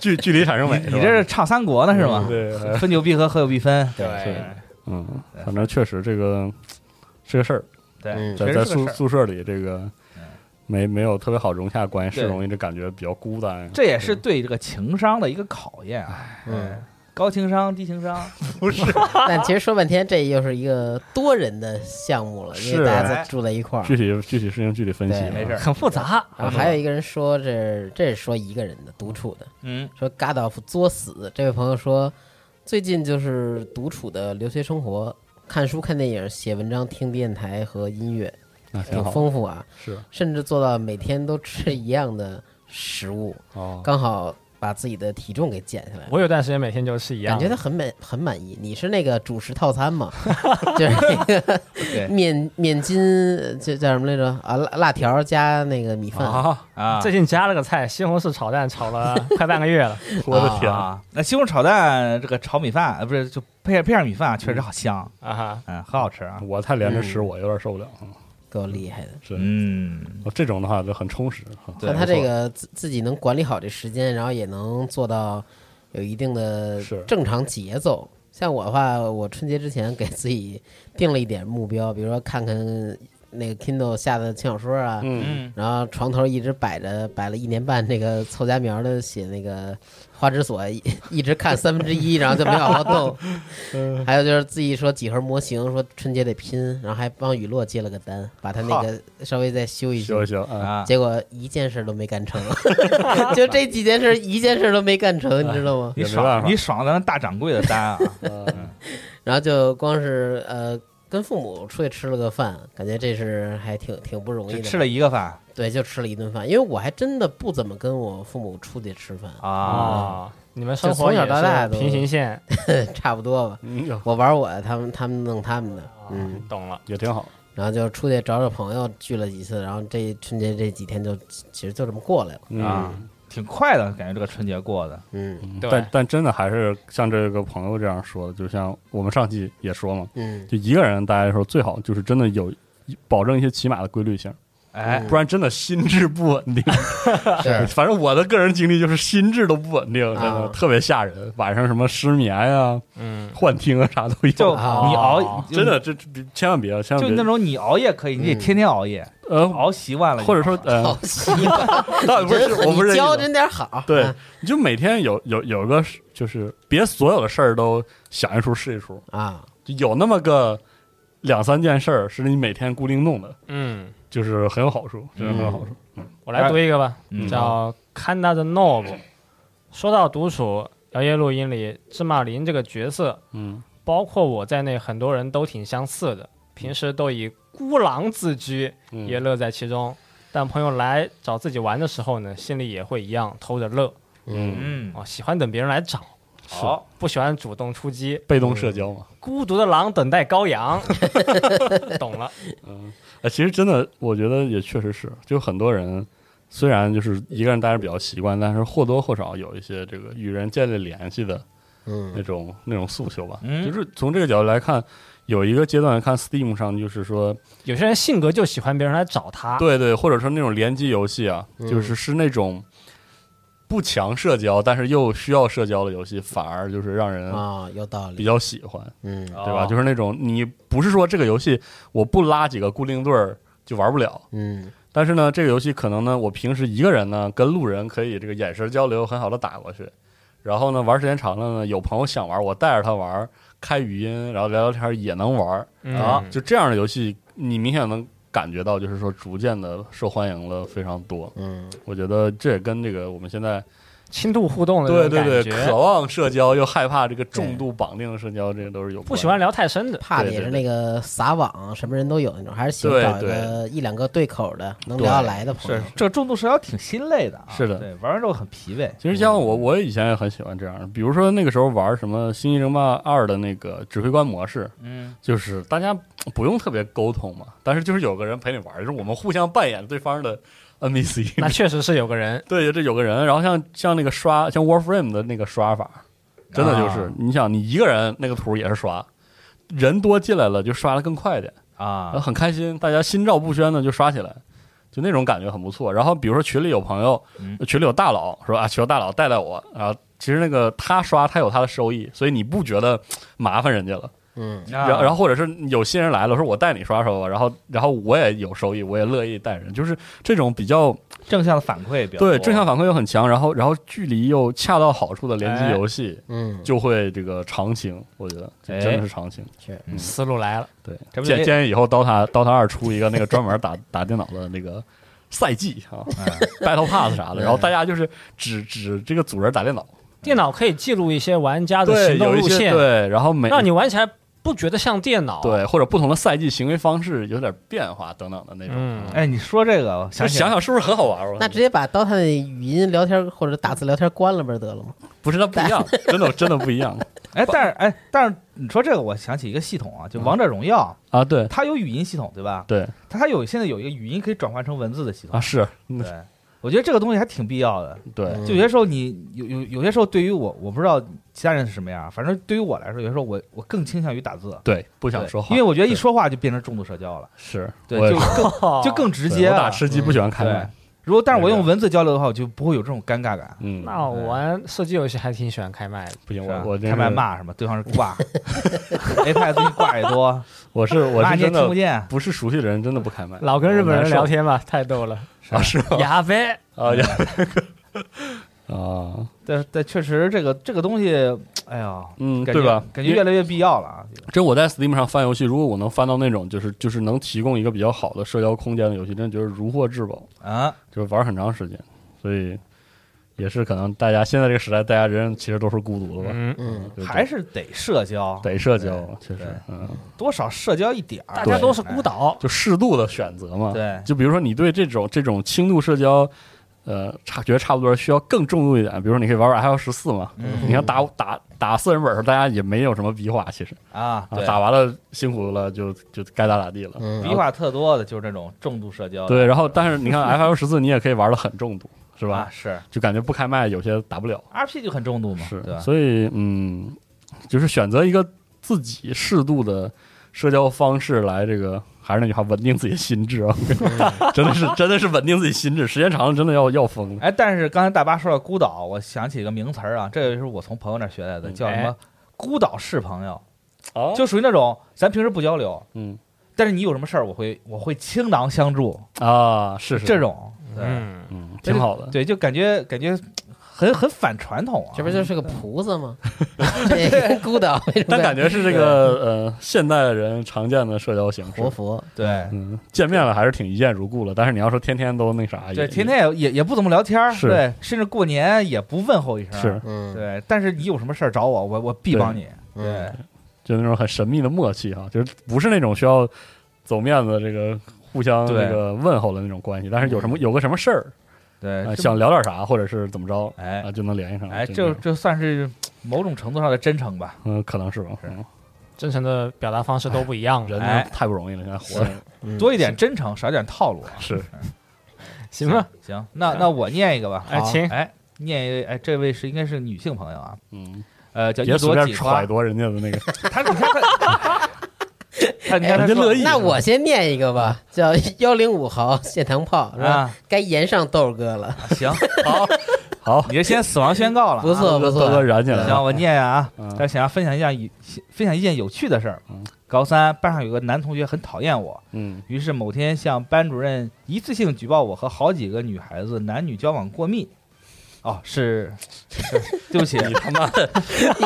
[SPEAKER 5] 距距离产生美，
[SPEAKER 4] 你你这是唱三国呢是吗？
[SPEAKER 5] 对，
[SPEAKER 4] 分久必合，合久必分。
[SPEAKER 5] 是嗯，反正确实这个是个事儿，
[SPEAKER 4] 对，
[SPEAKER 6] 嗯
[SPEAKER 4] 确
[SPEAKER 5] 在
[SPEAKER 4] 实
[SPEAKER 5] 在
[SPEAKER 4] 是
[SPEAKER 5] 宿
[SPEAKER 4] 个事儿
[SPEAKER 5] 宿舍里这个
[SPEAKER 4] 嗯
[SPEAKER 5] 没没有特别好融洽的关系，是
[SPEAKER 4] 对
[SPEAKER 5] 容易就感觉比较孤单。
[SPEAKER 4] 这也是对这个情商的一个考验啊。
[SPEAKER 5] 哎
[SPEAKER 6] 嗯，
[SPEAKER 4] 高情商、低
[SPEAKER 5] [LAUGHS]
[SPEAKER 4] 情商，
[SPEAKER 6] [LAUGHS] 但其实说半天，这又是一个多人的项目了，因
[SPEAKER 5] 是
[SPEAKER 6] 为大家住在一块儿
[SPEAKER 5] 具。体具体事情具体分析
[SPEAKER 6] 对
[SPEAKER 5] 啊，
[SPEAKER 4] 没事儿。
[SPEAKER 3] 很复杂。
[SPEAKER 6] 然
[SPEAKER 5] 嗯
[SPEAKER 6] 后还有一个人说这这是说一个人的独处的，
[SPEAKER 4] 嗯，
[SPEAKER 6] 说嘎道夫作死。这位朋友说，最近就是独处的留学生活，看书、看电影、写文章、听电台和音乐，
[SPEAKER 5] 那挺
[SPEAKER 6] 挺
[SPEAKER 5] 好，
[SPEAKER 6] 丰富啊。
[SPEAKER 5] 是
[SPEAKER 6] 甚至做到每天都吃一样的食物，
[SPEAKER 5] 哦，
[SPEAKER 6] 刚好把自己的体重给减下来了。
[SPEAKER 3] 我有段时间每天就是一样
[SPEAKER 6] 感觉
[SPEAKER 3] 的，
[SPEAKER 6] 他很满很满意。你是那个主食套餐嘛？就是那个
[SPEAKER 4] 对
[SPEAKER 6] 面面筋，呃这叫什么来着？啊，辣辣条加那个米饭。
[SPEAKER 3] 啊
[SPEAKER 4] 啊，
[SPEAKER 3] 最近加了个菜，西红柿炒蛋，炒了快半个月了。
[SPEAKER 5] 我的天，
[SPEAKER 4] 啊，那西红柿炒蛋这个炒米饭，呃不是就配上配上米饭，确实好香，
[SPEAKER 3] 啊哈，
[SPEAKER 4] 嗯，很好吃啊。
[SPEAKER 5] 我太连着吃，我有点受不了。嗯
[SPEAKER 6] 够厉害的。
[SPEAKER 5] 是
[SPEAKER 4] 嗯，
[SPEAKER 5] 这种的话就很充实，啊
[SPEAKER 4] 对
[SPEAKER 6] 像他这
[SPEAKER 4] 没错
[SPEAKER 6] 个自自己能管理好这时间，然后也能做到有一定的
[SPEAKER 5] 是
[SPEAKER 6] 正常节奏。像我的话，我春节之前给自己定了一点目标，比如说看看那个 Kindle 下的轻小说啊，
[SPEAKER 5] 嗯，
[SPEAKER 4] 嗯，
[SPEAKER 6] 然后床头一直摆着，摆了一年半那个凑家苗的写那个《花之锁》一， [LAUGHS] 一直看三分之一，然后就没好好动。还有就是自己说几何模型，说春节得拼，然后还帮雨落接了个单，把他那个稍微再修一
[SPEAKER 5] 行行
[SPEAKER 6] 修。
[SPEAKER 5] 啊，
[SPEAKER 4] 啊，
[SPEAKER 6] 结果一件事都没干 [LAUGHS] 成，就这几件事一件事都没干 [LAUGHS] 成，你知道吗？
[SPEAKER 4] 你
[SPEAKER 5] 也没办
[SPEAKER 4] 爽
[SPEAKER 5] 法
[SPEAKER 4] 你爽咱们大掌柜的单啊，
[SPEAKER 5] 嗯
[SPEAKER 6] 然后就光是呃跟父母出去吃了个饭，感觉这是还挺挺不容易
[SPEAKER 4] 只
[SPEAKER 6] 的。
[SPEAKER 4] 吃了一个饭
[SPEAKER 6] 对，就吃了一顿饭，因为我还真的不怎么跟我父母出去吃饭，
[SPEAKER 4] 啊，
[SPEAKER 3] 啊，你们生
[SPEAKER 6] 就
[SPEAKER 3] 活
[SPEAKER 6] 从小
[SPEAKER 3] 也
[SPEAKER 6] 到大
[SPEAKER 3] 是
[SPEAKER 6] 都
[SPEAKER 3] 平行线，
[SPEAKER 6] 差不多吧。
[SPEAKER 5] 嗯，哟
[SPEAKER 6] 我玩我的，他们他们弄他们
[SPEAKER 5] 哦
[SPEAKER 6] 的，嗯，
[SPEAKER 3] 懂了。
[SPEAKER 5] 也
[SPEAKER 4] 啊
[SPEAKER 5] 挺好。
[SPEAKER 6] 然后就出去找找朋友聚了几次，然后这春节这几天就其实就这么过来了，
[SPEAKER 4] 啊
[SPEAKER 5] 嗯，
[SPEAKER 4] 挺快的，感觉这个春节过的，
[SPEAKER 6] 嗯
[SPEAKER 5] 嗯
[SPEAKER 3] 对
[SPEAKER 5] 但但真的还是像这个朋友这样说的，就像我们上期也说嘛，
[SPEAKER 6] 嗯，
[SPEAKER 5] 就一个人待的时候最好就是真的有保证一些起码的规律性，
[SPEAKER 4] 哎
[SPEAKER 6] 嗯，
[SPEAKER 5] 不然真的心智不稳定。[LAUGHS]
[SPEAKER 6] 是
[SPEAKER 5] 反正我的个人经历就是心智都不稳定，真的
[SPEAKER 6] 啊
[SPEAKER 5] 特别吓人。晚上什么失眠啊、
[SPEAKER 3] 嗯，
[SPEAKER 5] 幻听啊，啥都有。
[SPEAKER 4] 就
[SPEAKER 6] 啊
[SPEAKER 4] 你熬，
[SPEAKER 5] 真的，这这千万别，千
[SPEAKER 4] 就
[SPEAKER 5] 万
[SPEAKER 4] 那
[SPEAKER 5] 别。
[SPEAKER 4] 种你熬夜可以，你得
[SPEAKER 6] 嗯
[SPEAKER 4] 天天熬夜，
[SPEAKER 5] 呃，
[SPEAKER 4] 熬习惯了就好
[SPEAKER 5] 或者
[SPEAKER 4] 了，
[SPEAKER 5] 说呃 [LAUGHS]
[SPEAKER 6] 好，习惯，
[SPEAKER 5] 倒也不是，
[SPEAKER 6] 真
[SPEAKER 5] 我不是
[SPEAKER 6] 你
[SPEAKER 5] 这
[SPEAKER 6] 教
[SPEAKER 5] 意思
[SPEAKER 6] 真点好，啊
[SPEAKER 4] 嗯
[SPEAKER 5] 对，你就每天有有有个就是别所有的事儿都想一出是一出，
[SPEAKER 6] 啊，
[SPEAKER 5] 就有那么个两三件事儿是你每天固定弄的，
[SPEAKER 3] 嗯，
[SPEAKER 5] 就是很有好处，真的很有好处。
[SPEAKER 3] 我来读一个吧，
[SPEAKER 4] 嗯
[SPEAKER 3] 叫《看他的 Nob》。说到独处，摇曳录音里芝麻林这个角色，
[SPEAKER 5] 嗯
[SPEAKER 3] 包括我在内，很多人都挺相似的，平时都以孤狼自居，
[SPEAKER 5] 嗯
[SPEAKER 3] 也乐在其中。但朋友来找自己玩的时候呢，心里也会一样偷着乐
[SPEAKER 5] 嗯，
[SPEAKER 4] 嗯，
[SPEAKER 3] 哦，喜欢等别人来找，
[SPEAKER 4] 好，
[SPEAKER 3] 不喜欢主动出击。
[SPEAKER 5] 被动社交嘛。
[SPEAKER 3] 孤独的狼等待羔羊， [LAUGHS] 懂了。
[SPEAKER 5] 啊，其实真的，我觉得也确实是，就很多人虽然就是一个人待着比较习惯，但是或多或少有一些这个与人建立联系的那
[SPEAKER 6] 嗯
[SPEAKER 5] 种那种诉求吧。
[SPEAKER 4] 嗯
[SPEAKER 5] 就是从这个角度来看，有一个阶段看 Steam 上就是说，
[SPEAKER 3] 有些人性格就喜欢别人来找他，
[SPEAKER 5] 对对，或者说那种联机游戏啊，
[SPEAKER 6] 嗯
[SPEAKER 5] 就是是那种不强社交，但是又需要社交的游戏，反而就是让人
[SPEAKER 6] 啊，有道
[SPEAKER 5] 比
[SPEAKER 6] 理，
[SPEAKER 5] 较喜欢，
[SPEAKER 6] 嗯
[SPEAKER 4] 对
[SPEAKER 3] 哦
[SPEAKER 5] 对吧？就是那种你不是说这个游戏我不拉几个固定队儿就玩不了。
[SPEAKER 6] 嗯
[SPEAKER 5] 但是呢，这个游戏可能呢，我平时一个人呢，跟路人可以这个眼神交流，很好的打过去。然后呢，玩时间长了呢，有朋友想玩，我带着他玩，开语音，然后聊聊天也能玩。
[SPEAKER 3] 嗯
[SPEAKER 5] 就这样的游戏，你明显能感觉到，就是说逐渐的受欢迎了非常多。
[SPEAKER 6] 嗯，
[SPEAKER 5] 我觉得这也跟这个我们现在
[SPEAKER 3] 轻度互动的
[SPEAKER 5] 对
[SPEAKER 3] 那种
[SPEAKER 5] 对对
[SPEAKER 3] 感
[SPEAKER 5] 渴
[SPEAKER 3] 觉，
[SPEAKER 5] 望社交又害怕这个重度绑定的社交，这个都是有
[SPEAKER 3] 不
[SPEAKER 5] 关
[SPEAKER 3] 喜欢
[SPEAKER 5] 的。
[SPEAKER 3] 聊太深的。
[SPEAKER 6] 怕的也
[SPEAKER 5] 对对
[SPEAKER 6] 是那个撒网，什么人都有那种，还是喜欢
[SPEAKER 5] 对
[SPEAKER 6] 找一
[SPEAKER 5] 对
[SPEAKER 6] 个一两个对口的，能聊得来的朋友
[SPEAKER 4] 是。这个重度社交挺心累的啊，
[SPEAKER 5] 是的
[SPEAKER 4] 对，玩完之后很疲惫。
[SPEAKER 5] 其实像我，我以前也很喜欢这样，比如说那个时候玩什么《星际争霸二》的那个指挥官模式，
[SPEAKER 4] 嗯，
[SPEAKER 5] 就是大家不用特别沟通嘛，但是就是有个人陪你玩，就是我们互相扮演对方的 [LAUGHS] NPC。
[SPEAKER 3] 那确实是有个人，
[SPEAKER 5] 对，这有个人，然后像像那个刷，像 Warframe 的那个刷法，真的就是，
[SPEAKER 4] 啊
[SPEAKER 5] 你想你一个人那个图也是刷，人多进来了就刷的更快一点，然后
[SPEAKER 4] 啊，
[SPEAKER 5] 很开心，大家心照不宣的就刷起来，就那种感觉很不错。然后比如说群里有朋友，
[SPEAKER 4] 嗯
[SPEAKER 5] 群里有大佬说啊，求大佬带带我，然后其实那个他刷他有他的收益，所以你不觉得麻烦人家了。
[SPEAKER 6] 嗯，
[SPEAKER 5] 然后然后
[SPEAKER 4] 后
[SPEAKER 5] 或者是有新人来了，说我带你刷刷吧，然后然后我也有收益，我也乐意带人，就是这种比较
[SPEAKER 4] 正向的反馈比较
[SPEAKER 5] 对
[SPEAKER 4] 多啊
[SPEAKER 5] 正向反馈又很强，然后然后距离又恰到好处的联机
[SPEAKER 3] 哎
[SPEAKER 5] 游戏，
[SPEAKER 6] 嗯，
[SPEAKER 5] 就会这个长情，我觉得这
[SPEAKER 4] 哎
[SPEAKER 5] 真的是长情。嗯
[SPEAKER 3] 思路来了，
[SPEAKER 5] 对，
[SPEAKER 4] 这不就
[SPEAKER 5] 建建议以后 DOTA DOTA 二出一个那个专门打 [LAUGHS] 打电脑的那个。赛季啊，Battle
[SPEAKER 4] 哎
[SPEAKER 5] Pass 啥的，然后大家就是只只这个组人打电脑，
[SPEAKER 3] 电脑可以记录一些玩家的
[SPEAKER 5] 对，
[SPEAKER 3] 行动
[SPEAKER 5] 有一
[SPEAKER 3] 路
[SPEAKER 5] 些
[SPEAKER 3] 线，
[SPEAKER 5] 对，然后每
[SPEAKER 3] 让你玩起来不觉得像电脑。，
[SPEAKER 5] 对或者不同的赛季行为方式有点变化等等的那种。
[SPEAKER 3] 嗯
[SPEAKER 4] 哎，你说这个，我
[SPEAKER 5] 就
[SPEAKER 4] 想起来
[SPEAKER 5] 想想是不是很好玩儿？我
[SPEAKER 6] 那直接把刀塔的语音聊天或者打字聊天关了不是得了吗？
[SPEAKER 5] 不是它不一样，真的真的不一样
[SPEAKER 4] 哎，但是哎，但是你说这个，我想起一个系统啊，就《王者荣耀
[SPEAKER 5] 啊！对》，
[SPEAKER 4] 它有语音系统，对吧？
[SPEAKER 5] 对
[SPEAKER 4] 它它有现在有一个语音可以转换成文字的系
[SPEAKER 5] 啊，
[SPEAKER 4] 统。
[SPEAKER 5] 是嗯
[SPEAKER 4] 对，我觉得这个东西还挺必要的。
[SPEAKER 5] 对，
[SPEAKER 4] 就有些时候你有有有些时候，对于我，我不知道其他人是什么样啊，反正对于我来说，有些时候我我更倾向于打字，
[SPEAKER 5] 对，不
[SPEAKER 4] 不
[SPEAKER 5] 想说话，
[SPEAKER 4] 因为我觉得一
[SPEAKER 5] 对
[SPEAKER 4] 说话就变成重度社交了，
[SPEAKER 5] 是
[SPEAKER 4] 对，
[SPEAKER 5] 我也
[SPEAKER 4] 就是
[SPEAKER 5] [LAUGHS]
[SPEAKER 4] 更
[SPEAKER 3] 哦
[SPEAKER 4] 就更直接
[SPEAKER 5] 我打
[SPEAKER 4] 了。
[SPEAKER 5] 吃鸡不喜欢开
[SPEAKER 4] 对
[SPEAKER 5] 麦，，
[SPEAKER 4] 如果但是我
[SPEAKER 5] 对
[SPEAKER 4] 用文字交流的话，我就不会有这种尴尬感。
[SPEAKER 5] 嗯，
[SPEAKER 3] 那我玩射击游戏还挺喜欢开麦
[SPEAKER 5] [LAUGHS]
[SPEAKER 3] 的，
[SPEAKER 5] 不行，
[SPEAKER 4] 是吧
[SPEAKER 5] 我我真
[SPEAKER 4] 开麦
[SPEAKER 5] 是，
[SPEAKER 4] 骂什么，对方是
[SPEAKER 5] [LAUGHS]
[SPEAKER 4] 挂，iPad 最近挂也多，
[SPEAKER 5] 我是我
[SPEAKER 4] 骂
[SPEAKER 5] 是
[SPEAKER 4] 你也
[SPEAKER 5] 真
[SPEAKER 4] 听不
[SPEAKER 5] 的
[SPEAKER 4] 见。
[SPEAKER 5] 不是熟悉的人，真的不开麦嗯
[SPEAKER 3] 老跟日本人聊天吧，太逗了。
[SPEAKER 5] 啊，
[SPEAKER 3] [LAUGHS]
[SPEAKER 5] 是吗
[SPEAKER 3] 亚飞，
[SPEAKER 5] 啊呀 [LAUGHS] 啊，
[SPEAKER 4] 但但确实这个这个东西，哎呀，
[SPEAKER 5] 嗯，
[SPEAKER 4] 感觉
[SPEAKER 5] 对吧？
[SPEAKER 4] 感
[SPEAKER 5] 因
[SPEAKER 4] 觉
[SPEAKER 5] 为
[SPEAKER 4] 越来越必要了啊。
[SPEAKER 5] 真我在 Steam 上翻游戏，如果我能翻到那种就是就是能提供一个比较好的社交空间的游戏，真的觉得如获至宝，
[SPEAKER 4] 啊，
[SPEAKER 5] 就是玩很长时间，所以也是可能大家现在这个时代，大家人其实都是孤独的吧，
[SPEAKER 3] 嗯，
[SPEAKER 6] 嗯，
[SPEAKER 5] 对
[SPEAKER 4] 还是得社交，
[SPEAKER 5] 得社交
[SPEAKER 4] 对，
[SPEAKER 5] 确实
[SPEAKER 4] 对，
[SPEAKER 5] 嗯，
[SPEAKER 4] 多少社交一点儿。
[SPEAKER 3] 大家
[SPEAKER 5] 对
[SPEAKER 3] 都是孤岛，
[SPEAKER 5] 就适度的选择嘛。
[SPEAKER 4] 哎，，对，
[SPEAKER 5] 就比如说你对这种这种轻度社交，呃，差觉得差不多，需要更重度一点。比如说你可以玩玩 L 十四嘛，
[SPEAKER 4] 嗯
[SPEAKER 5] 你看打打打四人本儿时候，大家也没有什么比划，其实
[SPEAKER 4] 啊，
[SPEAKER 5] 啊
[SPEAKER 4] 对，
[SPEAKER 5] 打完了辛苦了就就该咋咋地了。
[SPEAKER 6] 嗯
[SPEAKER 4] 比划特多的就是这种重度社交的，
[SPEAKER 5] 对，然后但是你看 F L 十四，你也可以玩的很重度，是
[SPEAKER 4] 是吧？
[SPEAKER 5] 吧？
[SPEAKER 4] 啊是
[SPEAKER 5] 就感觉不开麦有些打不了。
[SPEAKER 4] RP 就很重度嘛，
[SPEAKER 5] 是
[SPEAKER 4] 对，吧？
[SPEAKER 5] 所以嗯，就是选择一个自己适度的社交方式来这个，还是那句话，稳定自己的心智
[SPEAKER 4] [LAUGHS]
[SPEAKER 5] 啊，
[SPEAKER 4] 嗯
[SPEAKER 5] [LAUGHS] 真的是真的是稳定自己心智，时间长了真的要要疯了。
[SPEAKER 4] 哎，但是刚才大巴说到孤岛，我想起一个名词儿啊，这个是我从朋友那儿学来的，
[SPEAKER 5] 嗯
[SPEAKER 4] 叫什么孤岛式朋友，
[SPEAKER 5] 哦
[SPEAKER 4] 就属于那种咱平时不交流，
[SPEAKER 5] 嗯
[SPEAKER 4] 但是你有什么事儿，我会我会倾囊相助，
[SPEAKER 5] 啊，是是
[SPEAKER 4] 这，种，对
[SPEAKER 3] 嗯，
[SPEAKER 5] 嗯，挺好的。
[SPEAKER 4] 对，就感觉感觉很很反传统啊，
[SPEAKER 6] 这不就是个菩萨吗？这跟孤岛为什么
[SPEAKER 5] 但感觉是这个呃，现代人常见的社交形
[SPEAKER 6] 活
[SPEAKER 5] 式。
[SPEAKER 6] 佛？
[SPEAKER 4] 对
[SPEAKER 5] 嗯，见面了还是挺一见如故了，但是你要说天天都那啥，啊也
[SPEAKER 4] 对，天天也也也不怎么聊天儿，
[SPEAKER 5] 是
[SPEAKER 4] 对，甚至过年也不问候一声，
[SPEAKER 5] 是
[SPEAKER 6] 嗯
[SPEAKER 4] 对，但是你有什么事儿找我，我我必
[SPEAKER 5] 对
[SPEAKER 4] 帮你，对
[SPEAKER 6] 嗯，
[SPEAKER 5] 就那种很神秘的默契哈、就是不是那种需要走面子这个互相
[SPEAKER 4] 对嗯
[SPEAKER 5] 这个问候的那种关系，但是有什么有个什么事儿、
[SPEAKER 4] 对，
[SPEAKER 5] 呃
[SPEAKER 4] 这
[SPEAKER 5] 想聊点啥，或者是怎么着，
[SPEAKER 4] 哎
[SPEAKER 5] 啊，就能联系上。
[SPEAKER 4] 哎，
[SPEAKER 5] 就
[SPEAKER 4] 这
[SPEAKER 5] 这种
[SPEAKER 4] 这算是某种程度上的真诚吧，
[SPEAKER 5] 嗯，可能是吧，嗯
[SPEAKER 3] 真诚的表达方式都不一样。
[SPEAKER 5] 人呢、
[SPEAKER 4] 哎
[SPEAKER 5] 太不容易了，现在活着
[SPEAKER 6] 嗯
[SPEAKER 4] 多一点真诚，少一点套路啊。
[SPEAKER 5] 是
[SPEAKER 3] 行吧，
[SPEAKER 4] 行，那那我念一个吧。
[SPEAKER 3] 哎
[SPEAKER 4] 好
[SPEAKER 3] 请
[SPEAKER 4] 哎，念一个，哎，这位是应该是女性朋友啊，
[SPEAKER 5] 嗯，
[SPEAKER 4] 呃，叫一
[SPEAKER 5] 别随
[SPEAKER 4] 朵
[SPEAKER 5] 便
[SPEAKER 4] 几
[SPEAKER 5] 揣
[SPEAKER 4] 花。
[SPEAKER 5] 度人家的
[SPEAKER 4] [LAUGHS]
[SPEAKER 5] 那个，
[SPEAKER 4] 她你看
[SPEAKER 5] [LAUGHS]
[SPEAKER 4] 她，她你看她
[SPEAKER 5] 人家
[SPEAKER 4] 说
[SPEAKER 5] 乐意
[SPEAKER 6] 那我先念一个吧，叫 [LAUGHS] 幺零五毫现糖炮，是吧？
[SPEAKER 4] 啊，
[SPEAKER 6] 该延上豆哥了。
[SPEAKER 4] 行，
[SPEAKER 5] 好，
[SPEAKER 4] [LAUGHS] 你这先死亡宣告了啊，
[SPEAKER 6] 不错
[SPEAKER 5] 豆哥燃起来
[SPEAKER 4] 行，
[SPEAKER 5] 了，
[SPEAKER 4] 我念一下啊
[SPEAKER 5] 嗯，
[SPEAKER 4] 但是想要分享一下有分享一件有趣的事儿
[SPEAKER 5] 嗯。
[SPEAKER 4] 高三班上有个男同学很讨厌我，
[SPEAKER 5] 嗯
[SPEAKER 4] 于是某天向班主任一次性举报我和好几个女孩子男女交往过密。哦，是，是对不起，
[SPEAKER 5] 你他妈的，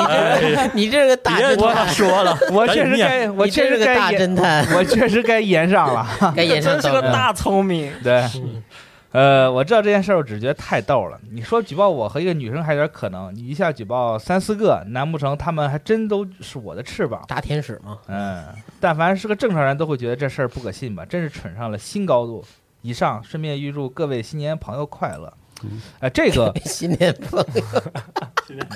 [SPEAKER 6] [LAUGHS] 你这是个大侦探，
[SPEAKER 5] 说了，
[SPEAKER 4] 我确实该，我
[SPEAKER 6] 你这
[SPEAKER 4] 确
[SPEAKER 6] 是
[SPEAKER 4] 实
[SPEAKER 6] 个大
[SPEAKER 4] 该延，[LAUGHS]
[SPEAKER 6] 侦探，
[SPEAKER 4] 我确实该延上了。啊
[SPEAKER 6] 该
[SPEAKER 3] 这
[SPEAKER 6] 延上
[SPEAKER 3] 真是个
[SPEAKER 6] 等着
[SPEAKER 3] 大聪明。
[SPEAKER 4] 对， [LAUGHS] 呃，我知道这件事儿，我只是觉得太逗了。你说举报我和一个女生还有点可能，你一下举报三四个，难不成他们还真都是我的翅膀？
[SPEAKER 6] 大天使嘛。
[SPEAKER 4] 嗯，但凡是个正常人都会觉得这事儿不可信吧？真是蠢上了新高度。以上，顺便预祝各位新年朋友快乐
[SPEAKER 5] 嗯。
[SPEAKER 4] 哎，这个
[SPEAKER 6] 新年朋友，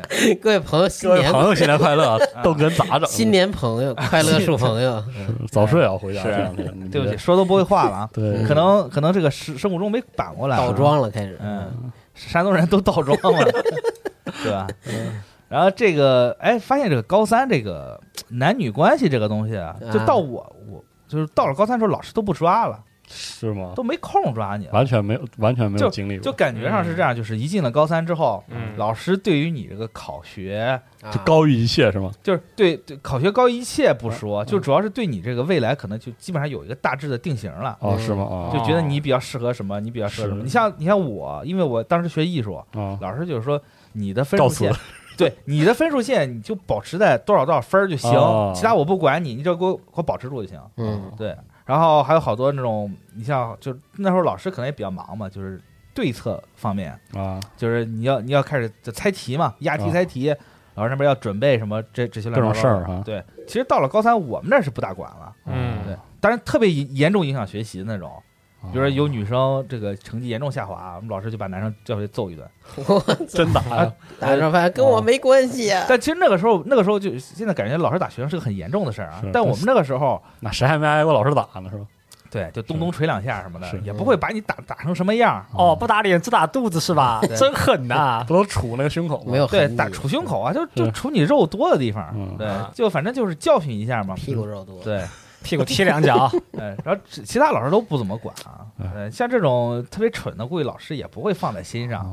[SPEAKER 6] [LAUGHS] 各位朋友， [LAUGHS] 新
[SPEAKER 5] 各位
[SPEAKER 6] 年
[SPEAKER 5] 朋友新年快乐
[SPEAKER 4] [LAUGHS] 啊，
[SPEAKER 5] 逗哏咋整？
[SPEAKER 6] 新年朋友，快乐树朋友，
[SPEAKER 5] 早睡啊，回家
[SPEAKER 4] 是
[SPEAKER 5] 这两天。
[SPEAKER 4] [LAUGHS] 对不起，，说都不会话了 [LAUGHS] 啊。
[SPEAKER 5] 对，
[SPEAKER 4] 可能可能这个生生物钟没反过来啊，
[SPEAKER 6] 倒装了开始。
[SPEAKER 4] 嗯，山东人都倒装了， [LAUGHS] 对吧？然后这个，哎，发现这个高三这个男女关系这个东西啊，就
[SPEAKER 6] 啊
[SPEAKER 4] 到我我就是到了高三的时候，老师都不抓了，
[SPEAKER 5] 是吗？
[SPEAKER 4] 都没空抓你了，
[SPEAKER 5] 完全没有，完全没有经历过，
[SPEAKER 4] 就感觉上是这样，就是一进了高三之后，
[SPEAKER 3] 嗯
[SPEAKER 4] 老师对于你这个考学，
[SPEAKER 6] 啊
[SPEAKER 5] 就高于一切是吗？
[SPEAKER 4] 就是对对考学高一切不说，就主要是对你这个未来可能就基本上有一个大致的定型了。
[SPEAKER 5] 哦，
[SPEAKER 6] 嗯
[SPEAKER 5] 是吗？啊
[SPEAKER 4] 就觉得你比较适合什么，你比较适合什么。
[SPEAKER 5] 是
[SPEAKER 4] 你像你像我，因为我当时学艺术，
[SPEAKER 5] 啊，
[SPEAKER 4] 老师就是说你的分
[SPEAKER 5] 告
[SPEAKER 4] 数
[SPEAKER 5] 辞
[SPEAKER 4] 线， [LAUGHS] 对你的分数线你就保持在多少多少分儿就行，
[SPEAKER 5] 哦
[SPEAKER 4] 其他我不管你，你只要给我给我保持住就行。
[SPEAKER 6] 嗯，
[SPEAKER 4] 对，然后还有好多那种，你像就那时候老师可能也比较忙嘛，就是对策方面，
[SPEAKER 5] 啊，
[SPEAKER 4] 就是你要你要开始就猜题嘛，押题
[SPEAKER 5] 哦
[SPEAKER 4] 猜题，老师那边要准备什么这这些
[SPEAKER 5] 各种事儿。哈，
[SPEAKER 4] 对，其实到了高三，我们那儿是不大管了，
[SPEAKER 5] 哦
[SPEAKER 3] 嗯
[SPEAKER 4] 对，当然特别严严重影响学习的那
[SPEAKER 5] 啊
[SPEAKER 4] 种，比如说有女生这个成绩严重下滑，我们老师就把男生叫回去揍一顿。
[SPEAKER 6] 我
[SPEAKER 5] 真打呀，
[SPEAKER 6] 打着饭跟我没关系啊。
[SPEAKER 4] 但其实那个时候，那个时候就现在感觉老师打学生是个很严重的事儿啊
[SPEAKER 5] 是。
[SPEAKER 4] 但我们那个时候，
[SPEAKER 5] 那谁还没挨过老师打呢？是吧？
[SPEAKER 4] 对，就咚咚捶两下什么的
[SPEAKER 5] 是，啊
[SPEAKER 4] 也不会把你打打成什么样儿。
[SPEAKER 3] 哦，不打脸只打肚子是吧？
[SPEAKER 4] 对
[SPEAKER 3] 真狠
[SPEAKER 5] [LAUGHS]
[SPEAKER 3] 呐！
[SPEAKER 5] 不都杵那个胸口吗？
[SPEAKER 6] 没有
[SPEAKER 4] 对
[SPEAKER 6] 痕，迹
[SPEAKER 4] 打杵胸口啊，就是就杵你肉多的地方
[SPEAKER 5] 嗯。
[SPEAKER 4] 对
[SPEAKER 3] 啊，
[SPEAKER 4] 就反正就是教训一下嘛。
[SPEAKER 6] 屁股肉多。
[SPEAKER 4] 对，
[SPEAKER 3] 屁股踢两脚，
[SPEAKER 4] 嗯，然后其其他老师都不怎么管啊
[SPEAKER 5] 哎。
[SPEAKER 4] 嗯，像这种特别蠢的，估计老师也不会放在心上。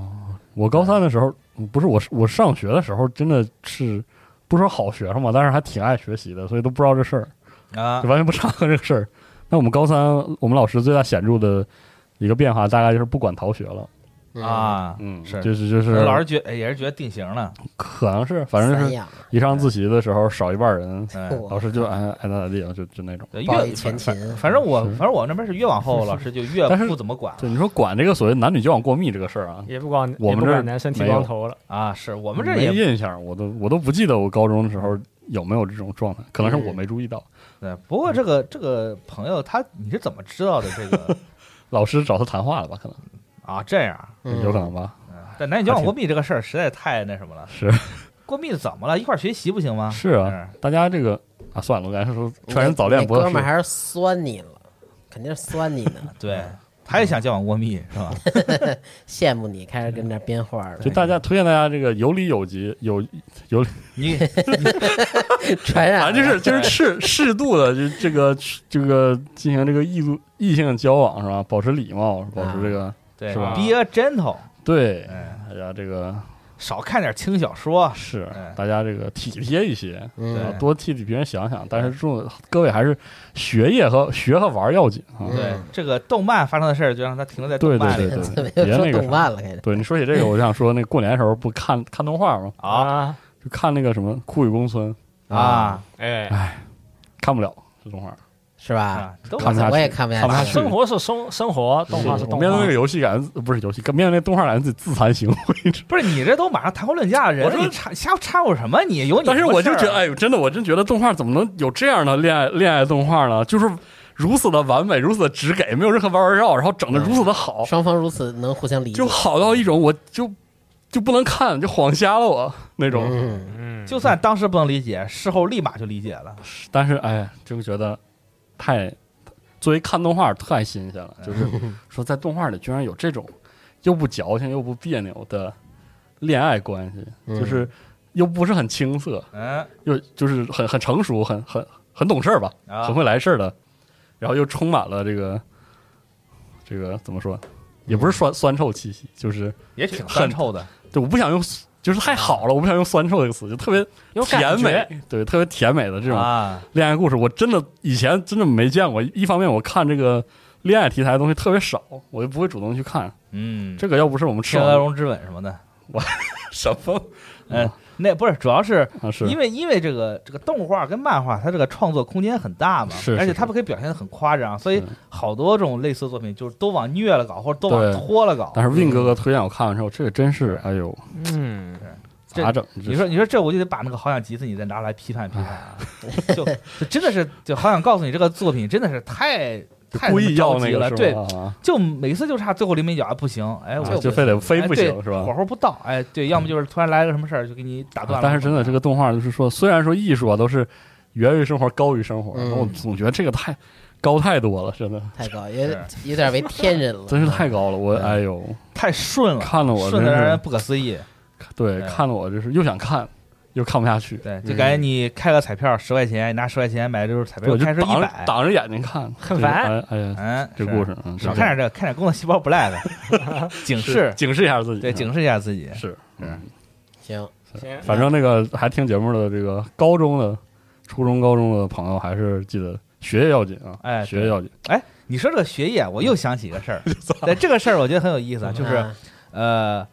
[SPEAKER 5] 我高三的时候，不是我是我上学的时候，真的是不说好学生嘛，但是还挺爱学习的，所以都不知道这事儿，
[SPEAKER 4] 啊
[SPEAKER 5] 就，完全不查这个事儿。那我们高三，我们老师最大显著的一个变化，大概就是不管逃学了，
[SPEAKER 6] 嗯，
[SPEAKER 4] 啊，
[SPEAKER 5] 嗯，
[SPEAKER 4] 是
[SPEAKER 5] 就是就是
[SPEAKER 4] 老师觉哎也是觉得定型了，
[SPEAKER 5] 可能是，反正
[SPEAKER 6] 散
[SPEAKER 5] 就是
[SPEAKER 6] 养
[SPEAKER 5] 一上自习的时候少一半人，
[SPEAKER 4] 嗯，
[SPEAKER 6] 我
[SPEAKER 5] 老师就爱爱咋咋地了，就就那种。
[SPEAKER 4] 对
[SPEAKER 6] 暴
[SPEAKER 4] 越
[SPEAKER 6] 力全勤，
[SPEAKER 4] 反正我
[SPEAKER 5] 是
[SPEAKER 4] 反正我那边是越往后，老师就
[SPEAKER 5] [LAUGHS]
[SPEAKER 4] 越
[SPEAKER 5] 但是
[SPEAKER 4] 不怎么管了
[SPEAKER 5] 对，你说管这个所谓男女交往过密这个事儿啊，
[SPEAKER 3] 也不管
[SPEAKER 5] 我们
[SPEAKER 3] 也不
[SPEAKER 5] 这儿
[SPEAKER 3] 管男生剃光头了，
[SPEAKER 4] 啊。是我
[SPEAKER 5] 我
[SPEAKER 4] 们这儿也
[SPEAKER 5] 没印象，我都我都不记得我高中的时候有没有这种状态，可能是我没注意到。
[SPEAKER 4] 对，不过这个这个朋友他你是怎么知道的这个
[SPEAKER 5] 老师找他谈话了吧？可能、
[SPEAKER 4] 啊？这样啊，
[SPEAKER 6] 嗯
[SPEAKER 5] 有可能吧？
[SPEAKER 4] 嗯但男女交往过密这个事儿实在太那什么了。
[SPEAKER 5] 是
[SPEAKER 4] 过密怎么了？一块儿学习不行吗？
[SPEAKER 5] 是啊，
[SPEAKER 4] 嗯，
[SPEAKER 5] 大家这个啊，算了，我刚才说传人早恋
[SPEAKER 6] 那
[SPEAKER 5] 不合
[SPEAKER 6] 哥
[SPEAKER 5] 适
[SPEAKER 6] 们儿还是酸你了，肯定是酸你呢， [LAUGHS]
[SPEAKER 4] 对，
[SPEAKER 5] 嗯
[SPEAKER 4] 他也想交往过密是吧？
[SPEAKER 6] 羡慕你，开始跟那编话了
[SPEAKER 5] 就，大家推荐大家这个有理有节，有 [LAUGHS]
[SPEAKER 4] 你
[SPEAKER 6] [LAUGHS] 传染
[SPEAKER 5] 反正就是
[SPEAKER 6] [LAUGHS]
[SPEAKER 5] 就是适适度的，就这个这个进行这个异度异性交往是吧？保持礼貌，保持这个、
[SPEAKER 4] 对
[SPEAKER 5] 是吧
[SPEAKER 4] ，be a gentle，
[SPEAKER 5] 对，
[SPEAKER 4] 嗯，
[SPEAKER 5] 大家这个
[SPEAKER 4] 少看点轻小说。
[SPEAKER 5] 是
[SPEAKER 4] 哎
[SPEAKER 5] 大家这个体贴一些，啊
[SPEAKER 6] 嗯
[SPEAKER 4] 对
[SPEAKER 5] 多替替别人想想。但是这种各位还是学业和学和玩儿要紧啊。
[SPEAKER 4] 对，这个动漫发生的事儿就让他停留在动
[SPEAKER 5] 对对
[SPEAKER 4] 漫里
[SPEAKER 5] 对对
[SPEAKER 6] 怎么
[SPEAKER 5] 对，
[SPEAKER 6] 又
[SPEAKER 5] 别
[SPEAKER 6] 说
[SPEAKER 5] 那个
[SPEAKER 6] 动
[SPEAKER 5] 啥
[SPEAKER 6] 漫了？开始
[SPEAKER 5] 对你说起这个，我就想说，那过年的时候不看看动画吗？
[SPEAKER 4] 啊
[SPEAKER 3] 啊，
[SPEAKER 5] 就看那个什么《酷雨公孙》，
[SPEAKER 4] 啊
[SPEAKER 3] 哎，
[SPEAKER 5] 看不了这动画。
[SPEAKER 6] 是吧？
[SPEAKER 4] 啊，都
[SPEAKER 5] 看不下去
[SPEAKER 6] 我也看不下
[SPEAKER 5] 看不下
[SPEAKER 6] 去，
[SPEAKER 5] 去
[SPEAKER 3] 生活是生生活，动画
[SPEAKER 5] 是
[SPEAKER 3] 是
[SPEAKER 5] 我
[SPEAKER 3] 动
[SPEAKER 5] 面对那
[SPEAKER 3] 画
[SPEAKER 5] 个。游戏感觉自不是游戏，跟面对那动画感觉自己自惭形秽。
[SPEAKER 4] 不是你这都马上谈婚论嫁的人
[SPEAKER 5] 我
[SPEAKER 4] 了，
[SPEAKER 5] 说
[SPEAKER 4] 你掺瞎掺和什么？你有你什
[SPEAKER 5] [LAUGHS] 但是
[SPEAKER 4] 么事儿啊，
[SPEAKER 5] 我就觉得，哎呦，真的，我真觉得动画怎么能有这样的恋爱恋爱动画呢？就是如此的完美，如此的直给，没有任何弯弯绕，然后整的如此的好，
[SPEAKER 6] 双方如此能互相理解
[SPEAKER 5] 就，好到一种我就就不能看，就晃瞎了我那种。
[SPEAKER 6] 嗯，
[SPEAKER 5] 哎
[SPEAKER 3] 嗯，
[SPEAKER 4] 就算当时不能理解，事后立马就理解了。
[SPEAKER 5] 但是哎，就觉得太作为看动画太新鲜了，就是说在动画里居然有这种又不矫情又不别扭的恋爱关系，
[SPEAKER 6] 嗯
[SPEAKER 5] 就是又不是很青涩，
[SPEAKER 4] 嗯
[SPEAKER 5] 又就是很很成熟，很很很懂事儿吧，
[SPEAKER 4] 啊
[SPEAKER 5] 很，会来事儿的，然后又充满了这个这个怎么说，也不是酸酸臭气息，就是
[SPEAKER 4] 也挺酸臭的。
[SPEAKER 5] 对，我不想用。就是太好了，我不想用“酸臭”这个词，就特别
[SPEAKER 3] 有感
[SPEAKER 5] 甜
[SPEAKER 3] 觉，
[SPEAKER 5] 美，对，特别甜美的这种
[SPEAKER 4] 啊，
[SPEAKER 5] 恋爱故事，我真的以前真的没见过。一方面，我看这个恋爱题材的东西特别少，我就不会主动去看。
[SPEAKER 4] 嗯，
[SPEAKER 5] 这个要不是我们吃
[SPEAKER 4] 天鹅
[SPEAKER 5] 完，
[SPEAKER 4] 绒之吻什么的，
[SPEAKER 5] 什么？
[SPEAKER 4] 嗯，那不是，主要是
[SPEAKER 5] 啊，是
[SPEAKER 4] 因为因为这个这个动画跟漫画，它这个创作空间很大嘛，
[SPEAKER 5] 是是
[SPEAKER 4] 而且
[SPEAKER 5] 是
[SPEAKER 4] 它们可以表现的很夸张，所以
[SPEAKER 5] 是
[SPEAKER 4] 好多这种类似的作品就是都往虐了搞，或者都
[SPEAKER 5] 对
[SPEAKER 4] 往拖了搞。
[SPEAKER 5] 但是 Win 哥哥推荐我看完之后，这个真是，哎呦，
[SPEAKER 3] 嗯，
[SPEAKER 4] 这
[SPEAKER 5] 咋整？
[SPEAKER 4] 你说你说这我就得把那个好想急死你再拿来批判批判啊， [LAUGHS] 就就真的是就好想告诉你这个作品真的是太
[SPEAKER 5] [LAUGHS] 就
[SPEAKER 4] 太
[SPEAKER 5] 故意要那
[SPEAKER 4] 着急
[SPEAKER 5] 个
[SPEAKER 4] 了，
[SPEAKER 5] 是
[SPEAKER 4] 对，
[SPEAKER 5] 吧？啊
[SPEAKER 4] 就每次就差最后临门一脚啊不行，哎我
[SPEAKER 5] 啊就非得非不行
[SPEAKER 4] 哎对
[SPEAKER 5] 是吧嗯啊
[SPEAKER 4] 火？候不到，哎对，要么就是突然来个什么事儿就给你打断了。
[SPEAKER 5] 但是真的，这个动画就是说，虽然说艺术啊都是源于生活高于生活，
[SPEAKER 6] 嗯
[SPEAKER 5] 但我总觉得这个太高太多了，真的
[SPEAKER 6] 太高，有点有点为天人了，啊
[SPEAKER 5] 真是太高了。我
[SPEAKER 4] 嗯
[SPEAKER 5] 哎呦，
[SPEAKER 4] 太顺了，
[SPEAKER 5] 看了我真
[SPEAKER 4] 顺的让人
[SPEAKER 5] 是
[SPEAKER 4] 不可思议。
[SPEAKER 5] 对，
[SPEAKER 4] 哎
[SPEAKER 5] 看了我就是又想看又看不下去，
[SPEAKER 4] 对，就感觉你开个彩票十块钱，你拿十块钱买这就是彩票，
[SPEAKER 5] 我就
[SPEAKER 4] 开是一
[SPEAKER 5] 挡着
[SPEAKER 4] 百，
[SPEAKER 5] 挡着眼睛看，很
[SPEAKER 3] 烦。
[SPEAKER 5] 哎呀，
[SPEAKER 4] 嗯，
[SPEAKER 5] 这
[SPEAKER 4] 是
[SPEAKER 5] 故事，嗯，
[SPEAKER 4] 少
[SPEAKER 5] 这
[SPEAKER 4] 看点这个，看点《工作细胞 Black》，
[SPEAKER 5] [LAUGHS]
[SPEAKER 4] 警示，
[SPEAKER 5] 警示一下自己，
[SPEAKER 4] 对，警示一下自己。
[SPEAKER 5] 是，嗯，
[SPEAKER 6] 行，
[SPEAKER 3] 行，
[SPEAKER 5] 反正那个还听节目的这个高中的、初中、高中的朋友，还是记得学业要紧啊，
[SPEAKER 4] 哎
[SPEAKER 5] 学业要紧。
[SPEAKER 4] 你说这个学业，我又想起一个
[SPEAKER 5] [LAUGHS]
[SPEAKER 4] 事儿，对这个事儿我觉得很有
[SPEAKER 5] 嗯
[SPEAKER 4] 意思啊，就是
[SPEAKER 6] 啊
[SPEAKER 4] 呃，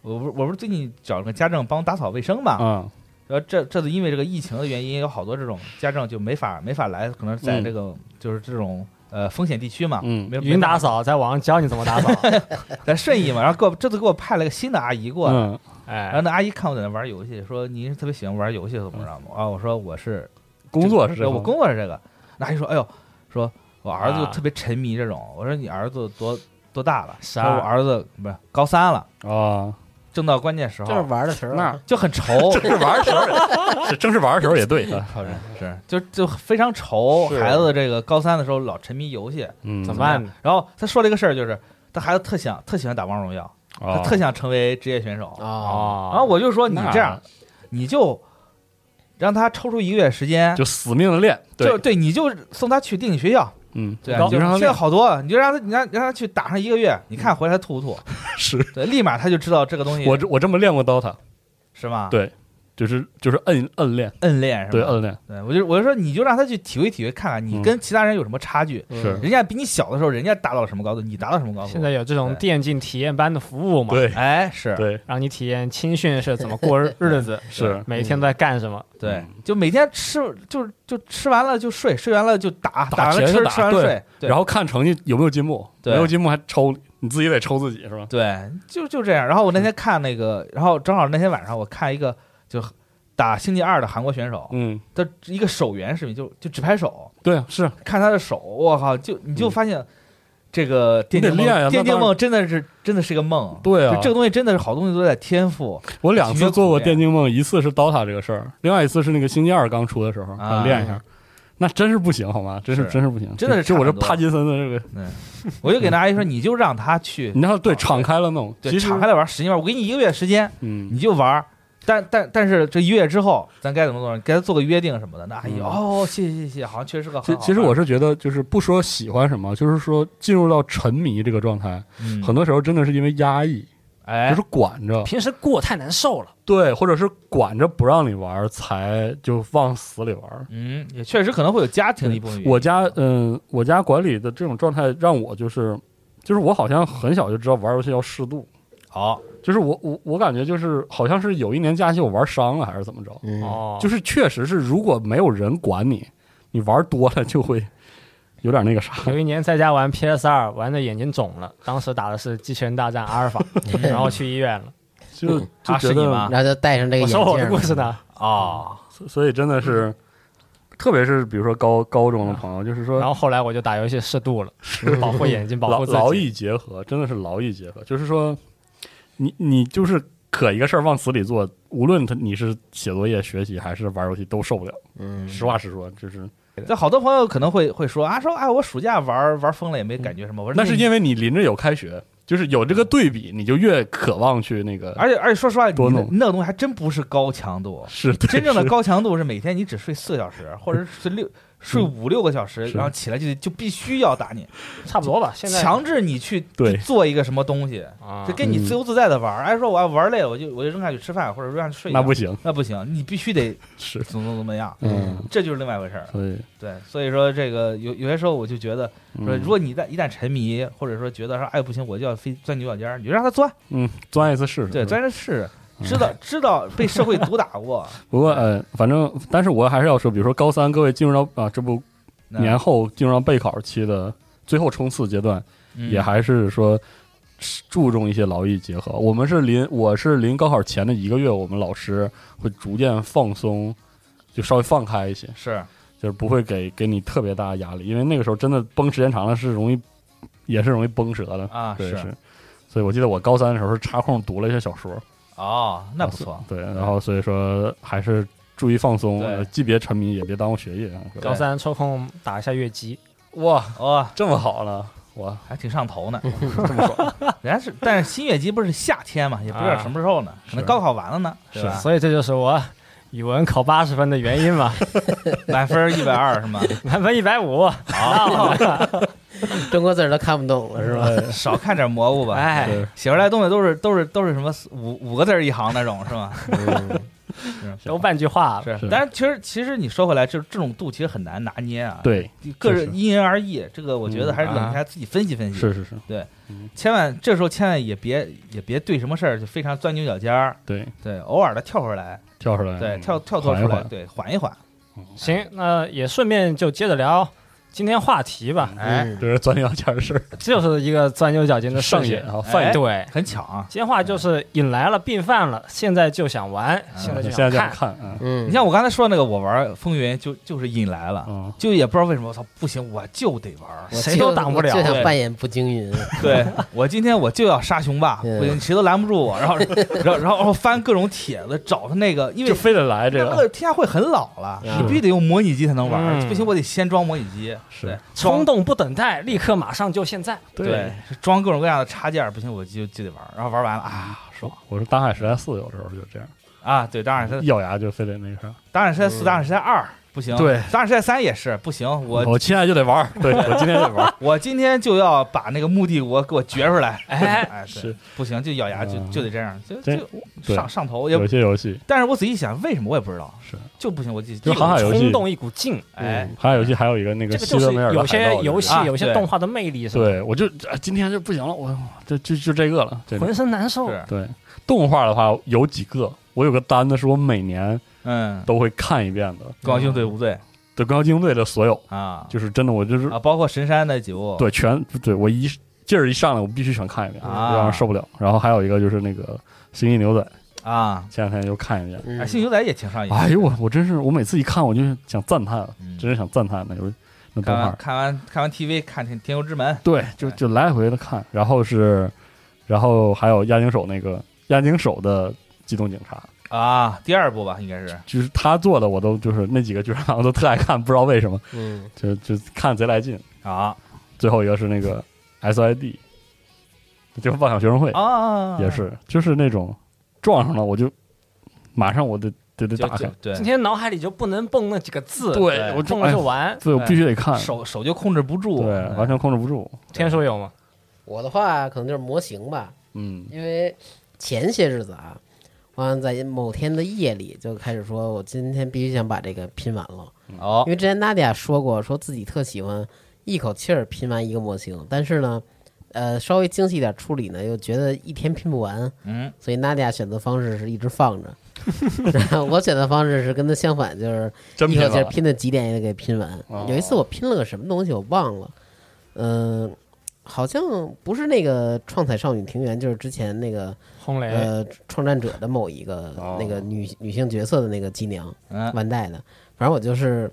[SPEAKER 4] 我不是我不是最近找了个家政帮我打扫卫生嘛，
[SPEAKER 5] 啊，
[SPEAKER 4] 然后这这次因为这个疫情的原因，有好多这种家政就没法没法来，可能是在
[SPEAKER 5] 嗯
[SPEAKER 4] 这个就是这种呃风险地区嘛，
[SPEAKER 5] 嗯
[SPEAKER 4] 没
[SPEAKER 3] 云打
[SPEAKER 4] 打
[SPEAKER 3] 扫在网上教你怎么打扫，
[SPEAKER 4] 在顺义嘛，然后给我这次给我派了个新的阿姨过来。
[SPEAKER 5] 嗯，
[SPEAKER 4] 然后
[SPEAKER 3] 哎，
[SPEAKER 4] 那阿姨看我在那玩游戏，说您是特别喜欢玩游戏怎么着吗？啊，我说我是
[SPEAKER 5] 嗯工作是
[SPEAKER 4] 对
[SPEAKER 5] 这
[SPEAKER 4] 我
[SPEAKER 5] 方
[SPEAKER 4] 工作是这个。那阿姨说，哎呦，说我儿子就
[SPEAKER 3] 啊
[SPEAKER 4] 特别沉迷这种。我说你儿子多多大了？
[SPEAKER 3] 十
[SPEAKER 4] 她说我
[SPEAKER 3] 二，
[SPEAKER 4] 儿子不是高三了， [LAUGHS]
[SPEAKER 5] 啊，
[SPEAKER 4] 正到关键时
[SPEAKER 6] 就是
[SPEAKER 4] 候
[SPEAKER 6] 玩的时候，啊
[SPEAKER 5] 那
[SPEAKER 4] 就
[SPEAKER 5] [LAUGHS]
[SPEAKER 4] 很愁，
[SPEAKER 5] 是玩的时候， [LAUGHS] 是正是玩的时候也对，
[SPEAKER 4] [LAUGHS] 是就就非常愁
[SPEAKER 5] 是
[SPEAKER 4] 孩子这个高三的时候老沉迷游戏。
[SPEAKER 5] 嗯，
[SPEAKER 3] 怎
[SPEAKER 4] 么
[SPEAKER 3] 么办
[SPEAKER 4] 样
[SPEAKER 3] 呢？
[SPEAKER 4] 然后她说了一个事儿，就是她孩子特想特喜欢打王者荣耀，
[SPEAKER 5] 啊
[SPEAKER 4] 他？特想成为职业选手。
[SPEAKER 6] 啊，
[SPEAKER 4] 然后
[SPEAKER 3] 哦，
[SPEAKER 4] 我就说你
[SPEAKER 5] 那
[SPEAKER 4] 这样，你就让他抽出一个月时间，
[SPEAKER 5] 就死命的练，
[SPEAKER 4] 就，对，你就送他去定你学校，
[SPEAKER 5] 嗯，
[SPEAKER 4] 对，
[SPEAKER 5] 你
[SPEAKER 4] 就
[SPEAKER 5] 就让他
[SPEAKER 4] 现在 [LAUGHS]
[SPEAKER 5] 练，
[SPEAKER 4] 好多了，你就让他，你让让他去打上一个月，你看回来他吐不吐？
[SPEAKER 5] 是
[SPEAKER 4] 对，立马他就知道这个东西，
[SPEAKER 5] 嗯我这我这么练过 DOTA，
[SPEAKER 4] 是吗？
[SPEAKER 5] 对就是就是摁摁练，
[SPEAKER 4] 摁练是
[SPEAKER 5] 对，
[SPEAKER 4] 吧？
[SPEAKER 5] 摁练，
[SPEAKER 4] 对，我就我就说你就让他去体会体会，看看你
[SPEAKER 5] 嗯
[SPEAKER 4] 跟其他人有什么差距。
[SPEAKER 5] 是
[SPEAKER 4] 人家比你小的时候，人家达到了什么高度，你达到什么高度？
[SPEAKER 3] 现在有这种
[SPEAKER 4] 对
[SPEAKER 3] 电竞体验班的服务嘛？
[SPEAKER 5] 对
[SPEAKER 4] 哎，是
[SPEAKER 5] 对
[SPEAKER 3] 让你体验青训是怎么过日日子，
[SPEAKER 5] 是，
[SPEAKER 3] 每天在干什么。
[SPEAKER 4] 对，
[SPEAKER 5] 嗯
[SPEAKER 4] 就每天吃，就是就吃完了就睡，睡完了就打，
[SPEAKER 5] 打
[SPEAKER 4] 完了
[SPEAKER 5] 铁
[SPEAKER 4] 吃，
[SPEAKER 5] 就打
[SPEAKER 4] 吃完
[SPEAKER 5] 对
[SPEAKER 4] 了睡，对
[SPEAKER 5] 然后看成绩有没有进步，
[SPEAKER 4] 对
[SPEAKER 5] 没有进步还抽你自己得抽自己是吧？
[SPEAKER 4] 对，就就这样。然后我那天看那个，然后正好那天晚上我看一个就打星期二的韩国选手
[SPEAKER 5] 嗯，
[SPEAKER 4] 的一个手缘视频，就就只拍手，
[SPEAKER 5] 对啊，是
[SPEAKER 4] 看他的手，我靠，就你就
[SPEAKER 5] 嗯
[SPEAKER 4] 发现这个电
[SPEAKER 5] 你得
[SPEAKER 4] 竞梦
[SPEAKER 5] 啊练呀那
[SPEAKER 4] 电竞
[SPEAKER 5] 当然
[SPEAKER 4] 梦真的是真的是个梦。
[SPEAKER 5] 对啊
[SPEAKER 4] 就，这个东西真的是好东西都在天
[SPEAKER 5] [LAUGHS]
[SPEAKER 4] 赋，
[SPEAKER 5] 我两
[SPEAKER 4] 学
[SPEAKER 5] 次
[SPEAKER 4] 苦
[SPEAKER 5] 做过
[SPEAKER 4] 练
[SPEAKER 5] 电竞梦，一次是 DOTA 这个事儿，另外一次是那个星期二刚出的时候，
[SPEAKER 4] 啊
[SPEAKER 5] 想练一下。那真是不行，好吗？真是
[SPEAKER 4] 是
[SPEAKER 5] 真是不行，
[SPEAKER 4] 真的是
[SPEAKER 5] 就就我这
[SPEAKER 4] 差很多
[SPEAKER 5] 帕金森的这个，
[SPEAKER 4] 我就给那阿姨说，你就让他去
[SPEAKER 5] 你，让他对
[SPEAKER 4] 啊
[SPEAKER 5] 敞开了弄，
[SPEAKER 4] 对，
[SPEAKER 5] 嗯其实
[SPEAKER 4] 敞开来玩，使劲玩，我给你一个月时间，
[SPEAKER 5] 嗯
[SPEAKER 4] 你就玩儿。但但但是这一个月之后，咱该怎么做？给他做个约定什么的。那阿姨、
[SPEAKER 5] 嗯
[SPEAKER 4] 哦，谢谢谢谢，好像确实是个
[SPEAKER 5] 其
[SPEAKER 4] 很好玩儿。
[SPEAKER 5] 其实我是觉得，就是不说喜欢什么，就是说进入到沉迷这个状态，
[SPEAKER 4] 嗯
[SPEAKER 5] 很多时候真的是因为压抑，
[SPEAKER 4] 哎，
[SPEAKER 5] 就是管着，
[SPEAKER 3] 平时过太难受了，
[SPEAKER 5] 对，或者是管着不让你玩儿，才就往死里玩儿。
[SPEAKER 4] 嗯，也确实可能会有家庭的一部分原因。
[SPEAKER 5] 我家嗯，我家管理的这种状态让我就是，就是我好像很小就知道玩游戏要适度，
[SPEAKER 4] 好，
[SPEAKER 5] 就是我我我感觉就是好像是有一年假期我玩伤了还是怎么着，
[SPEAKER 6] 嗯，
[SPEAKER 3] 哦，
[SPEAKER 5] 就是确实是如果没有人管你，你玩多了就会有点那个啥，
[SPEAKER 3] 有一年在家玩 PS 二，玩的眼睛肿了，当时打的是《机器人大战阿尔法》，然后去医院了。
[SPEAKER 5] 就
[SPEAKER 3] 嗯
[SPEAKER 5] 就
[SPEAKER 4] 啊
[SPEAKER 5] 觉
[SPEAKER 4] 是你
[SPEAKER 5] 得，
[SPEAKER 4] 吗
[SPEAKER 6] 嗯然后就戴上这个
[SPEAKER 3] 我
[SPEAKER 6] 眼
[SPEAKER 3] 说我的
[SPEAKER 6] 镜
[SPEAKER 3] 故事
[SPEAKER 6] 了，
[SPEAKER 3] 呢？
[SPEAKER 4] 哦，
[SPEAKER 5] 所所以真的
[SPEAKER 3] 嗯
[SPEAKER 5] 是，特别是比如说高高中的朋友，就是
[SPEAKER 3] 然
[SPEAKER 5] 说
[SPEAKER 3] 后后来我就打游戏适度了，保护眼睛，保
[SPEAKER 5] 劳
[SPEAKER 3] 护自
[SPEAKER 5] 劳
[SPEAKER 3] 己。
[SPEAKER 5] 逸结合，真的是劳逸结合，就是说你你就是。可一个事儿往死里做，无论他你是写作业、学习还是玩游戏，都受不了。
[SPEAKER 6] 嗯，
[SPEAKER 5] 实话实说，就是
[SPEAKER 4] 这好多朋友可能会会说啊，说哎，我暑假玩玩疯了也没感觉什么。我说
[SPEAKER 5] 那是
[SPEAKER 4] 你
[SPEAKER 5] 因为你临着有开学，就是有这个对比，你就越渴望去那个。
[SPEAKER 4] 而且而且说实话，你
[SPEAKER 5] 多
[SPEAKER 4] 那
[SPEAKER 5] 弄
[SPEAKER 4] 那个东西还真不是高强
[SPEAKER 5] [LAUGHS] ，
[SPEAKER 4] 度
[SPEAKER 5] 是对
[SPEAKER 4] 真正的
[SPEAKER 5] 是 [LAUGHS]
[SPEAKER 4] 高强度是每天你只睡四个小时，或者是六睡五六个小时，
[SPEAKER 5] 嗯是
[SPEAKER 4] 然后起来就就必须要打你，
[SPEAKER 3] 差不多吧。现在
[SPEAKER 4] 强制你去
[SPEAKER 5] 对嗯
[SPEAKER 4] 做一个什么东西，
[SPEAKER 3] 啊
[SPEAKER 4] 就，跟你自由自在的玩儿。哎，说我要玩累了，我就我就扔下去吃饭，或者扔下去睡一觉。
[SPEAKER 5] 那不行，
[SPEAKER 4] 那不行，你必须得
[SPEAKER 5] 是，
[SPEAKER 4] 怎么怎么怎么样，
[SPEAKER 5] 嗯，
[SPEAKER 4] 这就是另外一回事儿。
[SPEAKER 5] 所以
[SPEAKER 4] 对，所以说这个有有些时候我就觉得，说
[SPEAKER 5] 嗯
[SPEAKER 4] 如果你一旦一旦沉迷，或者说觉得说哎不行，我就要非钻牛角尖儿，你就让他钻，
[SPEAKER 5] 嗯，钻一次试试。
[SPEAKER 4] 对，
[SPEAKER 5] 是吧
[SPEAKER 4] 钻着试试，
[SPEAKER 5] 嗯
[SPEAKER 4] 知道知道被社会毒打
[SPEAKER 5] [LAUGHS]
[SPEAKER 4] 过，
[SPEAKER 5] 不过呃，反正，但是我还是要说，比如说高三，各位进入到啊，这不
[SPEAKER 4] 那
[SPEAKER 5] 年后进入到备考期的最后冲刺阶段，
[SPEAKER 4] 嗯
[SPEAKER 5] 也还是说注重一些劳逸结合。我们是临我是临高考前的一个月，我们老师会逐渐放松，就稍微放开一些，
[SPEAKER 4] 是
[SPEAKER 5] 就是不会给给你特别大的压力，因为那个时候真的绷时间长了是容易，也是容易崩折的。
[SPEAKER 4] 啊
[SPEAKER 5] 对，
[SPEAKER 4] 是
[SPEAKER 5] 是。所以我记得我高三的时候是插空读了一些小说，
[SPEAKER 4] 哦，那不错，
[SPEAKER 5] 对，然后所以说还是注意放松，
[SPEAKER 4] 对
[SPEAKER 5] 呃既别沉迷，也别耽误学业啊。是吧
[SPEAKER 3] 高三抽空打一下越级，
[SPEAKER 5] 哇，
[SPEAKER 4] 哦，
[SPEAKER 5] 这么好呢，
[SPEAKER 4] [LAUGHS]
[SPEAKER 5] 哇，
[SPEAKER 4] 还挺上
[SPEAKER 5] [LAUGHS]
[SPEAKER 4] 头呢。
[SPEAKER 5] 这么爽，
[SPEAKER 4] 人家是，但是新月季不是夏天嘛，也不知道什么时候呢，可能
[SPEAKER 5] 啊是
[SPEAKER 4] 高考完了呢，对
[SPEAKER 5] 是
[SPEAKER 4] 吧？
[SPEAKER 3] 所以这就是我语文考八十分的原因嘛，
[SPEAKER 4] 满分一百
[SPEAKER 5] [LAUGHS]
[SPEAKER 4] 二是吗？
[SPEAKER 3] 满分一百五，
[SPEAKER 4] [LAUGHS]
[SPEAKER 3] 好，
[SPEAKER 6] 中国字儿都看不懂了是吧？
[SPEAKER 5] 吧？
[SPEAKER 4] 少看点蘑菇吧。
[SPEAKER 3] 哎，
[SPEAKER 5] 是
[SPEAKER 4] 写出来的东西都是都是都是什么四五五个字儿一行那种是吗？嗯 [LAUGHS]
[SPEAKER 3] 都半句话，
[SPEAKER 4] 是，
[SPEAKER 5] 是
[SPEAKER 4] 但是其实其实你说回来，就是这种度其实很难拿捏啊。，
[SPEAKER 5] 对，
[SPEAKER 4] 个
[SPEAKER 5] 确
[SPEAKER 4] 人
[SPEAKER 5] 实
[SPEAKER 4] 因人而异。这个我觉得
[SPEAKER 5] 嗯
[SPEAKER 4] 还是冷静下来自己分析分析。
[SPEAKER 5] 是是是，
[SPEAKER 4] 千万这时候千万也别也别对什么事儿就非常钻牛角尖儿。
[SPEAKER 5] 对，
[SPEAKER 4] 对，偶尔的跳出来，
[SPEAKER 5] 跳出来，
[SPEAKER 4] 对，
[SPEAKER 5] 嗯
[SPEAKER 4] 跳跳脱
[SPEAKER 5] 缓一
[SPEAKER 4] 出来，
[SPEAKER 5] 缓
[SPEAKER 4] 对，缓一缓。
[SPEAKER 3] 行，那也顺便就接着聊今天话题吧，
[SPEAKER 4] 哎，
[SPEAKER 6] 嗯，
[SPEAKER 5] 就是钻牛角尖的事儿，
[SPEAKER 3] 这就是一个钻牛角尖的事
[SPEAKER 5] 上
[SPEAKER 3] 情
[SPEAKER 5] 瘾啊，
[SPEAKER 4] 哎
[SPEAKER 5] 犯瘾，
[SPEAKER 3] 对，
[SPEAKER 4] 很巧啊。
[SPEAKER 3] 接话就是引来了病犯了，现在就想玩，现在就
[SPEAKER 5] 嗯现在就
[SPEAKER 3] 看
[SPEAKER 5] 想，看，嗯
[SPEAKER 6] 嗯，
[SPEAKER 4] 你像我刚才说那个，我玩风云就就是引来了，
[SPEAKER 5] 嗯，
[SPEAKER 4] 就也不知道为什么，我操，不行，我就得玩儿。
[SPEAKER 6] 我
[SPEAKER 3] 谁
[SPEAKER 6] 就
[SPEAKER 3] 都挡不了
[SPEAKER 6] 我就
[SPEAKER 4] 对
[SPEAKER 6] 想扮演步惊云，
[SPEAKER 4] [LAUGHS] 对我今天我就要杀雄霸，
[SPEAKER 6] 嗯
[SPEAKER 4] 不行，谁都拦不住我。然后，然后，然后然后翻各种帖子找他那个，因为
[SPEAKER 5] 就非得来这
[SPEAKER 4] 那
[SPEAKER 5] 个，
[SPEAKER 4] 个天下会很老了，
[SPEAKER 5] 嗯
[SPEAKER 6] 是
[SPEAKER 4] 你必须得用模拟机才能玩儿，
[SPEAKER 3] 嗯
[SPEAKER 4] 不行我得先装模拟机，
[SPEAKER 5] 是
[SPEAKER 4] 对
[SPEAKER 3] 冲
[SPEAKER 4] 装
[SPEAKER 3] 动不等待，立刻马上就现在。
[SPEAKER 4] 对，装各种各样的插件儿，不行我就就得玩儿，然后玩完了啊
[SPEAKER 5] 爽。我说《大海时代四》有时候就这样，
[SPEAKER 4] 啊，对，当然是
[SPEAKER 5] 一咬牙就非得那个啥，
[SPEAKER 4] 当然是在四，当然是在二。不
[SPEAKER 5] 嗯
[SPEAKER 4] 行，
[SPEAKER 5] 对嗯
[SPEAKER 4] 当然是在三也是不行。我
[SPEAKER 5] 我现在就得玩儿，对我今天就得玩儿，
[SPEAKER 4] 我今天就要把那个墓帝国给我掘出来。
[SPEAKER 3] 哎
[SPEAKER 4] [LAUGHS] 哎，对
[SPEAKER 5] 是
[SPEAKER 4] 不行就咬牙就
[SPEAKER 5] 嗯
[SPEAKER 4] 就得 [LAUGHS] 这样，就
[SPEAKER 5] 真
[SPEAKER 4] 就
[SPEAKER 5] 对
[SPEAKER 4] 上上头也
[SPEAKER 5] 有些游戏
[SPEAKER 4] 但是我仔细想，为什么我也不知道，
[SPEAKER 5] 是
[SPEAKER 4] 就不行，我就
[SPEAKER 5] 就航海游戏
[SPEAKER 3] 冲动一股劲，嗯
[SPEAKER 4] 哎，
[SPEAKER 5] 航海游嗯戏还有一个那
[SPEAKER 3] 这
[SPEAKER 5] 个
[SPEAKER 3] 个
[SPEAKER 5] 西
[SPEAKER 3] 就
[SPEAKER 5] 德
[SPEAKER 3] 是
[SPEAKER 5] 梅尔的
[SPEAKER 3] 有
[SPEAKER 5] 海盗
[SPEAKER 3] 些游戏
[SPEAKER 4] 啊、
[SPEAKER 3] 有些
[SPEAKER 4] 对
[SPEAKER 3] 动画的魅力是吧？
[SPEAKER 5] 对，我就啊今天就不行了，我这就就这个了。这种
[SPEAKER 3] 浑身难受。
[SPEAKER 4] 是
[SPEAKER 5] 对动画的话有几个，我有个单子是我每年
[SPEAKER 4] 嗯，
[SPEAKER 5] 都会看一遍的，《
[SPEAKER 4] 高兴对不对
[SPEAKER 5] 对《钢精队》的所有，
[SPEAKER 4] 啊？
[SPEAKER 5] 就是真的我就是、
[SPEAKER 4] 啊，包括神山那几部，
[SPEAKER 5] 对全对我一劲儿一上来，我必须全看一遍，
[SPEAKER 4] 啊
[SPEAKER 5] 不然受不了。然后还有一个就是那个《星际牛仔》，
[SPEAKER 4] 啊，
[SPEAKER 5] 前两天又看一遍。
[SPEAKER 6] 嗯
[SPEAKER 4] 啊，星球仔也挺上瘾。
[SPEAKER 5] 哎呦我我真是我每次一看我就想赞叹，
[SPEAKER 4] 嗯
[SPEAKER 5] 真是想赞叹那游那动
[SPEAKER 4] 看
[SPEAKER 5] 画
[SPEAKER 4] 完。看完看完 TV，看《天天游之门》
[SPEAKER 5] 对，就就来回的看，然后是，然后还有押井守那个押井守的机动警察，
[SPEAKER 4] 啊，第二部吧，应该是
[SPEAKER 5] 就是他做的，我都就是那几个剧场我都 [LAUGHS] 特爱看，不知道为什么，
[SPEAKER 6] 嗯，
[SPEAKER 5] 就就看贼来劲。
[SPEAKER 4] 啊
[SPEAKER 5] 最后一个是那个 SID，就是妄想学生会，
[SPEAKER 4] 啊，
[SPEAKER 5] 也是就是那种撞上了我就马上我得得得
[SPEAKER 4] 就
[SPEAKER 5] 打
[SPEAKER 4] 就
[SPEAKER 5] 开，
[SPEAKER 4] 对
[SPEAKER 3] 今，天脑海里就不能蹦那几个字，
[SPEAKER 5] 对我
[SPEAKER 3] 蹦
[SPEAKER 5] 哎
[SPEAKER 3] 了就完。
[SPEAKER 5] 对我必须得看，
[SPEAKER 4] 手手就控制不住，
[SPEAKER 5] 嗯
[SPEAKER 4] 嗯
[SPEAKER 5] 对完全控哎制不哎住，
[SPEAKER 3] 天叔有吗？
[SPEAKER 6] 我的话可能就是模型吧，
[SPEAKER 5] 嗯
[SPEAKER 6] 因为前些日子啊，我好像在某天的夜里就开始说，我今天必须想把这个拼完了，
[SPEAKER 4] 哦
[SPEAKER 6] 因为之前娜迪亚说过，说自己特喜欢一口气儿拼完一个模型，但是呢，呃，稍微精细一点处理呢，又觉得一天拼不完，
[SPEAKER 4] 嗯
[SPEAKER 6] 所以娜迪亚选择方式是一直
[SPEAKER 5] [LAUGHS]
[SPEAKER 6] 放着，然后我选择方式是跟她相反，就是
[SPEAKER 5] 真
[SPEAKER 6] 一口气
[SPEAKER 5] 拼
[SPEAKER 6] 儿
[SPEAKER 5] 了
[SPEAKER 6] 拼的几点也得给拼完。
[SPEAKER 5] 哦
[SPEAKER 6] 有一次我拼了个什么东西，我忘了，嗯、好像不是那个《创彩少女庭园》，就是之前那个
[SPEAKER 3] 红雷，
[SPEAKER 6] 呃《创战者》的某一个、
[SPEAKER 5] 哎哦
[SPEAKER 6] 那个女女性角色的那个机娘
[SPEAKER 5] 啊
[SPEAKER 4] 嗯
[SPEAKER 6] 万代的，反正我就是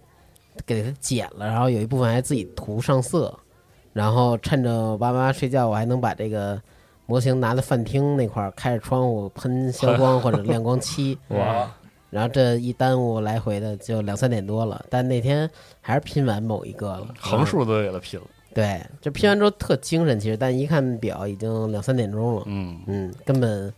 [SPEAKER 6] 给它剪了，然后有一部分还自己涂上色，然后趁着我爸妈睡觉，我还能把这个。模型拿到饭厅那块儿，开着窗户喷消光或者亮
[SPEAKER 5] [LAUGHS]
[SPEAKER 6] 光漆，
[SPEAKER 4] 嗯
[SPEAKER 5] 哇，
[SPEAKER 6] 然后这一耽误来回的就两三点多了，但那天还是拼完某一个了，嗯
[SPEAKER 5] 横竖都给他拼了，
[SPEAKER 6] 对，就拼完之后特精神，其实，但一看表已经两三点钟了，
[SPEAKER 5] 嗯。
[SPEAKER 6] 嗯，根本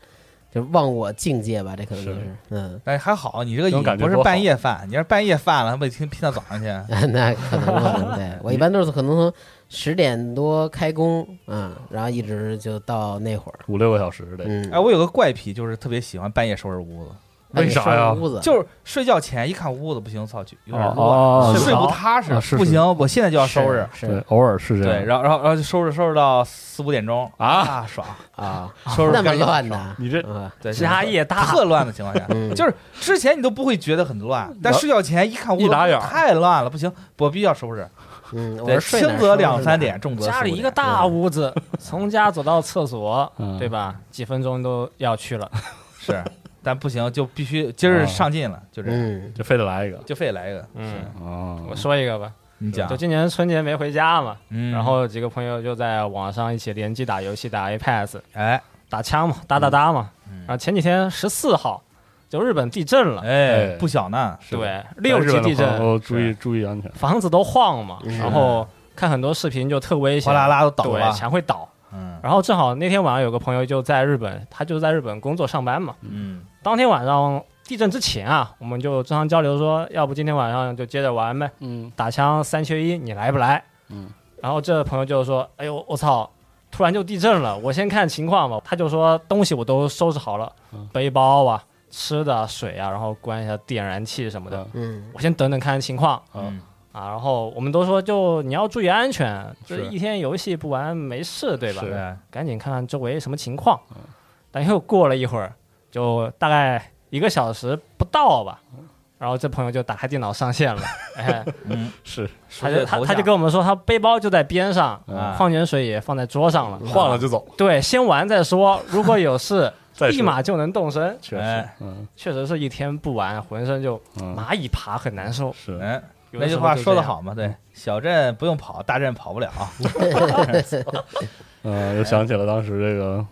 [SPEAKER 6] 就忘我境界吧，这可能就是是，嗯，
[SPEAKER 4] 但还好，你这个
[SPEAKER 5] 这种
[SPEAKER 4] 瘾
[SPEAKER 5] 感觉
[SPEAKER 4] 不是
[SPEAKER 5] 多好
[SPEAKER 4] 半夜犯，你要是半夜犯了，还不得拼拼到早上去？
[SPEAKER 6] [LAUGHS]
[SPEAKER 4] 哎
[SPEAKER 6] 那可能吧可能对我一般都是可能从十点多开工啊、然后一直就到那会儿，
[SPEAKER 5] 五六个小时得。
[SPEAKER 6] 嗯，
[SPEAKER 4] 哎，我有个怪癖，就是特别喜欢半夜收拾屋子，
[SPEAKER 6] 那你
[SPEAKER 5] 为啥呀
[SPEAKER 6] 收拾屋子
[SPEAKER 4] 就是睡觉前一看屋子不行，操，就有点乱，
[SPEAKER 5] 哦
[SPEAKER 4] 睡
[SPEAKER 5] 是
[SPEAKER 4] 睡不踏实，
[SPEAKER 5] 啊是
[SPEAKER 4] 不
[SPEAKER 5] 是
[SPEAKER 4] 行，我现在就要收拾。
[SPEAKER 6] 是
[SPEAKER 5] 对，偶尔是这
[SPEAKER 4] 对，
[SPEAKER 5] 样。
[SPEAKER 4] 然后然后然后就收拾收拾到四五点钟
[SPEAKER 5] 啊，
[SPEAKER 4] 啊，爽，
[SPEAKER 6] 啊，
[SPEAKER 4] 收拾
[SPEAKER 6] 那么
[SPEAKER 4] 干净
[SPEAKER 6] 乱
[SPEAKER 4] 爽
[SPEAKER 6] 呢，
[SPEAKER 5] 你这
[SPEAKER 6] 啊，
[SPEAKER 4] 对，
[SPEAKER 3] 家
[SPEAKER 4] 就是
[SPEAKER 3] 业大，
[SPEAKER 4] 特乱的情况下，
[SPEAKER 6] 嗯，
[SPEAKER 4] 就是之前你都不会觉得很
[SPEAKER 3] 嗯
[SPEAKER 4] 乱，但睡觉前一看屋子
[SPEAKER 5] 一打眼儿
[SPEAKER 4] 太乱了，不行，我必须要收拾。
[SPEAKER 6] 嗯，我
[SPEAKER 4] 对，
[SPEAKER 6] 是睡哪
[SPEAKER 4] 轻
[SPEAKER 6] 儿
[SPEAKER 4] 则
[SPEAKER 6] 收拾哪
[SPEAKER 4] 两
[SPEAKER 6] 儿
[SPEAKER 4] 三点，重则
[SPEAKER 3] 家里
[SPEAKER 4] 4-5
[SPEAKER 3] 一个
[SPEAKER 4] 点
[SPEAKER 3] 大屋子，从家走到厕所，
[SPEAKER 5] 嗯
[SPEAKER 3] 对吧？几分钟都要去了。 [LAUGHS]
[SPEAKER 4] 是，但不行就必须今儿上进了，就这样，
[SPEAKER 6] 嗯，
[SPEAKER 5] 就非得来一个
[SPEAKER 4] 就非得来一个。
[SPEAKER 3] 嗯，
[SPEAKER 5] 哦
[SPEAKER 3] 我说一个吧，
[SPEAKER 4] 你讲
[SPEAKER 3] 嗯就，今年春节没回家嘛，
[SPEAKER 4] 啊嗯，
[SPEAKER 3] 然后几个朋友就在网上一起联机打游戏，打 Apex，
[SPEAKER 4] 哎
[SPEAKER 3] 打枪嘛，哒哒哒嘛。
[SPEAKER 4] 嗯
[SPEAKER 3] 然后前几天十四号就日本地震了，
[SPEAKER 5] 哎，
[SPEAKER 4] 哎不小呢，
[SPEAKER 5] 是的
[SPEAKER 3] 对，六级地震，
[SPEAKER 5] 哦，注意注意安全。
[SPEAKER 3] 房子都晃嘛，
[SPEAKER 6] 嗯
[SPEAKER 3] 然后看很多视频就特危
[SPEAKER 4] 哗
[SPEAKER 3] 险，
[SPEAKER 4] 啦啦都倒了
[SPEAKER 3] 对，，墙会倒。
[SPEAKER 4] 嗯
[SPEAKER 3] 然后正好那天晚上有个朋友就在日本，他就在日本工作上班嘛。
[SPEAKER 4] 嗯，
[SPEAKER 3] 当天晚上地震之前啊，我们就正常交流说，要不今天晚上就接着玩呗，
[SPEAKER 5] 嗯
[SPEAKER 3] 打枪三缺一，你来不来？
[SPEAKER 5] 嗯。
[SPEAKER 3] 然后这朋友就说：“哎呦，我操！突然就地震了，我先看情况吧。”他就说：“东西我都收拾好了，
[SPEAKER 5] 嗯
[SPEAKER 3] 背包啊、吃的啊、水啊，然后关一下点燃气什么的。
[SPEAKER 6] 嗯，
[SPEAKER 3] 我先等等看情况
[SPEAKER 5] 嗯
[SPEAKER 4] 嗯
[SPEAKER 3] 啊。”然后我们都说：“就你要注意安全，这
[SPEAKER 5] 是
[SPEAKER 3] 一天游戏不玩没事，对吧？
[SPEAKER 5] 是
[SPEAKER 4] 对，哎
[SPEAKER 3] 赶紧看看周围什么情况。”但又过了一会儿，就大概一个小时不到吧，然后这朋友就打开电脑
[SPEAKER 5] [LAUGHS]
[SPEAKER 3] 上线了，哎，
[SPEAKER 4] 嗯，
[SPEAKER 5] 是
[SPEAKER 3] 他就他他就跟
[SPEAKER 4] 跟
[SPEAKER 3] 我们说，他背包就在边上，
[SPEAKER 4] 啊
[SPEAKER 3] 矿泉水也放在桌上了，
[SPEAKER 5] 晃哎了就走，
[SPEAKER 3] 对，先玩
[SPEAKER 5] [LAUGHS]
[SPEAKER 3] 再说，如果有事
[SPEAKER 5] 再说
[SPEAKER 3] 立马就能动身。
[SPEAKER 5] 确实
[SPEAKER 4] 哎，
[SPEAKER 5] 嗯
[SPEAKER 3] 确实是一天不玩，浑身就
[SPEAKER 5] 嗯，
[SPEAKER 3] 蚂蚁爬，很难受。
[SPEAKER 5] 是
[SPEAKER 4] 哎，那
[SPEAKER 3] 有的
[SPEAKER 4] 句
[SPEAKER 3] 时候
[SPEAKER 4] 话
[SPEAKER 3] 就
[SPEAKER 4] 说
[SPEAKER 3] 这
[SPEAKER 4] 得
[SPEAKER 3] 样，
[SPEAKER 4] 好嘛，对，小镇不用跑，大镇跑不了，
[SPEAKER 6] [LAUGHS]
[SPEAKER 5] 嗯，又想起了当时这个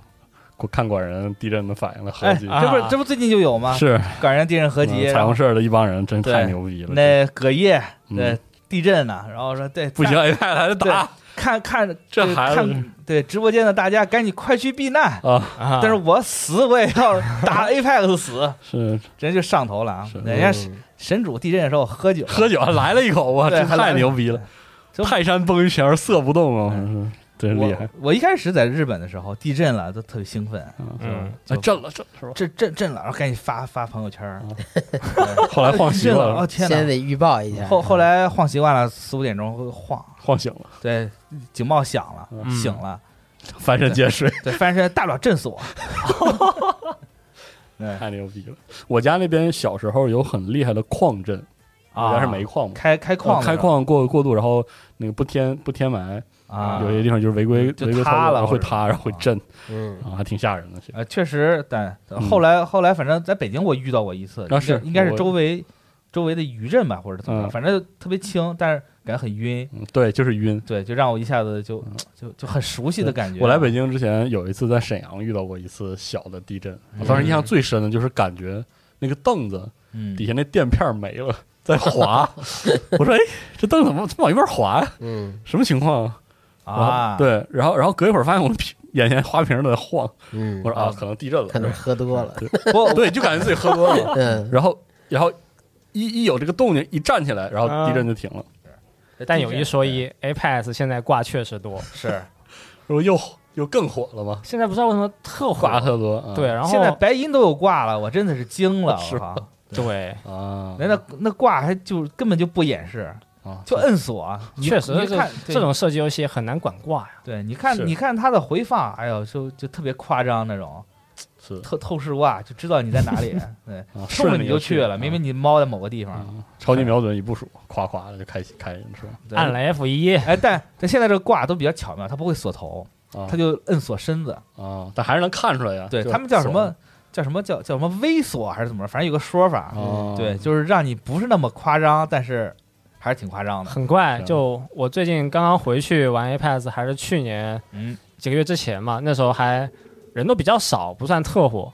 [SPEAKER 5] 我看管人地震的反应的合
[SPEAKER 4] 哎，
[SPEAKER 5] 集，
[SPEAKER 4] 这不
[SPEAKER 3] 啊
[SPEAKER 4] 是这不最近就有吗？
[SPEAKER 5] 是
[SPEAKER 4] 感人地震合集，
[SPEAKER 5] 嗯彩
[SPEAKER 4] 然后
[SPEAKER 5] 虹社的一帮人真太
[SPEAKER 4] 对
[SPEAKER 5] 牛逼了，
[SPEAKER 4] 那隔夜
[SPEAKER 5] 嗯
[SPEAKER 4] 对地震呢，然后说对
[SPEAKER 5] 不行，哎，太太
[SPEAKER 4] 对
[SPEAKER 5] 打
[SPEAKER 4] 看看
[SPEAKER 5] 这
[SPEAKER 4] 对
[SPEAKER 5] 孩子
[SPEAKER 4] 看对直播间的大家赶紧快去避难。
[SPEAKER 5] 啊，
[SPEAKER 3] 啊
[SPEAKER 4] 但是我死我也要打 Apex 死，
[SPEAKER 5] 是
[SPEAKER 4] 人就上头了啊！
[SPEAKER 5] 是嗯
[SPEAKER 4] 人
[SPEAKER 3] 嗯
[SPEAKER 4] 家神主地震的时候喝酒，
[SPEAKER 5] 喝酒来了一口，哇，
[SPEAKER 4] 对
[SPEAKER 5] 这
[SPEAKER 4] 还来
[SPEAKER 5] 太牛逼了，
[SPEAKER 4] 就
[SPEAKER 5] 泰山崩于前而色不动啊，
[SPEAKER 4] 嗯
[SPEAKER 5] 真是真
[SPEAKER 4] 我
[SPEAKER 5] 厉害，
[SPEAKER 4] 我一开始在日本的时候地震了都特别兴奋，
[SPEAKER 5] 哎
[SPEAKER 3] 嗯，
[SPEAKER 4] 就
[SPEAKER 5] 震了震了是吧？
[SPEAKER 4] 这 [LAUGHS] 震震了，然后赶紧发发朋友圈 [LAUGHS] 儿，
[SPEAKER 5] 后来啊晃习
[SPEAKER 4] 震
[SPEAKER 5] 惯
[SPEAKER 4] 了，哦
[SPEAKER 5] 了，
[SPEAKER 4] [LAUGHS] 天
[SPEAKER 6] 先
[SPEAKER 4] 哪！哦
[SPEAKER 6] 得预
[SPEAKER 4] [LAUGHS]
[SPEAKER 6] 报一下，
[SPEAKER 4] 后后来晃习惯了，四五点钟会晃，
[SPEAKER 5] 晃醒了，
[SPEAKER 4] 对，警报响了，
[SPEAKER 5] 嗯
[SPEAKER 4] 醒了，
[SPEAKER 5] 翻身接水，
[SPEAKER 4] 对，翻身大不了震死我。对
[SPEAKER 5] 太牛逼了！我家那边小时候有很厉害的矿震，我
[SPEAKER 4] 啊，
[SPEAKER 5] 家是煤矿嘛，
[SPEAKER 4] 开开矿的时候
[SPEAKER 5] 开矿过过度，然后那个不填不填埋，
[SPEAKER 4] 啊，
[SPEAKER 5] 有些地方就是违规
[SPEAKER 4] 就
[SPEAKER 5] 违规操
[SPEAKER 4] 塌
[SPEAKER 5] 作
[SPEAKER 4] 了
[SPEAKER 5] 然后
[SPEAKER 4] 或
[SPEAKER 5] 会
[SPEAKER 4] 者
[SPEAKER 5] 塌，然后会震
[SPEAKER 6] 嗯
[SPEAKER 5] 啊，还挺吓人的。其实
[SPEAKER 4] 呃，确实，但后来、后来，反正在北京我遇到过一次，
[SPEAKER 5] 嗯啊是
[SPEAKER 4] 应该是
[SPEAKER 5] 我
[SPEAKER 4] 周围周围的余震吧，或者怎么样，
[SPEAKER 5] 嗯
[SPEAKER 4] 反正特别轻，但是感觉很晕，
[SPEAKER 5] 嗯，对，就是晕。
[SPEAKER 4] 对，就让我一下子就就就很熟悉的感觉。
[SPEAKER 5] 我来北京之前有一次在沈阳遇到过一次小的地震，我当时印象最深的就是感觉那个凳子
[SPEAKER 4] 嗯
[SPEAKER 5] 底下那垫片没了，在
[SPEAKER 4] [LAUGHS]
[SPEAKER 5] 滑。我说：“哎，这凳怎么往一边滑呀？
[SPEAKER 6] 嗯
[SPEAKER 5] 什么情况啊
[SPEAKER 4] 啊，
[SPEAKER 5] 然后，对，然后然后隔一会儿发现我的瓶眼前花瓶都在晃，
[SPEAKER 6] 嗯
[SPEAKER 5] 我，说啊
[SPEAKER 4] 啊，
[SPEAKER 5] 可能地震
[SPEAKER 6] 可能
[SPEAKER 5] 了。
[SPEAKER 6] 喝
[SPEAKER 4] [LAUGHS]
[SPEAKER 6] 多了，
[SPEAKER 4] 不
[SPEAKER 5] [LAUGHS] 对，就感觉自己喝多了。
[SPEAKER 6] 嗯
[SPEAKER 5] 然后然后一一有这个动静，一站起来，然后地震就停了。
[SPEAKER 3] 但有一说一，Apex 现在挂确实多，
[SPEAKER 4] 是，
[SPEAKER 5] 然后又又更火了嘛，
[SPEAKER 3] 现在不知道为什么特火
[SPEAKER 5] 瓜，特多啊
[SPEAKER 3] 对，然后
[SPEAKER 4] 现在白银都有挂了，我真的是惊
[SPEAKER 5] [LAUGHS]
[SPEAKER 4] 了，
[SPEAKER 5] 是
[SPEAKER 4] 我靠！
[SPEAKER 3] 对，
[SPEAKER 5] 啊，
[SPEAKER 4] 人那那挂还就根本就不掩饰，
[SPEAKER 5] 啊
[SPEAKER 4] 就摁死我。你
[SPEAKER 3] 确实
[SPEAKER 4] 你
[SPEAKER 3] 这
[SPEAKER 4] 看对
[SPEAKER 3] 这种射击游戏很难管挂呀。
[SPEAKER 4] 对，你看
[SPEAKER 5] 是
[SPEAKER 4] 你看他的回放，哎呦，就就特别夸张那种。
[SPEAKER 5] 是
[SPEAKER 4] 透透视挂，就知道你在哪
[SPEAKER 5] [LAUGHS]
[SPEAKER 4] 里，对，
[SPEAKER 5] 啊
[SPEAKER 4] 冲着
[SPEAKER 5] 顺
[SPEAKER 4] 你
[SPEAKER 5] 着
[SPEAKER 4] 就
[SPEAKER 5] 就
[SPEAKER 4] 去
[SPEAKER 5] 去
[SPEAKER 4] 了，
[SPEAKER 5] 啊
[SPEAKER 4] 明明你猫在某个地方，
[SPEAKER 5] 啊，超级瞄准一部署，夸夸的就开开人是吧？
[SPEAKER 4] 对
[SPEAKER 3] 按了 F 一，
[SPEAKER 4] 哎，但但现在这个挂都比较巧妙，它不会锁头，
[SPEAKER 5] 啊
[SPEAKER 4] 它就摁锁身子。
[SPEAKER 5] 啊，但还是能看出来呀。
[SPEAKER 4] 对
[SPEAKER 5] 就
[SPEAKER 4] 他们叫什
[SPEAKER 5] 锁
[SPEAKER 4] 么？叫什么叫叫什么微锁还是怎么着？反正有个说法，
[SPEAKER 5] 哦
[SPEAKER 4] 嗯对，就是让你不是那么夸张，但是还是挺夸张的。
[SPEAKER 3] 很怪。
[SPEAKER 5] 是啊
[SPEAKER 3] 就我最近刚刚回去玩 Apex，还是去年
[SPEAKER 4] 嗯
[SPEAKER 3] 几个月之前嘛，那时候还人都比较少，不算特火。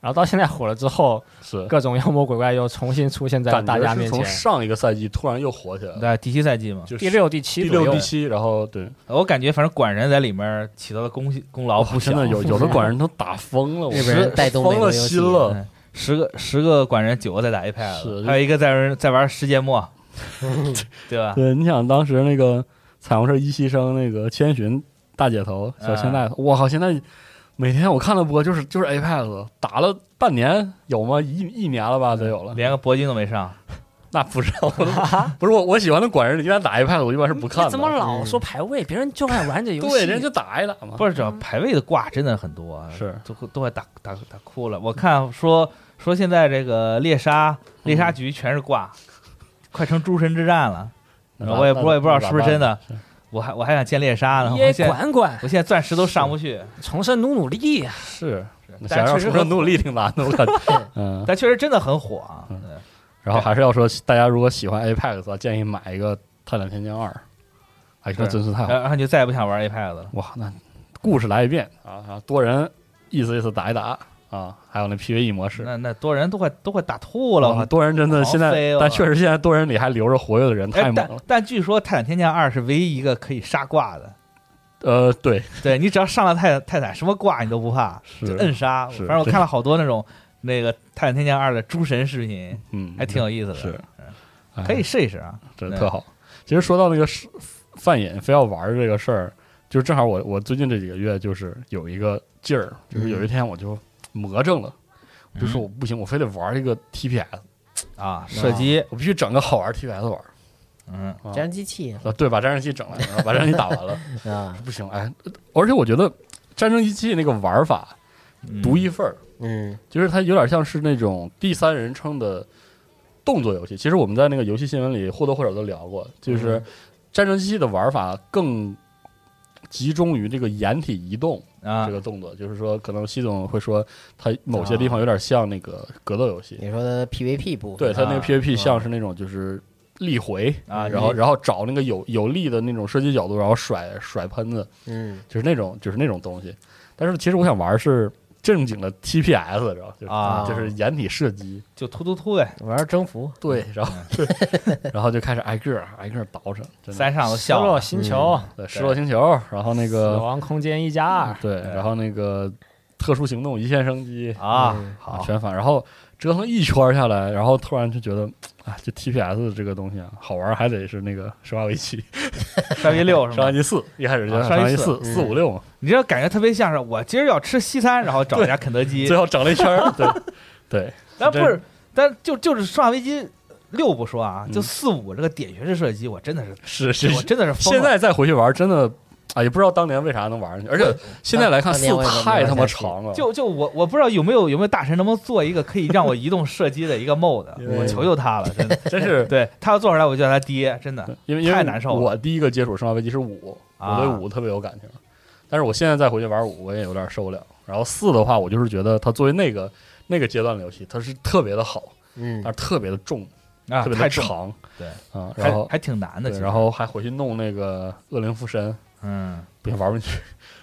[SPEAKER 3] 然后到现在火了之后，
[SPEAKER 5] 是
[SPEAKER 3] 各种妖魔鬼怪又重新出现在
[SPEAKER 5] 感
[SPEAKER 3] 大
[SPEAKER 5] 觉
[SPEAKER 3] 家
[SPEAKER 5] 是
[SPEAKER 3] 面
[SPEAKER 5] 从
[SPEAKER 3] 前。
[SPEAKER 5] 上一个赛季突然又火起来了，
[SPEAKER 4] 对，第七赛季嘛，
[SPEAKER 5] 呃就是
[SPEAKER 3] 第六、第七
[SPEAKER 5] 第
[SPEAKER 3] 左
[SPEAKER 5] 六、
[SPEAKER 3] 右
[SPEAKER 5] 第，七，然后对，
[SPEAKER 4] 我感觉反正管人在里面起到的功功劳不小，
[SPEAKER 5] 现在有哦有的管人都打疯了，我
[SPEAKER 6] 日本人带动美
[SPEAKER 5] 疯了
[SPEAKER 6] 国游戏
[SPEAKER 5] 心了，
[SPEAKER 4] 嗯十个十个管人，九个在打 iPad，
[SPEAKER 5] 是
[SPEAKER 4] 还有一个在玩在玩世
[SPEAKER 5] [LAUGHS]
[SPEAKER 4] 界末，对吧？
[SPEAKER 5] 对，你想当时那个彩虹社一牺牲那个千寻大姐头小
[SPEAKER 4] 啊
[SPEAKER 5] 千大姐头，我靠！现在每天我看的播就是就是 Apex，打了半年有吗？一一年了
[SPEAKER 4] 嗯
[SPEAKER 5] 吧，得有了。
[SPEAKER 4] 连个铂金都没
[SPEAKER 5] 啊
[SPEAKER 4] 上，
[SPEAKER 5] 那不是
[SPEAKER 4] [LAUGHS]
[SPEAKER 5] 我都，不是我我喜欢的管人，一般打 Apex 我一般是不看的。嗯
[SPEAKER 3] 你哎怎么老说排位？别人就爱玩这游戏。
[SPEAKER 5] 对，人就打一打嘛。
[SPEAKER 4] 不是，主
[SPEAKER 3] 嗯
[SPEAKER 4] 要排位的挂真的很多，啊
[SPEAKER 5] 是
[SPEAKER 4] 都都快打打打哭了。我看说说现在这个猎杀猎
[SPEAKER 5] 嗯
[SPEAKER 4] 杀局全是挂，快成诸神之战了。
[SPEAKER 5] 那
[SPEAKER 4] 我也不
[SPEAKER 5] 那
[SPEAKER 4] 我也不知道是不是真的
[SPEAKER 5] 那咋办呢
[SPEAKER 4] 我还我还想见猎杀呢，我
[SPEAKER 3] 也
[SPEAKER 4] 现在
[SPEAKER 3] 管管，
[SPEAKER 4] 我现在钻石都上不去，
[SPEAKER 3] 重生努努力呀。
[SPEAKER 5] 是，是想
[SPEAKER 4] 但
[SPEAKER 5] 让
[SPEAKER 4] 确实
[SPEAKER 5] 重
[SPEAKER 4] 很
[SPEAKER 5] 生努力挺难的，我感觉。嗯，
[SPEAKER 4] 但确实真的很火啊。
[SPEAKER 5] 嗯
[SPEAKER 4] 对
[SPEAKER 5] 然后还是要说，大家如果喜欢 Apex，啊建议买一个《泰坦天降二》，哎，那
[SPEAKER 4] 是
[SPEAKER 5] 真是太好了。
[SPEAKER 4] 然后你就再也不想玩 iPad 了。
[SPEAKER 5] 哇，那故事来一遍啊，啊多人意思意思打一打啊，还有那 PVE 模式。
[SPEAKER 4] 那那多人都快都快打吐了，我
[SPEAKER 5] 哇
[SPEAKER 4] 靠
[SPEAKER 5] 多人真的
[SPEAKER 4] 狂
[SPEAKER 5] 现在
[SPEAKER 4] 飞了，
[SPEAKER 5] 但确实现在多人里还留着活跃的人太，
[SPEAKER 4] 哎
[SPEAKER 5] 猛
[SPEAKER 4] 但
[SPEAKER 5] 了。
[SPEAKER 4] 但据说《泰坦天降二》是唯一一个可以杀挂的，
[SPEAKER 5] 呃，对，
[SPEAKER 4] 对你只要上了泰泰坦，什么挂你都不怕，
[SPEAKER 5] 是
[SPEAKER 4] 就摁杀。
[SPEAKER 5] 是
[SPEAKER 4] 反正我
[SPEAKER 5] 对
[SPEAKER 4] 看了好多那种那个《泰坦天降二》的诸神视频，
[SPEAKER 5] 嗯，
[SPEAKER 4] 还挺有意思的，
[SPEAKER 5] 是，
[SPEAKER 4] 可以
[SPEAKER 5] 哎，
[SPEAKER 4] 试一试啊。
[SPEAKER 5] 这
[SPEAKER 4] 对
[SPEAKER 5] 特好。其实说到那个是饭瘾非要玩儿这个事儿，就是正好我我最近这几个月就是有一个劲儿，就是
[SPEAKER 4] 嗯
[SPEAKER 5] 有一天我就魔怔了，我就说我嗯不行，我非得玩一个 TPS，嗯
[SPEAKER 4] 啊，射击，
[SPEAKER 5] 我必须整个好玩儿 TPS 玩儿
[SPEAKER 4] 嗯，
[SPEAKER 5] 啊
[SPEAKER 6] 这样机器
[SPEAKER 5] 啊。对，把战士器整来，然后把战士器打完了，
[SPEAKER 6] 啊，
[SPEAKER 5] 不行，哎，而且我觉得《战争机器》那个玩法
[SPEAKER 4] 嗯
[SPEAKER 5] 独一份儿，
[SPEAKER 6] 嗯
[SPEAKER 5] 就是它有点像是那种第三人称的动作游戏。其实我们在那个游戏新闻里或多或少都聊过，就是
[SPEAKER 4] 嗯
[SPEAKER 5] 《战争机器》的玩法更集中于这个掩体移动
[SPEAKER 4] 啊
[SPEAKER 5] 这，个动作，就是说可能习总会说它某些地方有点像那个格斗游戏，
[SPEAKER 6] 你说的 PVP 部分
[SPEAKER 5] 对它那个
[SPEAKER 4] 嗯啊
[SPEAKER 5] PVP 像是那种就是力回
[SPEAKER 4] 啊
[SPEAKER 5] 然后
[SPEAKER 4] 你
[SPEAKER 5] 然后找那个有有力的那种射击角度，然后甩甩喷子。
[SPEAKER 6] 嗯
[SPEAKER 5] 就是那种就是那种东西。但是其实我想玩的是正经的 TPS，知道吧就是、
[SPEAKER 4] 啊
[SPEAKER 5] 就是掩体射击，
[SPEAKER 4] 就突突突呗，
[SPEAKER 6] 玩征服
[SPEAKER 5] 对，然后 [LAUGHS] 然后就开始挨个儿挨个儿倒饬，真的
[SPEAKER 4] 三上都
[SPEAKER 3] 失
[SPEAKER 4] 笑
[SPEAKER 3] 落
[SPEAKER 5] 嗯
[SPEAKER 4] 了。
[SPEAKER 3] 星球、
[SPEAKER 5] 对，失落星球，然后那
[SPEAKER 3] 死
[SPEAKER 5] 个
[SPEAKER 3] 亡空间一加二，
[SPEAKER 5] 对，然后那个特殊行动一线生机
[SPEAKER 4] 啊，
[SPEAKER 6] 嗯
[SPEAKER 5] 啊，
[SPEAKER 4] 好，
[SPEAKER 5] 全反，然后折腾一圈下来，然后突然就觉得。啊，这 TPS 这个东西啊，好玩儿还得是那个《生化危机》
[SPEAKER 4] 三 v 六
[SPEAKER 5] 《
[SPEAKER 4] 是
[SPEAKER 5] [LAUGHS] 生化
[SPEAKER 4] 吗
[SPEAKER 5] 危？机四》，一开始就嗯
[SPEAKER 4] 啊
[SPEAKER 5] 《生化危机
[SPEAKER 4] 生化
[SPEAKER 5] 四》四五六嘛，
[SPEAKER 4] 你这感觉特别像是我今儿要吃西餐，然后找一家肯德基
[SPEAKER 5] 最，后整了一圈儿， [LAUGHS] 对对，
[SPEAKER 4] 但不
[SPEAKER 5] 这
[SPEAKER 4] 是，但就就是《生化危机》六不说啊，
[SPEAKER 5] 嗯
[SPEAKER 4] 就四五这个点穴式射击，我真的是，
[SPEAKER 5] 是是
[SPEAKER 4] 我真的是疯
[SPEAKER 5] 现
[SPEAKER 4] 了。
[SPEAKER 5] 在再回去玩，真的啊，也不知道当年为啥能玩上去，而且现在来看
[SPEAKER 6] 当
[SPEAKER 5] 四
[SPEAKER 6] 年我也没
[SPEAKER 5] 太
[SPEAKER 6] 玩
[SPEAKER 5] 他妈
[SPEAKER 6] 下去
[SPEAKER 5] 长了，
[SPEAKER 4] [LAUGHS] 就就我我不知道有没有有没有大神能不能做一个可以让我移动射击的一
[SPEAKER 5] [LAUGHS]
[SPEAKER 4] 个 mod，
[SPEAKER 5] 嗯
[SPEAKER 4] 我求求他了，
[SPEAKER 5] [LAUGHS]
[SPEAKER 4] 真的。
[SPEAKER 5] 真
[SPEAKER 6] [LAUGHS]
[SPEAKER 5] 是。
[SPEAKER 4] 对他要做出来，我就叫他爹，真的。
[SPEAKER 5] 因为因为
[SPEAKER 4] 太难受了
[SPEAKER 5] 我第一个接触《生化危机》是五，我
[SPEAKER 4] 啊
[SPEAKER 5] 对五特别有感情，但是我现在再回去玩五，我也有点受不了。然后四的话，我就是觉得它作为那个那个阶段的游戏，它是特别的好，
[SPEAKER 6] 嗯
[SPEAKER 5] 但是特别的重，
[SPEAKER 4] 啊，
[SPEAKER 5] 特别
[SPEAKER 4] 太
[SPEAKER 5] 的
[SPEAKER 4] 重，
[SPEAKER 5] 长，
[SPEAKER 4] 对
[SPEAKER 5] 啊，
[SPEAKER 4] 还
[SPEAKER 5] 然后
[SPEAKER 4] 还挺难的。
[SPEAKER 5] 对
[SPEAKER 4] 其实
[SPEAKER 5] 然后还回去弄那个恶灵附身，
[SPEAKER 4] 嗯
[SPEAKER 5] 不行玩不进去，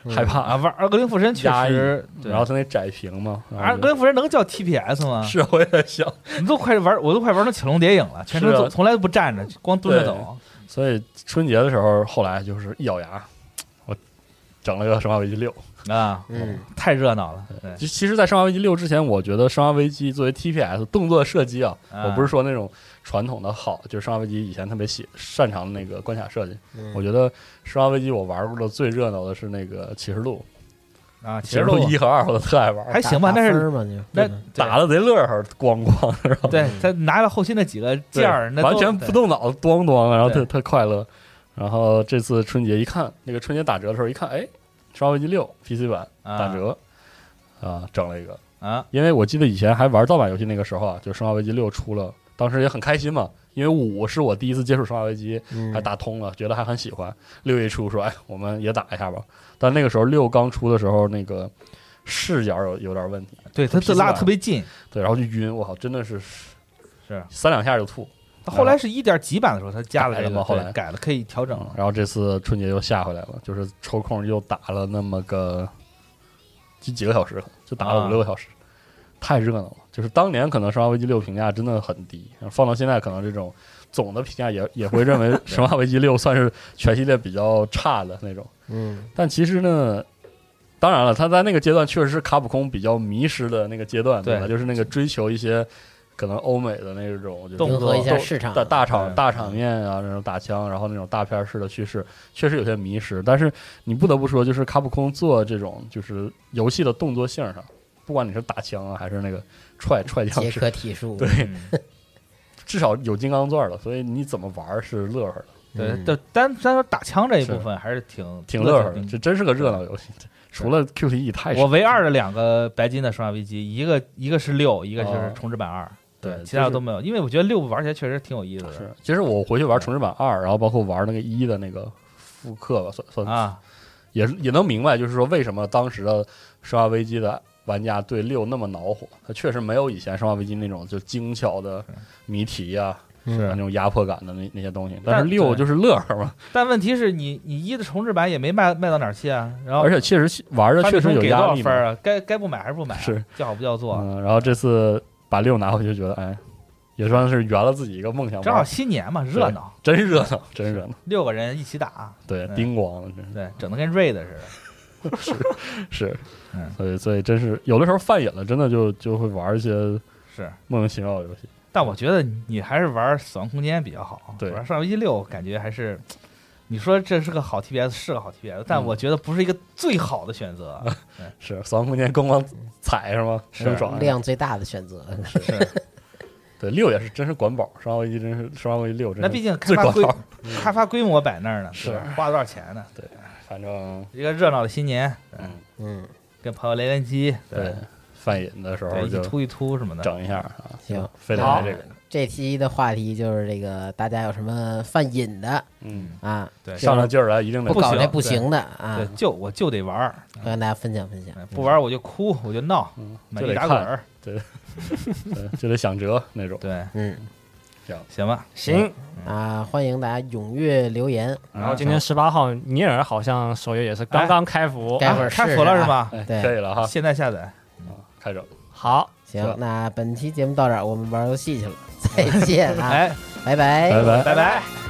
[SPEAKER 6] 嗯
[SPEAKER 5] 害怕。
[SPEAKER 4] 啊，玩二格林附身确
[SPEAKER 5] 压抑
[SPEAKER 4] 实，对
[SPEAKER 5] 然后它那窄屏嘛，然后
[SPEAKER 4] 二格林附身能叫 TPS 吗
[SPEAKER 5] 就？是我也想，
[SPEAKER 4] 你都快玩，我都快玩成潜龙谍影了，全程
[SPEAKER 5] 是啊
[SPEAKER 4] 走从来都不站着，光蹲着
[SPEAKER 5] 对
[SPEAKER 4] 走。
[SPEAKER 5] 所以春节的时候，后来就是一咬牙，我整了个《生化危机六》。
[SPEAKER 4] 啊，
[SPEAKER 6] 嗯
[SPEAKER 4] 太热闹了。对，
[SPEAKER 5] 其其实，在《生化危机六》之前，我觉得《生化危机》作为 TPS 动作射击啊，
[SPEAKER 4] 啊
[SPEAKER 5] 我不是说那种传统的好，就是《生化危机》以前特别喜擅长的那个关卡设计。
[SPEAKER 6] 嗯
[SPEAKER 5] 我觉得《生化危机》我玩过的最热闹的是那
[SPEAKER 4] 嗯
[SPEAKER 5] 个启示录，
[SPEAKER 4] 啊，
[SPEAKER 5] 启示录一和二我都特爱玩，
[SPEAKER 4] 还行吧，
[SPEAKER 6] 打
[SPEAKER 4] 但
[SPEAKER 6] 打分
[SPEAKER 4] 是
[SPEAKER 6] 儿嘛就
[SPEAKER 4] 那
[SPEAKER 5] [LAUGHS] 嗯打的贼乐呵，咣咣，然后
[SPEAKER 4] 对他拿了后期那几个件儿，那都
[SPEAKER 5] 完全不。动脑子，咣咣，然后特
[SPEAKER 4] 对
[SPEAKER 5] 特快乐。然后这次春节一看，那个春节打折的时候一看，哎，《生化危机六》PC 版
[SPEAKER 4] 啊
[SPEAKER 5] 打折啊，整了一个。
[SPEAKER 4] 对啊，
[SPEAKER 5] 因为我记得以前还玩盗版游戏那个时候啊，就《生化危机六》出了，当时也很开心嘛，因为五是我第一次接触《生化危机》，
[SPEAKER 6] 嗯
[SPEAKER 4] 嗯
[SPEAKER 5] 还打通了，觉得还很喜欢。六一出说，哎，我们也打一下吧。但那个时候六刚出的时候，那个视角有有点问题，
[SPEAKER 4] 对他这拉得特别近，
[SPEAKER 5] 对，然后就晕，我靠，真的是
[SPEAKER 4] 是
[SPEAKER 5] 三两下就吐。
[SPEAKER 4] 他后来是一点几版的时候，他加了这
[SPEAKER 5] 啊改了
[SPEAKER 4] 个，
[SPEAKER 5] 吗后来
[SPEAKER 4] 对改了可以调整
[SPEAKER 5] 嗯
[SPEAKER 4] 了。
[SPEAKER 5] 然后这次春节又下回来了，就是抽空又打了那么个就几个小时，就打了
[SPEAKER 4] 啊
[SPEAKER 5] 五六个小时，太热闹了。就是当年可能《生化危机六》评价真的很低，放到现在可能这种总的评价也也会认为
[SPEAKER 4] [LAUGHS]
[SPEAKER 5] 《生化危机六》算是全系列比较差的那种。
[SPEAKER 6] 嗯，
[SPEAKER 5] 但其实呢，当然了，他在那个阶段确实是卡普空比较迷失的那个阶段，对吧？
[SPEAKER 4] 对
[SPEAKER 5] 就是那个追求一些可能欧美的那种就是
[SPEAKER 4] 动
[SPEAKER 6] 迎合一下
[SPEAKER 5] 动
[SPEAKER 6] 市场
[SPEAKER 5] 大大场
[SPEAKER 4] 啊对嗯
[SPEAKER 5] 大场面啊，那种打枪，然后那种大片式的叙事，确实有些迷失。但是你不得不说，就是卡普空做这种就是游戏的动作性上，不管你是打枪啊，还是那个踹踹枪
[SPEAKER 6] 杰
[SPEAKER 5] 式，
[SPEAKER 6] 克体术，
[SPEAKER 5] 对， [LAUGHS]
[SPEAKER 4] 嗯
[SPEAKER 5] 至少有金刚钻了，所以你怎么玩儿是乐呵的，
[SPEAKER 4] 对，
[SPEAKER 6] 嗯
[SPEAKER 4] 就单单说打枪这一
[SPEAKER 5] 是
[SPEAKER 4] 部分还是挺
[SPEAKER 5] 挺乐呵
[SPEAKER 4] 呵嗯
[SPEAKER 5] 的，这真是个热闹游戏。 [LAUGHS] 除了 QTE 太少
[SPEAKER 4] 我唯二的两个白金的生化危机，一个一个是六，一个就是
[SPEAKER 5] 哦
[SPEAKER 4] 重置版二，
[SPEAKER 5] 对
[SPEAKER 4] 其
[SPEAKER 5] 就
[SPEAKER 4] 他的
[SPEAKER 5] 是
[SPEAKER 4] 都没有，因为我觉得六玩起来确实挺有意思的
[SPEAKER 5] 是，其实我回去玩重置版二，然后包括玩那个一的那个复刻吧，算算、
[SPEAKER 4] 啊，
[SPEAKER 5] 也是也能明白，就是说为什么当时的《生化危机》的玩家对六那么恼火，它确实没有以前《生化危机》那种就精巧的谜题呀、那
[SPEAKER 4] 是。
[SPEAKER 5] 种压迫感的那那些东西。
[SPEAKER 4] 但
[SPEAKER 5] 但是六
[SPEAKER 4] 对
[SPEAKER 5] 就是乐呵嘛，
[SPEAKER 4] 但问题是你你一的重置版也没卖卖到哪儿去啊，然后
[SPEAKER 5] 而且确实玩的
[SPEAKER 4] 发
[SPEAKER 5] 确
[SPEAKER 4] 米
[SPEAKER 5] 实
[SPEAKER 4] 通
[SPEAKER 5] 有
[SPEAKER 4] 给多
[SPEAKER 5] 压
[SPEAKER 4] 少
[SPEAKER 5] 力
[SPEAKER 4] 分
[SPEAKER 5] 嘛。
[SPEAKER 4] 儿啊？该该不买还是不买啊？
[SPEAKER 5] 是
[SPEAKER 4] 叫好不叫座啊，
[SPEAKER 5] 嗯，然后这次把六拿回去，觉得哎，也算是圆了自己一个梦想
[SPEAKER 4] 正好
[SPEAKER 5] 吧。
[SPEAKER 4] 新年嘛，热闹，
[SPEAKER 5] 真热
[SPEAKER 4] [LAUGHS]
[SPEAKER 5] 闹，真热闹，
[SPEAKER 4] 六个人一起打，
[SPEAKER 5] 对，
[SPEAKER 4] 嗯
[SPEAKER 5] 叮咣了，真是。
[SPEAKER 4] 对，整的跟瑞的似的。
[SPEAKER 5] 是，
[SPEAKER 4] 嗯
[SPEAKER 5] 所以所以真是有的时候犯瘾了，真的就就会玩一些
[SPEAKER 4] 是，
[SPEAKER 5] 莫名其妙的游戏。
[SPEAKER 4] 但我觉得你还是玩《死亡空间》比较好。啊
[SPEAKER 5] 对
[SPEAKER 4] 玩《生化危机六》感觉还是，你说这是个好 TPS 是个好 TPS，但
[SPEAKER 5] 嗯
[SPEAKER 4] 我觉得不是一个最好的选择。啊
[SPEAKER 5] 是《死亡空间》光光踩是吗？
[SPEAKER 4] 是
[SPEAKER 5] 真爽。
[SPEAKER 6] 量最大的选择，
[SPEAKER 5] 对六也是真是管饱，《生化危机》真是《生化危机六》真是
[SPEAKER 4] 那毕竟开
[SPEAKER 5] 最
[SPEAKER 4] 发
[SPEAKER 5] 管
[SPEAKER 4] 规
[SPEAKER 5] 饱。
[SPEAKER 6] 嗯
[SPEAKER 4] 开发规模摆那儿呢，
[SPEAKER 5] 是
[SPEAKER 4] 对吧花多少钱呢？
[SPEAKER 5] 反正
[SPEAKER 4] 一个热闹的新年，
[SPEAKER 5] 嗯
[SPEAKER 6] 嗯，
[SPEAKER 4] 跟朋友连连机，
[SPEAKER 5] 对犯瘾的时候
[SPEAKER 4] 对，一起
[SPEAKER 5] 就
[SPEAKER 4] 突一突什么的。
[SPEAKER 5] 整一下啊，
[SPEAKER 6] 行，
[SPEAKER 5] 非得
[SPEAKER 3] 好
[SPEAKER 5] 来这个。
[SPEAKER 6] 这期的话题就是这个，大家有什么犯瘾的
[SPEAKER 5] 嗯，
[SPEAKER 6] 啊？
[SPEAKER 4] 对，
[SPEAKER 5] 上了劲儿来一定得
[SPEAKER 6] 不搞
[SPEAKER 4] 行
[SPEAKER 6] 这不
[SPEAKER 4] 对
[SPEAKER 6] 行的啊
[SPEAKER 4] 对，，就我就得玩儿，
[SPEAKER 6] 我跟大家分享分享
[SPEAKER 4] 哎。不玩儿我就哭，我就闹，
[SPEAKER 5] 嗯
[SPEAKER 4] 满
[SPEAKER 5] 就
[SPEAKER 4] 地
[SPEAKER 5] 得
[SPEAKER 4] 打滚
[SPEAKER 5] 看，
[SPEAKER 4] 儿。
[SPEAKER 5] 对就得想辙那种。
[SPEAKER 4] 对，
[SPEAKER 6] 嗯
[SPEAKER 4] 行吧。
[SPEAKER 3] 行，
[SPEAKER 6] 啊，欢迎大家踊跃留言，
[SPEAKER 3] 然
[SPEAKER 4] 啊
[SPEAKER 3] 后今天十八号尼尔好像手游也是刚刚开服，
[SPEAKER 6] 该待会儿
[SPEAKER 4] 开
[SPEAKER 6] 试
[SPEAKER 4] 服
[SPEAKER 6] 试
[SPEAKER 4] 了是
[SPEAKER 6] 啊
[SPEAKER 4] 吧？
[SPEAKER 5] 哎，
[SPEAKER 6] 对
[SPEAKER 5] 可以了哈，
[SPEAKER 4] 现在下载。
[SPEAKER 5] 啊开整。
[SPEAKER 3] 好，
[SPEAKER 6] 行
[SPEAKER 5] 是，
[SPEAKER 6] 那本期节目到这儿，我们玩游戏去了，再见啊，
[SPEAKER 4] 哎，
[SPEAKER 6] 拜拜
[SPEAKER 5] 拜拜
[SPEAKER 4] 拜拜。